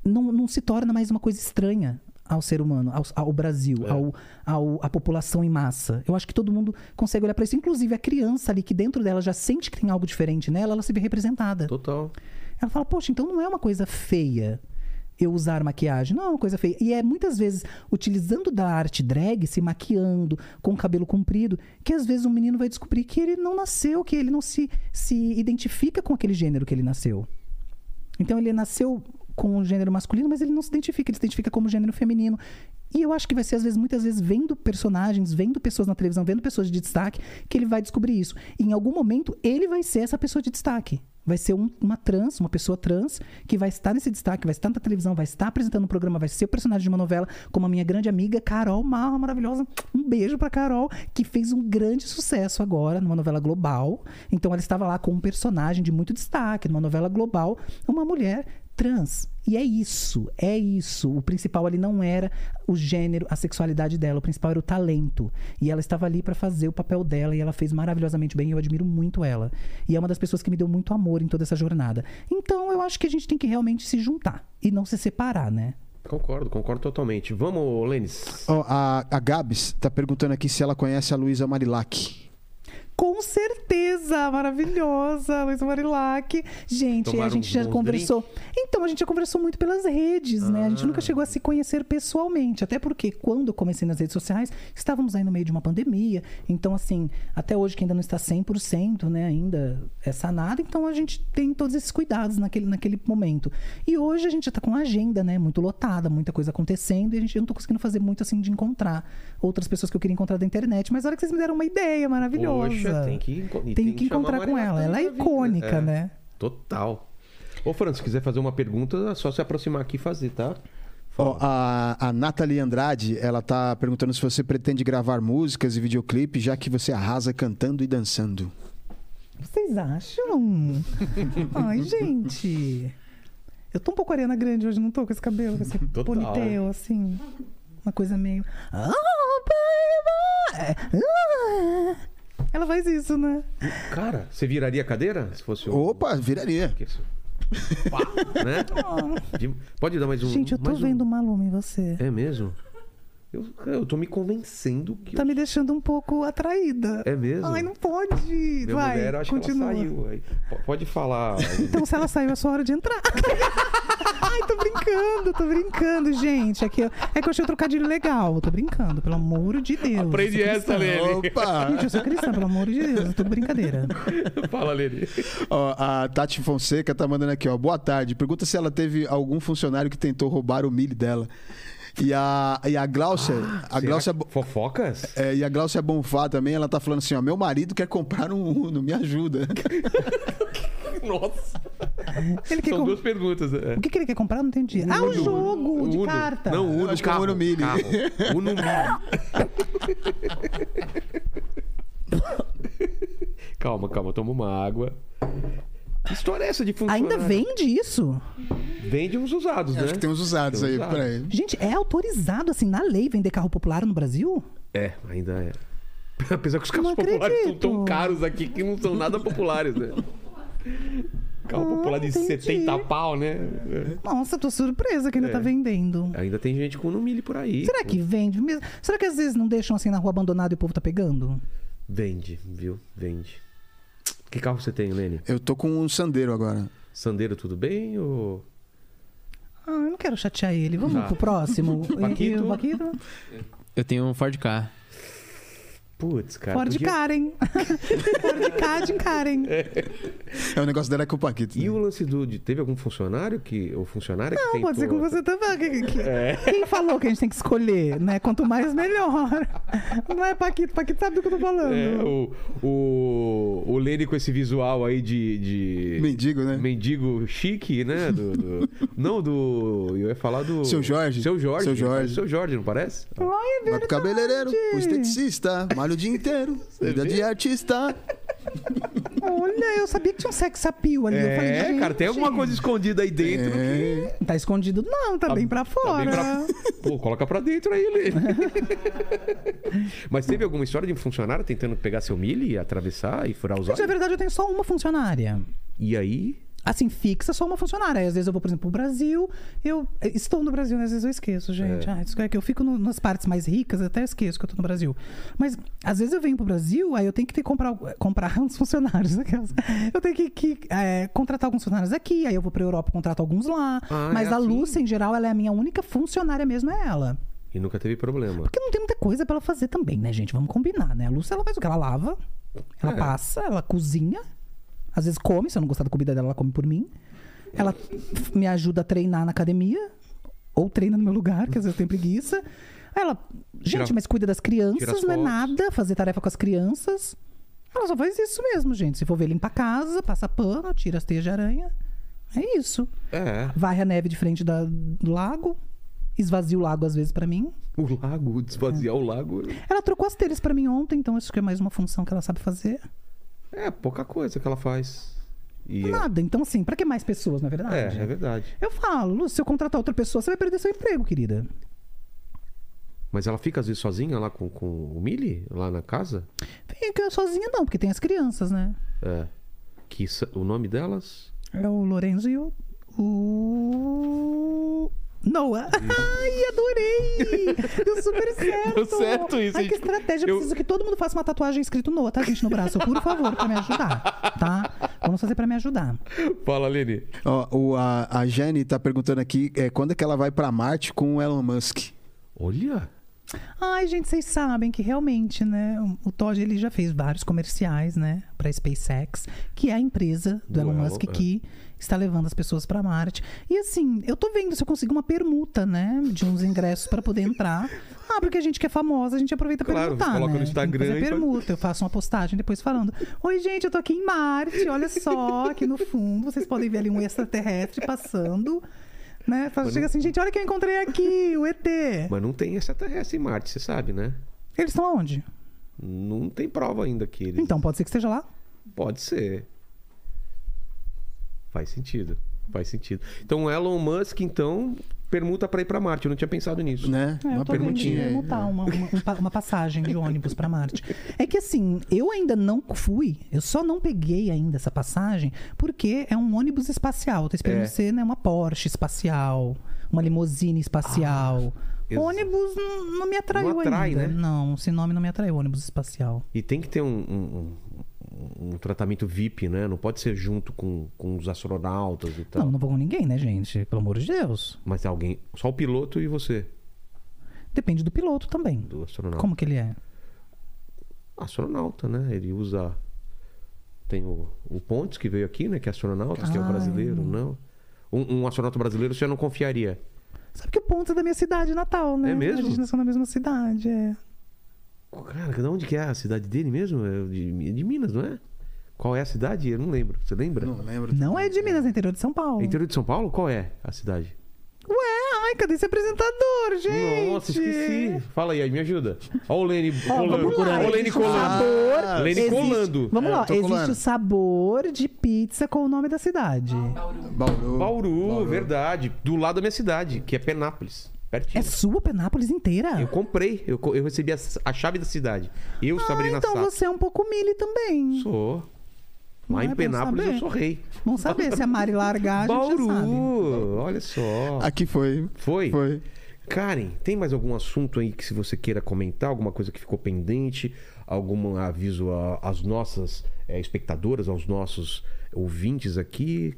não, não se torna mais uma coisa estranha ao ser humano, ao, ao Brasil, ao, ao- à população em massa. Eu acho que todo mundo consegue olhar para isso. Inclusive, a criança ali que dentro dela já sente que tem algo diferente nela, ela se vê representada.
Total.
Ela fala, poxa, então não é uma coisa feia eu usar maquiagem. Não é uma coisa feia. E é muitas vezes utilizando da arte drag, se maquiando, com o cabelo comprido, que às vezes um menino vai descobrir que ele não nasceu, que ele não se, se identifica com aquele gênero que ele nasceu. Então ele nasceu com o gênero masculino, mas ele não se identifica, ele se identifica como gênero feminino. E eu acho que vai ser, às vezes, muitas vezes, vendo personagens, vendo pessoas na televisão, vendo pessoas de destaque, que ele vai descobrir isso. E em algum momento, ele vai ser essa pessoa de destaque. Vai ser um- uma trans, uma pessoa trans, que vai estar nesse destaque, vai estar na televisão, vai estar apresentando um programa, vai ser o personagem de uma novela, como a minha grande amiga Carol Marra, maravilhosa. Um beijo pra Carol, que fez um grande sucesso agora numa novela global. Então ela estava lá com um personagem de muito destaque, numa novela global, uma mulher trans. E é isso, é isso. O principal ali não era o gênero, a sexualidade dela, o principal era o talento. E ela estava ali para fazer o papel dela e ela fez maravilhosamente bem. e Eu admiro muito ela. E é uma das pessoas que me deu muito amor em toda essa jornada. Então eu acho que a gente tem que realmente se juntar e não se separar, né?
Concordo, concordo totalmente. Vamos, Lênis.
Ó, a, a Gabs tá perguntando aqui se ela conhece a Luísa Marilac.
Com certeza, maravilhosa, Luiz Marilac. Gente,
Tomaram
a gente já
uns bons
conversou. Então, a gente já conversou muito pelas redes, né? A gente
Ah.
nunca chegou a se conhecer pessoalmente. Até porque, quando eu comecei nas redes sociais, estávamos aí no meio de uma pandemia. Então, assim, até hoje que ainda não está 100%, né? Ainda é sanada. Então, a gente tem todos esses cuidados naquele, naquele momento. E hoje a gente já tá com a agenda, né? Muito lotada, muita coisa acontecendo. E a gente eu não tô conseguindo fazer muito, assim, de encontrar outras pessoas que eu queria encontrar da internet. Mas olha que vocês me deram uma ideia maravilhosa maravilhosa.
Poxa, tem que enco- e
Tem
tem
que
que chamar
encontrar
a
com
Maria
ela.
Bethânia
Ela é
da vida.
icônica,
É.
né?
Total. Ô, Fran, se quiser fazer uma pergunta, é só se aproximar aqui e fazer, tá?
Ó, a, a Nathalie Andrade, ela tá perguntando se você pretende gravar músicas e videoclipes, já que você arrasa cantando e dançando.
Vocês acham? Ai, gente. Eu tô um pouco Ariana Grande hoje, não tô com esse cabelo, com esse
Total.
ponytail, assim. Uma coisa meio. Oh, baby! Ah. Ela faz isso, né?
Cara, você viraria a cadeira? Se fosse o-
Opa, viraria.
Que isso? Pá, né? De- Pode dar mais um.
Gente, eu tô
mais um.
vendo uma Maluma em você.
É mesmo? Eu, eu tô me convencendo que.
Tá me deixando um pouco atraída.
É mesmo?
Ai, não pode.
Minha
Vai,
mulher, eu acho
continua.
que ela saiu. aí. P- Pode falar.
Então, se ela saiu, é sua hora de entrar. Ai, tô brincando, tô brincando, gente. É que eu, é que eu achei o trocadilho legal. Tô brincando, pelo amor de Deus.
Aprende
Eu sou cristã.
essa,
Ah.
Lê.
Gente,
Opa!
eu sou cristã, pelo amor de Deus. Eu tô de brincadeira.
Fala, Lene.
Ó, a Tati Fonseca tá mandando aqui, ó. Boa tarde. Pergunta se ela teve algum funcionário que tentou roubar o milho dela. E a, e a Glaucia. a
Ah, Será
Glaucia.
que- Fofocas?
É, e a Glaucia Bonfá também, ela tá falando assim, ó, meu marido quer comprar um Uno, me ajuda.
Nossa.
Ele quer
São
com-
duas perguntas. é.
O que, que ele quer comprar? Não entendi. ah, o jogo de
Uno.
carta.
Não, Uno,
Acho que é
carro,
Uno Mille.
carro. Uno Mille. calma, calma. Toma uma água. Que história é essa de funcionário?
Ainda vende isso?
Vende uns usados, né?
Acho que tem uns usados
Tem
aí,
usado.
peraí.
Gente, é autorizado, assim, na lei, vender carro popular no Brasil?
É, ainda é. Apesar que os carros
Não
populares são
acredito.
tão caros aqui que não são nada populares, né? Carro popular de
Ah, entendi.
70 pau, né? É.
Nossa, tô surpresa que ainda tá vendendo.
Ainda tem gente com no milho por aí.
Será que vende mesmo? Será que às vezes não deixam assim na rua abandonada e o povo tá pegando?
Vende, viu? Vende. Que carro você tem, Lene?
Eu tô com um sandeiro agora.
Sandeiro, tudo bem? Ou...
Ah, eu não quero chatear ele. Vamos
Tá.
pro próximo. E- e
Paquito?
o Paquito?
Eu tenho um Ford K.
Putz, cara.
Fora de
podia-
Karen. Fora de cá de Karen.
É, o negócio dela é com o Paquito.
E
né?
o lance do. de- Teve algum funcionário que. Ou funcionária que
Não,
tem. É.
pode ser com você também. Que- que- Quem falou que a gente tem que escolher, né? Quanto mais, melhor. Não é Paquito. Paquito sabe do que eu tô falando.
É, o, o, o Lene com esse visual aí de. de-
Mendigo, né?
Mendigo chique, né? Do, do- não, do. Eu ia falar do.
Seu Jorge.
Seu Jorge.
Seu Jorge.
Seu Jorge, não parece?
Ai, é
Vai pro
verdade.
cabeleireiro, pro esteticista, malha o dia inteiro, vida de artista.
Olha, eu sabia que tinha um sex appeal ali. eu falei,
É, cara, tem alguma
gente,
coisa escondida aí dentro. que-
É.
Tá escondido? Não, tá, bem pra
Tá
fora.
bem pra- Pô, coloca pra dentro aí, Lene. Mas teve alguma história de um funcionário tentando pegar seu milho e atravessar e furar os
Gente, na
olhos?
é, verdade, eu tenho só uma funcionária.
E aí?
Assim, fixa só uma funcionária. Aí, Às vezes eu vou, por exemplo, pro Brasil. Eu eh, estou no Brasil, né? às vezes eu esqueço, gente. Ah, isso é que eu fico no- nas partes mais ricas, eu até esqueço que eu tô no Brasil. Mas às vezes eu venho pro Brasil, aí eu tenho que ter que comprar, eh, comprar uns funcionários. né, aquelas. Eu tenho que, que, eh, contratar alguns funcionários aqui, aí eu vou pra Europa, contrato alguns lá.
Ah,
Mas
é
a
assim?
Lúcia, em geral, ela é a minha única funcionária mesmo, é ela.
E nunca teve problema.
Porque não tem muita coisa pra ela fazer também, né, gente? Vamos combinar, né? A Lúcia, ela faz o que? Ela lava, ela
É.
passa, ela cozinha. Às vezes come, se eu não gostar da comida dela, ela come por mim. Ela f- me ajuda a treinar na academia. Ou treina no meu lugar, que às vezes eu tenho preguiça. Ela, gente,
Tira-
mas cuida das
tira as
crianças, não é
fotos.
nada, fazer tarefa com as crianças. Ela só faz isso mesmo, gente. Se for ver, limpa a casa, passa pano, tira as teias de aranha. É isso.
É.
Varre a neve de frente da- do lago, esvazia o lago às vezes pra mim.
O lago, desvaziar o lago.
Ela trocou as telhas pra mim ontem, então isso que é mais uma função que ela sabe fazer.
É pouca coisa que ela faz. E é,
Nada. Então, assim, pra que mais pessoas, na verdade?
é, é verdade.
Eu falo, Lu, se eu contratar outra pessoa, você vai perder seu emprego, querida.
Mas ela fica às vezes sozinha lá com, com o Mili, lá na casa?
Fica sozinha não, porque tem as crianças, né?
É. Que sa- o nome delas?
É o Lorenzo e o. o... Noah. Ai, adorei! Deu super certo!
Deu certo isso,
Ai,
gente.
que estratégia. Eu
Eu-
preciso que todo mundo faça uma tatuagem escrito Noah, tá, gente, no braço. Por favor, pra me ajudar, tá? Vamos fazer pra me ajudar.
Fala, Lili.
Ó, o, a, a Jane tá perguntando aqui é, quando é que ela vai pra Marte com o Elon Musk.
Olha.
Ai, gente, vocês sabem que realmente, né? o- O Todd ele já fez vários comerciais, né, para SpaceX, que é a empresa do,
Do
Elon
Elon,
Musk
é.
que está levando as pessoas para Marte. E assim, eu tô vendo se eu consigo uma permuta, né, de uns ingressos para poder entrar. Ah, porque a gente que é famosa, a gente aproveita para
Claro,
perguntar,
coloca
né?
no Instagram
Tem que
e
fazer
faz-
permuta, eu faço uma postagem depois falando: "Oi, gente, eu tô aqui em Marte, olha só, aqui no fundo, vocês podem ver ali um extraterrestre passando." Né? Fala- Chega assim, gente, olha que eu encontrei aqui, o ET.
Mas não tem extraterrestre em Marte, você sabe, né?
Eles estão aonde?
Não tem prova ainda que ele.
Então, pode ser que esteja lá.
Pode ser. Faz sentido. Faz sentido. Então, o Elon Musk, então, permuta pra ir pra Marte. Eu não tinha pensado nisso.
Né?
É, eu
Uma
tô vendo
perguntinha
de
aí.
permutar uma, uma, um pa- uma passagem de ônibus para Marte. É que assim, eu ainda não fui, eu só não peguei ainda essa passagem, porque é um ônibus espacial. Eu Tô esperando
É.
ser né, uma Porsche espacial, uma limousine espacial.
Ah, exa-
ônibus não, não me atraiu
Não atrai,
ainda.
né?
Não, esse nome não me atraiu, ônibus espacial.
E tem que ter um, um- um- um tratamento VIP, né? Não pode ser junto com, com os astronautas e tal.
Não, não vou com ninguém, né, gente? Pelo amor de Deus.
Mas é alguém. Só o piloto e você,
Depende do piloto também.
do astronauta.
Como que ele é?
Astronauta, né? Ele usa. Tem o, o Pontes que veio aqui, né? Que é astronauta, que é o
Ah,
brasileiro, não. Um, um astronauta brasileiro você não confiaria.
Sabe que o ponto é da minha cidade natal, né?
É mesmo?
A gente nasceu na mesma cidade, é.
Cara, de onde que é a cidade dele mesmo? É de, de Minas, não é? Qual é a cidade? Eu não lembro. Você lembra?
Não lembro.
Não é de Minas, é interior de São Paulo.
É Interior de São Paulo? Qual é a cidade?
Ué, ai, cadê esse apresentador, gente?
Nossa, esqueci. Fala aí, aí, me ajuda. Olha o Lene
Ó,
colando.
vamos lá,
Ó o Lene
existe o
colando.
sabor.
Ah,
Lene
existe-
colando.
Vamos
É,
lá,
eu tô
existe
colando.
o sabor de pizza com o nome da cidade.
Bauru.
Bauru, verdade. Do lado da minha cidade, que é Penápolis. Pertinho.
É sua Penápolis inteira?
Eu comprei, eu, co- eu recebi a, s- a chave da cidade. Eu,
ah,
Sabrina
então
Sato.
você é um pouco mili também.
Sou.
Não
Lá
é
em
bom
Penápolis eu
saber?
sou rei.
Vamos saber se a Mari largar, a gente já sabe.
Bauru, olha só.
Aqui foi.
Foi?
Foi.
Karen, tem mais algum assunto aí que se você queira comentar, alguma coisa que ficou pendente, algum aviso a- às nossas eh, espectadoras, aos nossos ouvintes aqui?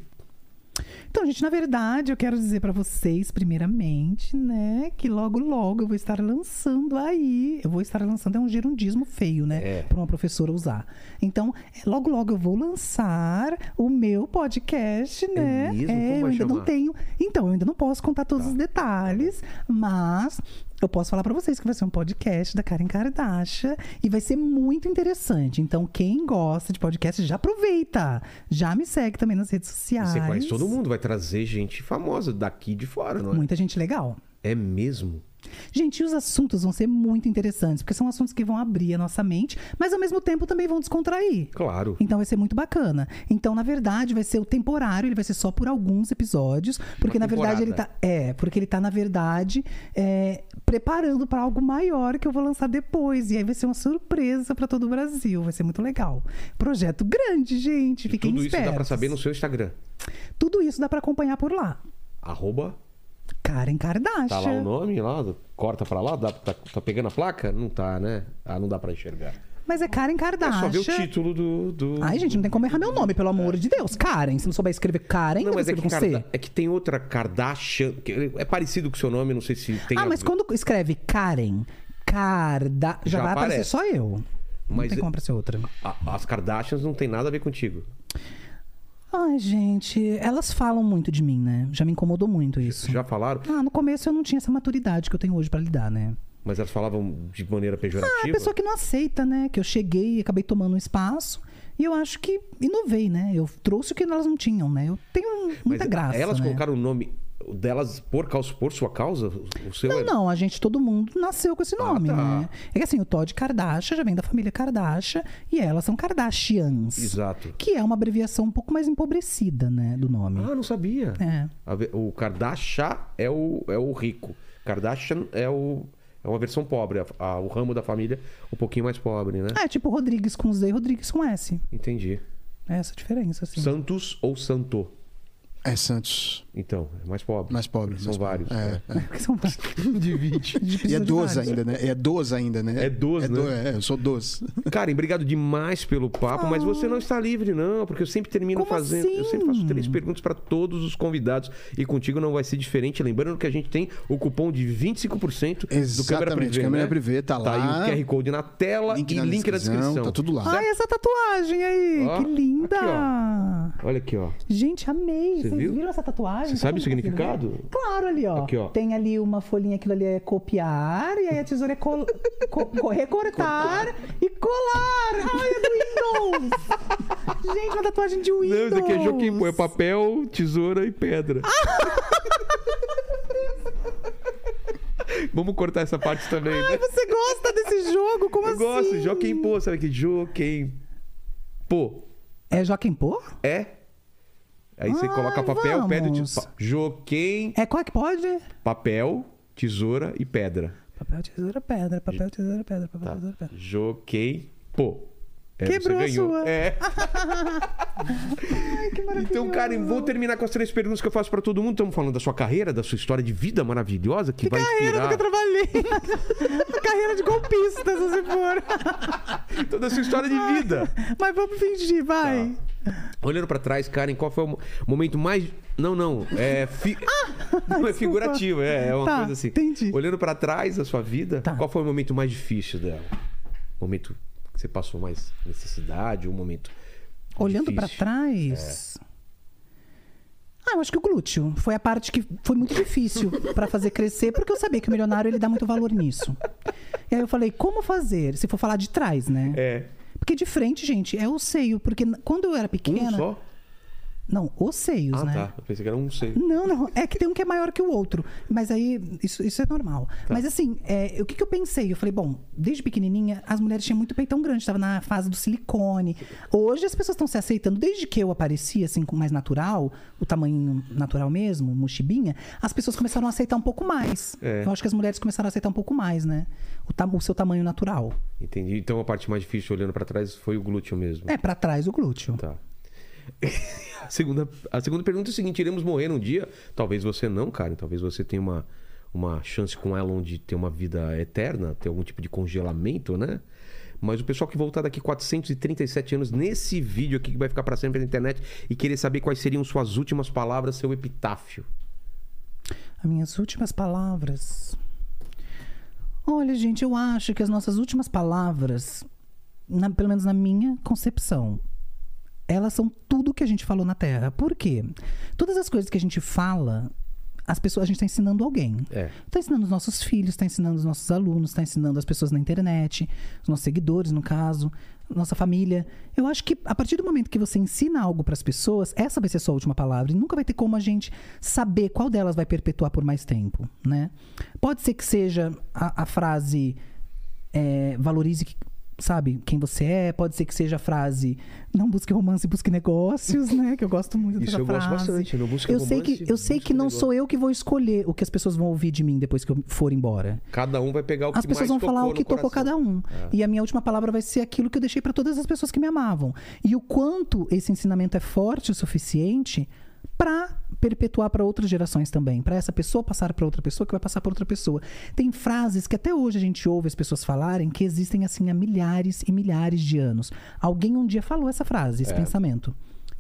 Então, gente, na verdade, eu quero dizer pra vocês, primeiramente, né, que logo, logo eu vou estar lançando aí. Eu vou estar lançando, é um gerundismo feio, né,
É.
pra uma professora usar. Então, é, logo, logo eu vou lançar o meu podcast, né?
É mesmo? Como
eu
vai
ainda
chamar? Tá,
não tenho. Então, eu ainda não posso contar todos os detalhes, mas. Eu posso falar pra vocês que vai ser um podcast da Karen Kardashian e vai ser muito interessante. Então, quem gosta de podcast, já aproveita. Já me segue também nas redes
E
sociais.
Você conhece todo mundo, vai trazer gente famosa daqui de fora, não é?
Muita gente legal.
É mesmo?
Gente, e os assuntos vão ser muito interessantes, porque são assuntos que vão abrir a nossa mente, mas ao mesmo tempo também vão descontrair.
Claro.
Então vai ser muito bacana. Então, na verdade, vai ser o temporário, ele vai ser só por alguns episódios, porque
Uma
na verdade ele tá
temporada.
é, porque ele tá na verdade é, preparando para algo maior que eu vou lançar depois e aí vai ser uma surpresa para todo o Brasil, vai ser muito legal. Projeto grande, gente,
E
fiquem
tudo isso
espertos.
dá pra saber no seu Instagram.
Tudo isso dá para acompanhar por lá.
Arroba.
Karen Kardashian.
Tá lá o nome lá, corta pra lá, dá- tá, tá pegando a placa? Não tá, né? Ah, não dá pra enxergar.
Mas é Karen
É
Kardashian.
só ver o título do. do
Ai, gente, não tem como errar meu nome, pelo amor de Deus. Karen, se não souber escrever Karen,
Não,
não,
mas é
escrever
que,
com C.
Karda- é que tem outra Kardashian. que é parecido com o seu nome, não sei se tem.
Ah,
a
mas
ver.
quando escreve Karen, Carda, já,
Já
vai aparecer
aparece.
só eu.
Mas
não tem
é-
como aparecer outra.
A- as Kardashians não tem nada a ver contigo.
Ai, gente, elas falam muito de mim, né? Já me incomodou muito isso.
Já falaram?
Ah, no começo eu não tinha essa maturidade que eu tenho hoje pra lidar, né?
Mas elas falavam de maneira pejorativa?
Ah, a pessoa que não aceita, né? Que eu cheguei e acabei tomando um espaço. E eu acho que inovei, né? Eu trouxe o que elas não tinham, né? Eu tenho muita
Mas
graça.
Elas
né?
colocaram o nome delas por, causa, por sua causa? O seu
Não,
é-
não, a gente, todo mundo nasceu com esse nome,
tá.
né? É que assim, o Todd Kardashian já vem da família Kardashian e elas são Kardashians.
Exato.
Que é uma abreviação um pouco mais empobrecida, né, do nome.
Ah, não sabia.
É.
A ve- O Kardashian é o, é o rico. Kardashian é, o, é uma versão pobre. a- a- o ramo da família um pouquinho mais pobre, né?
Ah, é tipo Rodrigues com Z e Rodrigues com S.
Entendi.
É essa a diferença, assim.
Santos ou Santo?
É Santos,
Então, é mais pobre.
mais pobre.
São
mais pobre.
vários.
É, é.
Porque são vários.
Divide. E é 12 ainda, né? E é 12 ainda, né?
É 12, né?
do- É, eu sou 12.
Karen, obrigado demais pelo papo, mas você
Ah.
não está livre, não, porque eu sempre termino
Como
fazendo. Eu sempre faço
assim?
três perguntas para todos os convidados. E contigo não vai ser diferente. Lembrando que a gente tem o cupom de 25% do Câmera
Exatamente,
Privê.
Câmera
né?
Privê, tá lá.
aí o QR Code na tela e link na descrição.
Tá tudo lá.
Ai, Ah, essa tatuagem aí,
Ó,
que linda!
aqui, Olha aqui, ó.
Gente,
Você
amei. Vocês
viu?
viram essa tatuagem?
Você
Tá
sabe o
todo mundo
significado?
conseguindo ver? Claro, ali, ó.
Aqui, ó.
Tem ali uma folhinha, aquilo ali é copiar, e aí a tesoura é col- co- co- recortar e colar. Ai, é do Windows! Gente, uma tatuagem de
Não,
Windows.
isso aqui é Joaquim, é papel, tesoura e pedra. Vamos cortar essa parte também, né?
Ai, você gosta desse jogo? Como
Eu
assim?
gosto, Joaquim Pô, sabe que Joaquim Pô
É Joaquim Pô?
é? Aí você
Ah,
coloca papel, pedra,
vamos.
tesoura. Joaquim,
É qual é que pode?
papel, tesoura e pedra.
Papel, tesoura, pedra. Papel, tesoura, pedra. Papel,
Tá.
tesoura, pedra.
Joaquim Pô. É,
Quebrou
você
a
ganhou.
sua.
É.
Que
Então,
maravilhoso.
Karen, vou terminar com as três perguntas que eu faço pra todo mundo. Estamos falando da sua carreira, da sua história de vida maravilhosa que,
Que
vai
carreira
inspirar
nunca trabalhei. carreira de golpista, se você for.
toda a sua história de vida. Tá.
Mas vamos fingir, vai.
Olhando pra trás, Karen, qual foi o mo- momento mais. Não, não. É, fi... não é
Ah! desculpa.
figurativo, é, é uma
Tá,
coisa assim.
entendi.
Olhando pra trás da sua vida,
Tá.
qual foi o momento mais difícil dela? Momento que você passou mais necessidade, um momento.
Olhando pra
difícil? É.
trás. Ah, eu acho que o glúteo foi a parte que foi muito difícil pra fazer crescer, porque eu sabia que o milionário ele dá muito valor nisso. E aí eu falei, como fazer? Se for falar de trás, né?
É.
Porque de frente, gente, é o seio, porque n- quando eu era
Um
pequena,
só?
não, os seios,
Ah,
né?
tá. Eu pensei que era um sei.
Não, não. É que tem um que é maior que o outro. Mas aí, isso, isso é normal. Mas assim, é, o que, que eu pensei? Eu falei, bom, desde pequenininha, as mulheres tinham muito peitão grande. Estava na fase do silicone. Hoje, as pessoas estão se aceitando. Desde que eu apareci, assim, com mais natural, o tamanho natural mesmo, mochibinha, as pessoas começaram a aceitar um pouco mais.
É.
Eu acho que as mulheres começaram a aceitar um pouco mais, né? O, tam- o seu tamanho natural.
Entendi. Então a parte mais difícil olhando pra trás foi o glúteo mesmo.
É, pra trás, o glúteo.
Tá. A segunda, a segunda pergunta é a seguinte: iremos morrer um dia? Talvez você não, Karen. Talvez você tenha uma, uma chance com Elon de ter uma vida eterna, ter algum tipo de congelamento, né? Mas o pessoal que voltar daqui 437 anos nesse vídeo aqui que vai ficar pra sempre na internet e querer saber quais seriam suas últimas palavras, seu epitáfio.
As minhas últimas palavras. Olha, gente, eu acho que as nossas últimas palavras, na- pelo menos na minha concepção, elas são tudo que a gente falou na Terra. Por quê? Todas as coisas que a gente fala, as pessoas, a gente está ensinando alguém.
É.
Está Tá ensinando os nossos filhos, está ensinando os nossos alunos, está ensinando as pessoas na internet, os nossos seguidores, no caso, nossa família. Eu acho que a partir do momento que você ensina algo para as pessoas, essa vai ser a sua última palavra. E nunca vai ter como a gente saber qual delas vai perpetuar por mais tempo, né? Pode ser que seja a, a frase é, valorize, que- sabe, quem você é. Pode ser que seja a frase não busque romance, busque negócios, né? Que eu gosto muito
Isso
dessa
eu gosto
frase.
bastante, não busque
eu sei
romance,
que Eu sei
busque
que não
negócio.
sou eu que vou escolher o que as pessoas vão ouvir de mim depois que eu for embora.
Cada um vai pegar o
As
que mais
pessoas vão
tocou
falar o
no
que tocou
coração.
cada um.
É.
E a minha última palavra vai ser aquilo que eu deixei para todas as pessoas que me amavam. E o quanto esse ensinamento é forte o suficiente para perpetuar para outras gerações também, para essa pessoa passar para outra pessoa, que vai passar para outra pessoa. Tem frases que até hoje a gente ouve as pessoas falarem que existem assim há milhares e milhares de anos. Alguém um dia falou essa frase,
É.
esse pensamento.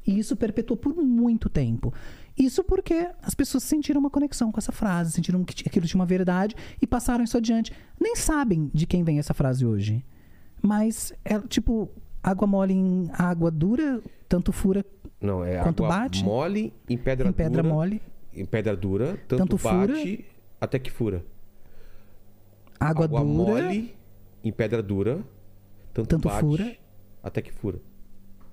E isso perpetuou por muito tempo. Isso porque as pessoas sentiram uma conexão com essa frase, sentiram que aquilo tinha uma verdade e passaram isso adiante. Nem sabem de quem vem essa frase hoje. Mas, é, tipo, água mole em água dura, tanto fura
Não, é
Quanto
água
bate?
mole em pedra
em pedra
dura.
mole.
Em pedra dura, tanto,
Tanto fura.
bate até que fura.
Água,
Água
dura.
mole em pedra dura. Tanto,
Tanto
bate
fura.
Até que fura.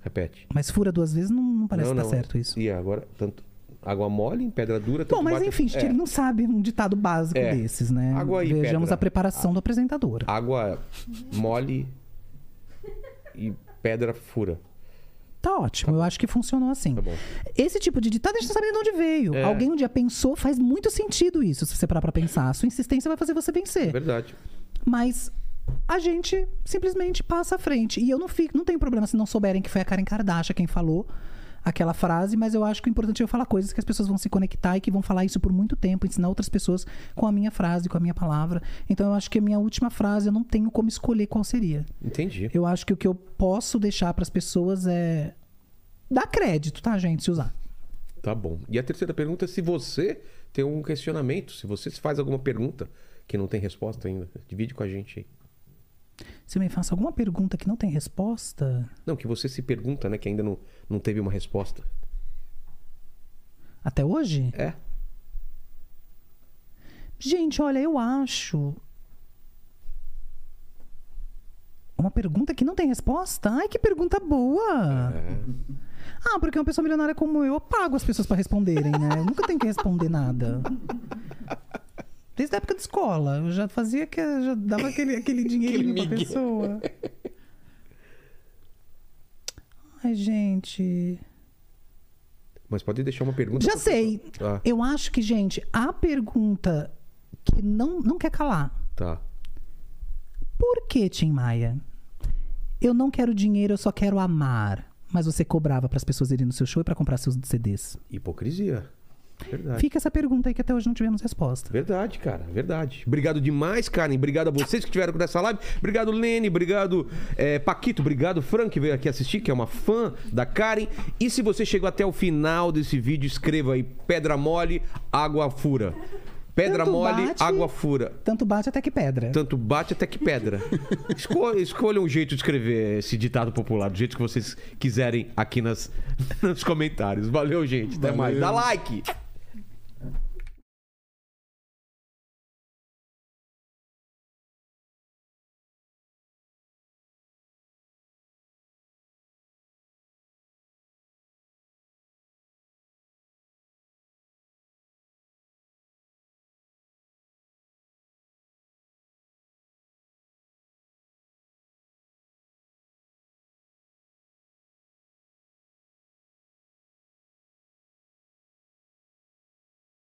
Repete.
Mas fura duas vezes não, não parece
não,
que tá
não.
certo isso.
E agora, tanto água mole em pedra dura. Tanto
Bom, mas
bate-
enfim, a gente
é,
não sabe um ditado básico
É.
desses, né?
Água e
Vejamos
pedra.
a preparação do apresentador.
Água mole e pedra fura.
Tá ótimo, eu acho que funcionou assim.
Tá bom.
Esse tipo de ditado a gente não sabe de onde veio.
É.
Alguém um dia pensou, faz muito sentido isso, se você parar pra pensar. A sua insistência vai fazer você
É
vencer.
verdade.
Mas a gente simplesmente passa à frente. E eu não fico, não tenho problema se não souberem que foi a Karen Kardashian quem falou aquela frase, mas eu acho que o importante é eu falar coisas que as pessoas vão se conectar e que vão falar isso por muito tempo, ensinar outras pessoas com a minha frase, com a minha palavra. Então eu acho que a minha última frase eu não tenho como escolher qual seria.
Entendi.
Eu acho que o que eu posso deixar pras pessoas é dar crédito, tá, gente, se usar.
Tá bom. E a terceira pergunta é se você tem algum questionamento, se você se faz alguma pergunta que não tem resposta ainda. Divide com a gente aí.
Se me faça alguma pergunta que não tem resposta,
Não, que você se pergunta, né? Que ainda não, não teve uma resposta.
até hoje?
É.
Gente, olha, eu acho. Uma pergunta que não tem resposta? Ai, que pergunta boa! Ah, porque uma pessoa milionária como eu, eu pago as pessoas pra responderem, né? Eu nunca tenho que responder nada. Desde a época de escola, eu já fazia que já dava aquele, aquele dinheirinho pra
migué.
pessoa. Ai, gente.
Mas pode deixar uma pergunta. Ah,
Já
pra
sei.
pessoa.
Eu acho que, gente, a pergunta que não, não quer calar.
Tá. tá.
Por que, Tim Maia? Eu não quero dinheiro, eu só quero amar. Mas você cobrava para as pessoas irem no seu show e para comprar seus CDs.
Hipocrisia. Verdade.
Fica essa pergunta aí que até hoje não tivemos resposta.
Verdade, cara, verdade. Obrigado demais, Karen. Obrigado a vocês que estiveram nessa live. Obrigado, Lene. Obrigado, eh, Paquito. Obrigado, Frank, que veio aqui assistir, que é uma fã da Karen. E se você chegou até o final desse vídeo, escreva aí: pedra mole, água fura. Pedra
Tanto
mole,
bate-
água fura.
Tanto bate até que pedra.
Tanto bate até que pedra. Esco- escolha um jeito de escrever esse ditado popular, do jeito que vocês quiserem aqui nas, nos comentários. Valeu, gente. Até mais. Dá like!